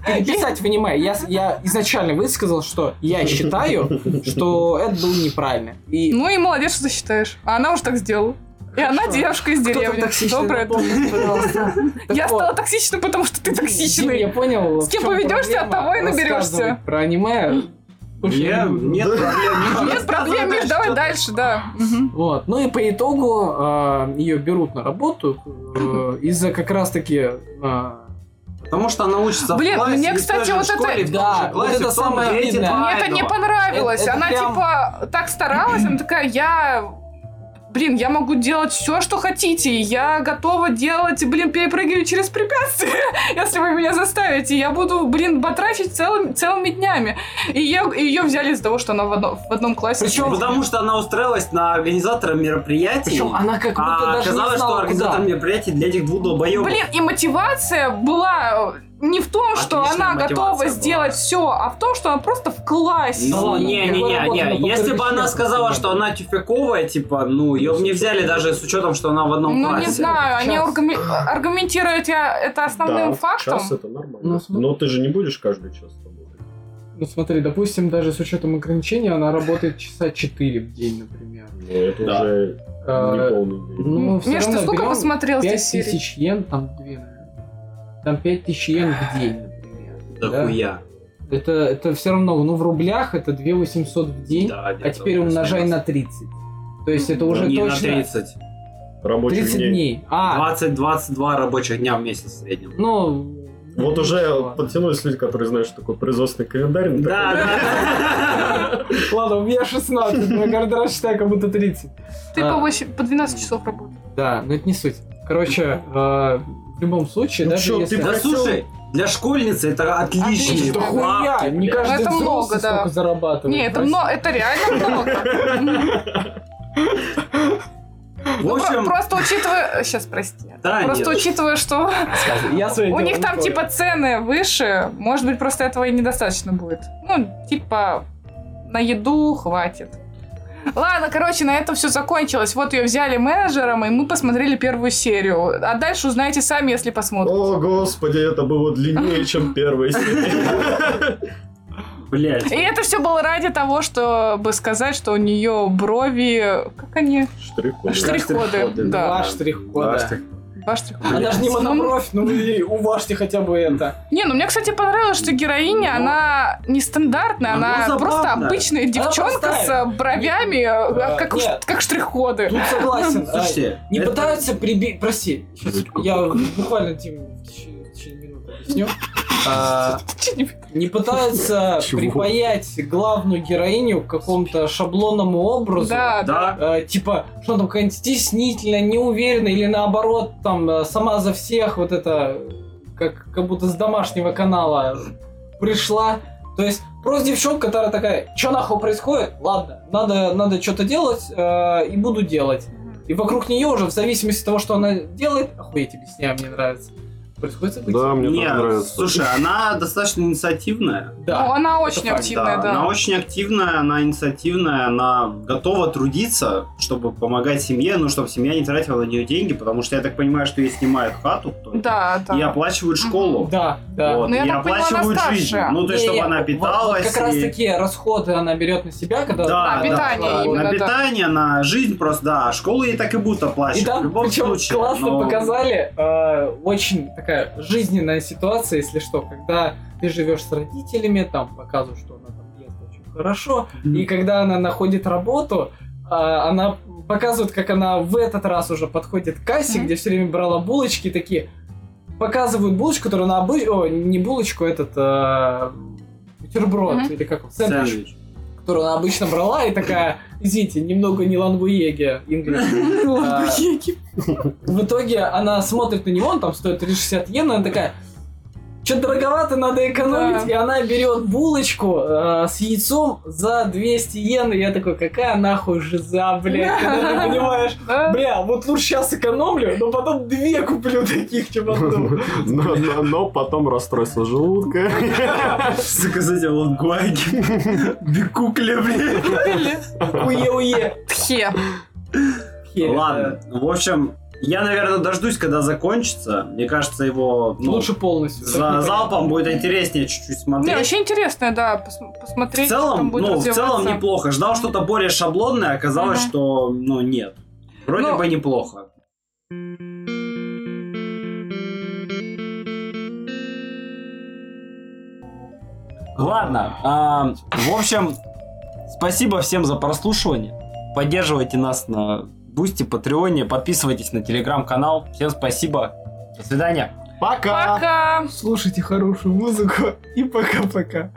Speaker 5: надо Переписать в аниме. Я, с- я изначально высказал, что я считаю, что это было неправильно. И
Speaker 4: Ну и молодец, что ты считаешь. А она уж так сделала. И она девушка из
Speaker 5: кто-то
Speaker 4: деревни.
Speaker 5: токсичный,
Speaker 4: Добрая.
Speaker 5: напомните, пожалуйста. Так
Speaker 4: Я
Speaker 5: вот,
Speaker 4: стала токсичной, потому что ты
Speaker 5: Дим, Я
Speaker 4: токсичный.
Speaker 5: понял.
Speaker 4: С
Speaker 5: в
Speaker 4: кем
Speaker 5: чем
Speaker 4: поведешься,
Speaker 5: проблема
Speaker 4: от того и наберешься.
Speaker 5: рассказывать Про аниме. Слушай, я
Speaker 1: Я-
Speaker 5: не люблю.
Speaker 1: Нет проблем.
Speaker 4: Нет проблем, Миш, давай дальше, да. Мгм.
Speaker 5: Вот. Ну и по итогу э, ее берут на работу э, из-за как раз-таки э,
Speaker 1: Потому что она учится
Speaker 4: Блин,
Speaker 1: в классе,
Speaker 4: мне,
Speaker 1: и в той
Speaker 4: кстати,
Speaker 1: же
Speaker 4: вот это-
Speaker 1: школе, и в том
Speaker 5: Да,
Speaker 1: же классе,
Speaker 5: вот это
Speaker 1: в том
Speaker 5: самое
Speaker 1: же
Speaker 5: обидное.
Speaker 4: Мне это не понравилось.
Speaker 5: Это- это
Speaker 4: она
Speaker 5: прям-
Speaker 4: типа так старалась, она такая, я. Блин, я могу делать все, что хотите. Я готова делать, блин, перепрыгивать через препятствия, если вы меня заставите. Я буду, блин, батрачить целым- целыми днями. И ее, взяли из-за того, что она в, одно- в одном классе.
Speaker 5: Причем-
Speaker 1: Потому что она устраивалась на организатора мероприятий.
Speaker 5: Причем она как будто
Speaker 1: а
Speaker 5: даже не
Speaker 1: оказалось, что
Speaker 5: знала,
Speaker 1: организатор
Speaker 5: куда.
Speaker 1: мероприятий для этих двух долбоебов.
Speaker 4: Блин, и мотивация была э, не в том, что
Speaker 1: Отличная
Speaker 4: она готова
Speaker 1: мотивация
Speaker 4: сделать все, а в том, что она просто в классе.
Speaker 5: Да
Speaker 1: Ну,
Speaker 5: ладно,
Speaker 1: не, не,
Speaker 5: какая
Speaker 1: не,
Speaker 5: работа, ну,
Speaker 1: не. Если бы
Speaker 5: покажи
Speaker 1: она
Speaker 5: член,
Speaker 1: сказала,
Speaker 5: например.
Speaker 1: что она тюфяковая, типа, ну, ее бы не взяли даже с учетом, что она в одном
Speaker 4: Ну, не
Speaker 1: классе.
Speaker 4: знаю, они
Speaker 5: Сейчас.
Speaker 4: аргуми- аргументируют я- это основным
Speaker 2: Да,
Speaker 4: фактом.
Speaker 2: час это
Speaker 5: Ну,
Speaker 2: нормально.
Speaker 5: смотри.
Speaker 2: Но ты же не будешь каждый час работать.
Speaker 5: Ну смотри, допустим, даже с учетом ограничения она работает часа 4 в день, например.
Speaker 2: Ну, это
Speaker 1: Да.
Speaker 2: уже не
Speaker 3: А,
Speaker 5: Э,
Speaker 2: полный день.
Speaker 5: Ну,
Speaker 4: М,
Speaker 5: всё
Speaker 4: Миш, ты
Speaker 5: равно
Speaker 4: сколько
Speaker 5: берём
Speaker 4: посмотрел здесь серий?
Speaker 5: 5 тысяч йен, там 2, наверное. Там 5 тысяч йен в день, например.
Speaker 1: Да,
Speaker 5: да?
Speaker 1: хуя.
Speaker 5: Это, это все равно, ну в рублях это 2 800 в день,
Speaker 1: Да,
Speaker 5: а
Speaker 1: где-то
Speaker 5: теперь
Speaker 1: вот
Speaker 5: умножай
Speaker 1: плюс-минус.
Speaker 5: на 30. То есть это уже
Speaker 1: не
Speaker 5: точно
Speaker 1: на 30.
Speaker 2: Рабочий
Speaker 5: 30
Speaker 2: день.
Speaker 5: дней. А,
Speaker 1: 20-22 рабочих дня в месяц в среднем.
Speaker 5: ну...
Speaker 2: Вот уже
Speaker 5: ладно.
Speaker 2: подтянулись люди, которые знают, что такое производственный календарь. Ну,
Speaker 1: Да,
Speaker 2: такой,
Speaker 1: да.
Speaker 5: Ладно, у меня 16, но я каждый раз считаю, как будто 30.
Speaker 4: Ты
Speaker 5: А.
Speaker 4: по, 8, по 12 часов работаешь.
Speaker 3: Да, но это не суть. Короче, э,
Speaker 5: а,
Speaker 3: в любом случае,
Speaker 5: Ну
Speaker 3: даже
Speaker 5: чё, ты
Speaker 3: если...
Speaker 1: Да
Speaker 5: Хотел-
Speaker 1: слушай, для школьницы это отличные
Speaker 4: Отлично.
Speaker 5: Да хуя,
Speaker 1: бабки,
Speaker 5: не
Speaker 1: бля.
Speaker 5: каждый
Speaker 4: Ну, Это
Speaker 5: взрослый
Speaker 4: много, да.
Speaker 5: столько зарабатывает.
Speaker 4: Не, это,
Speaker 5: прости.
Speaker 4: мно- это реально много.
Speaker 1: В
Speaker 4: Про-
Speaker 1: общем,
Speaker 4: Просто учитывая... Сейчас, прости.
Speaker 1: да,
Speaker 4: Просто
Speaker 1: нет.
Speaker 4: учитывая, что
Speaker 5: Я свои
Speaker 4: у
Speaker 5: дела
Speaker 4: них
Speaker 5: не
Speaker 4: там
Speaker 5: трогаю.
Speaker 4: типа цены выше, может быть, просто этого и недостаточно будет. Ну, типа, на еду хватит. Ладно, короче, на этом все закончилось. Вот ее взяли менеджером, и мы посмотрели первую серию. А дальше узнаете сами, если посмотрите.
Speaker 2: О, господи, это было длиннее, чем первая серия.
Speaker 1: Блять.
Speaker 4: И это все было ради того, чтобы сказать, что у нее брови... Как они?
Speaker 2: Штрих-код.
Speaker 4: Штрих-коды. Да.
Speaker 3: Два штрих-кода.
Speaker 2: Да, штрих.
Speaker 4: Два штрих-кода.
Speaker 5: Она даже не
Speaker 4: Ну,
Speaker 5: монобровь, ну и уважьте хотя бы это.
Speaker 4: Не, ну мне, кстати, понравилось, что героиня,
Speaker 1: Ну.
Speaker 4: она нестандартная,
Speaker 1: Она
Speaker 4: она просто
Speaker 1: забавная.
Speaker 4: обычная девчонка с
Speaker 5: простая.
Speaker 4: э, бровями, э, как, уж-
Speaker 5: нет.
Speaker 4: как
Speaker 1: Ну,
Speaker 4: штрих-коды.
Speaker 5: Тут согласен. а,
Speaker 1: Слушайте,
Speaker 5: Не
Speaker 1: это-
Speaker 5: пытаются прибить... Прости, щас, я буквально Тим в течение, в течение минуты объясню. А, не пытаются
Speaker 2: Чего?
Speaker 5: припаять главную героиню к какому-то шаблонному образу.
Speaker 4: Да, да.
Speaker 1: Да.
Speaker 5: Э, типа, что там, какая-нибудь стеснительная, неуверенная, или наоборот, там, э, сама за всех, вот это, как, как будто с домашнего канала пришла. То есть, просто девчонка, которая такая, что нахуй происходит? Ладно, надо, надо что-то делать, э, и буду делать. И вокруг нее уже, в зависимости от того, что она делает, охуеть, объясняю, мне нравится, происходит событие.
Speaker 2: Да, мне
Speaker 1: Не,
Speaker 2: тоже нравится.
Speaker 1: слушай, а она достаточно инициативная.
Speaker 4: Ну, она очень
Speaker 5: факт,
Speaker 4: активная, да.
Speaker 1: Она очень активная, она инициативная, она готова трудиться, чтобы помогать семье, но чтобы семья не тратила на нее деньги, потому что я так понимаю, что ей снимают хату кто-то
Speaker 4: Да, да.
Speaker 1: и оплачивают школу.
Speaker 5: Да, да.
Speaker 1: Вот,
Speaker 4: Но я
Speaker 1: и
Speaker 4: так поняла, она
Speaker 1: оплачивают жизнь.
Speaker 4: старшая.
Speaker 1: Ну, то есть, чтобы
Speaker 5: Не-не-не,
Speaker 1: она
Speaker 5: вот- вот
Speaker 1: питалась.
Speaker 5: Как раз
Speaker 1: и-
Speaker 5: таки расходы она берет на себя, когда...
Speaker 1: Да,
Speaker 4: На
Speaker 1: да,
Speaker 4: питание
Speaker 1: да,
Speaker 4: именно,
Speaker 1: на
Speaker 4: да.
Speaker 1: питание, на жизнь просто, да. а Школу ей так и будут
Speaker 5: И
Speaker 1: оплачивать. в
Speaker 5: там
Speaker 1: любом
Speaker 5: причем
Speaker 1: случае. ну,
Speaker 5: классно
Speaker 1: но-
Speaker 5: показали, э, очень такая жизненная ситуация, если что, когда ты живешь с родителями, там показывают, что она там ест очень хорошо, и когда она находит работу, э, она показывает, как она в этот раз уже подходит к кассе,
Speaker 4: Мгм.
Speaker 5: где все время брала булочки, и такие показывают булочку, которую она обычно, не булочку, а этот э, бутерброд
Speaker 4: Мгм.
Speaker 5: или как он, сэндвич,
Speaker 1: Сэндвич.
Speaker 5: которую она обычно брала и такая, извините, немного не лангуеге, English». А, в итоге она смотрит на него, он там стоит 360 йен, она такая, что дороговато, надо экономить,
Speaker 4: Да.
Speaker 5: и она берет булочку э, с яйцом за 200 йен, и я такой, какая нахуй жиза, блядь, когда ты понимаешь,
Speaker 4: Да.
Speaker 5: бля, вот лучше сейчас экономлю, но потом две куплю таких, чем одну.
Speaker 2: Но, но- но потом расстройство желудка.
Speaker 1: Сука, с этим лангуаги. Бикукля, блин.
Speaker 4: Или
Speaker 5: Уе-уе.
Speaker 4: Тхе.
Speaker 5: Хе,
Speaker 1: Ладно, в общем, я, наверное, дождусь, когда закончится. Мне кажется, его
Speaker 5: э,
Speaker 1: ну,
Speaker 5: Лучше полностью. Так
Speaker 1: за
Speaker 5: не
Speaker 1: залпом
Speaker 5: понятно.
Speaker 1: будет интереснее чуть-чуть
Speaker 4: Не,
Speaker 1: смотреть.
Speaker 4: вообще интересно, да, пос- посмотреть,
Speaker 1: в
Speaker 4: как
Speaker 1: целом,
Speaker 4: там будет
Speaker 1: ну, в целом
Speaker 4: развиваться.
Speaker 1: неплохо. Ждал что-то более шаблонное, оказалось,
Speaker 4: Мгм.
Speaker 1: что, ну, нет. Вроде
Speaker 4: Ну-
Speaker 1: бы неплохо. Ладно, а, в общем, спасибо всем за прослушивание. Поддерживайте нас на Бусти, Патреоне, подписывайтесь на Телеграм-канал. Всем спасибо. До свидания.
Speaker 2: Пока!
Speaker 4: Пока!
Speaker 5: Слушайте хорошую музыку и пока-пока.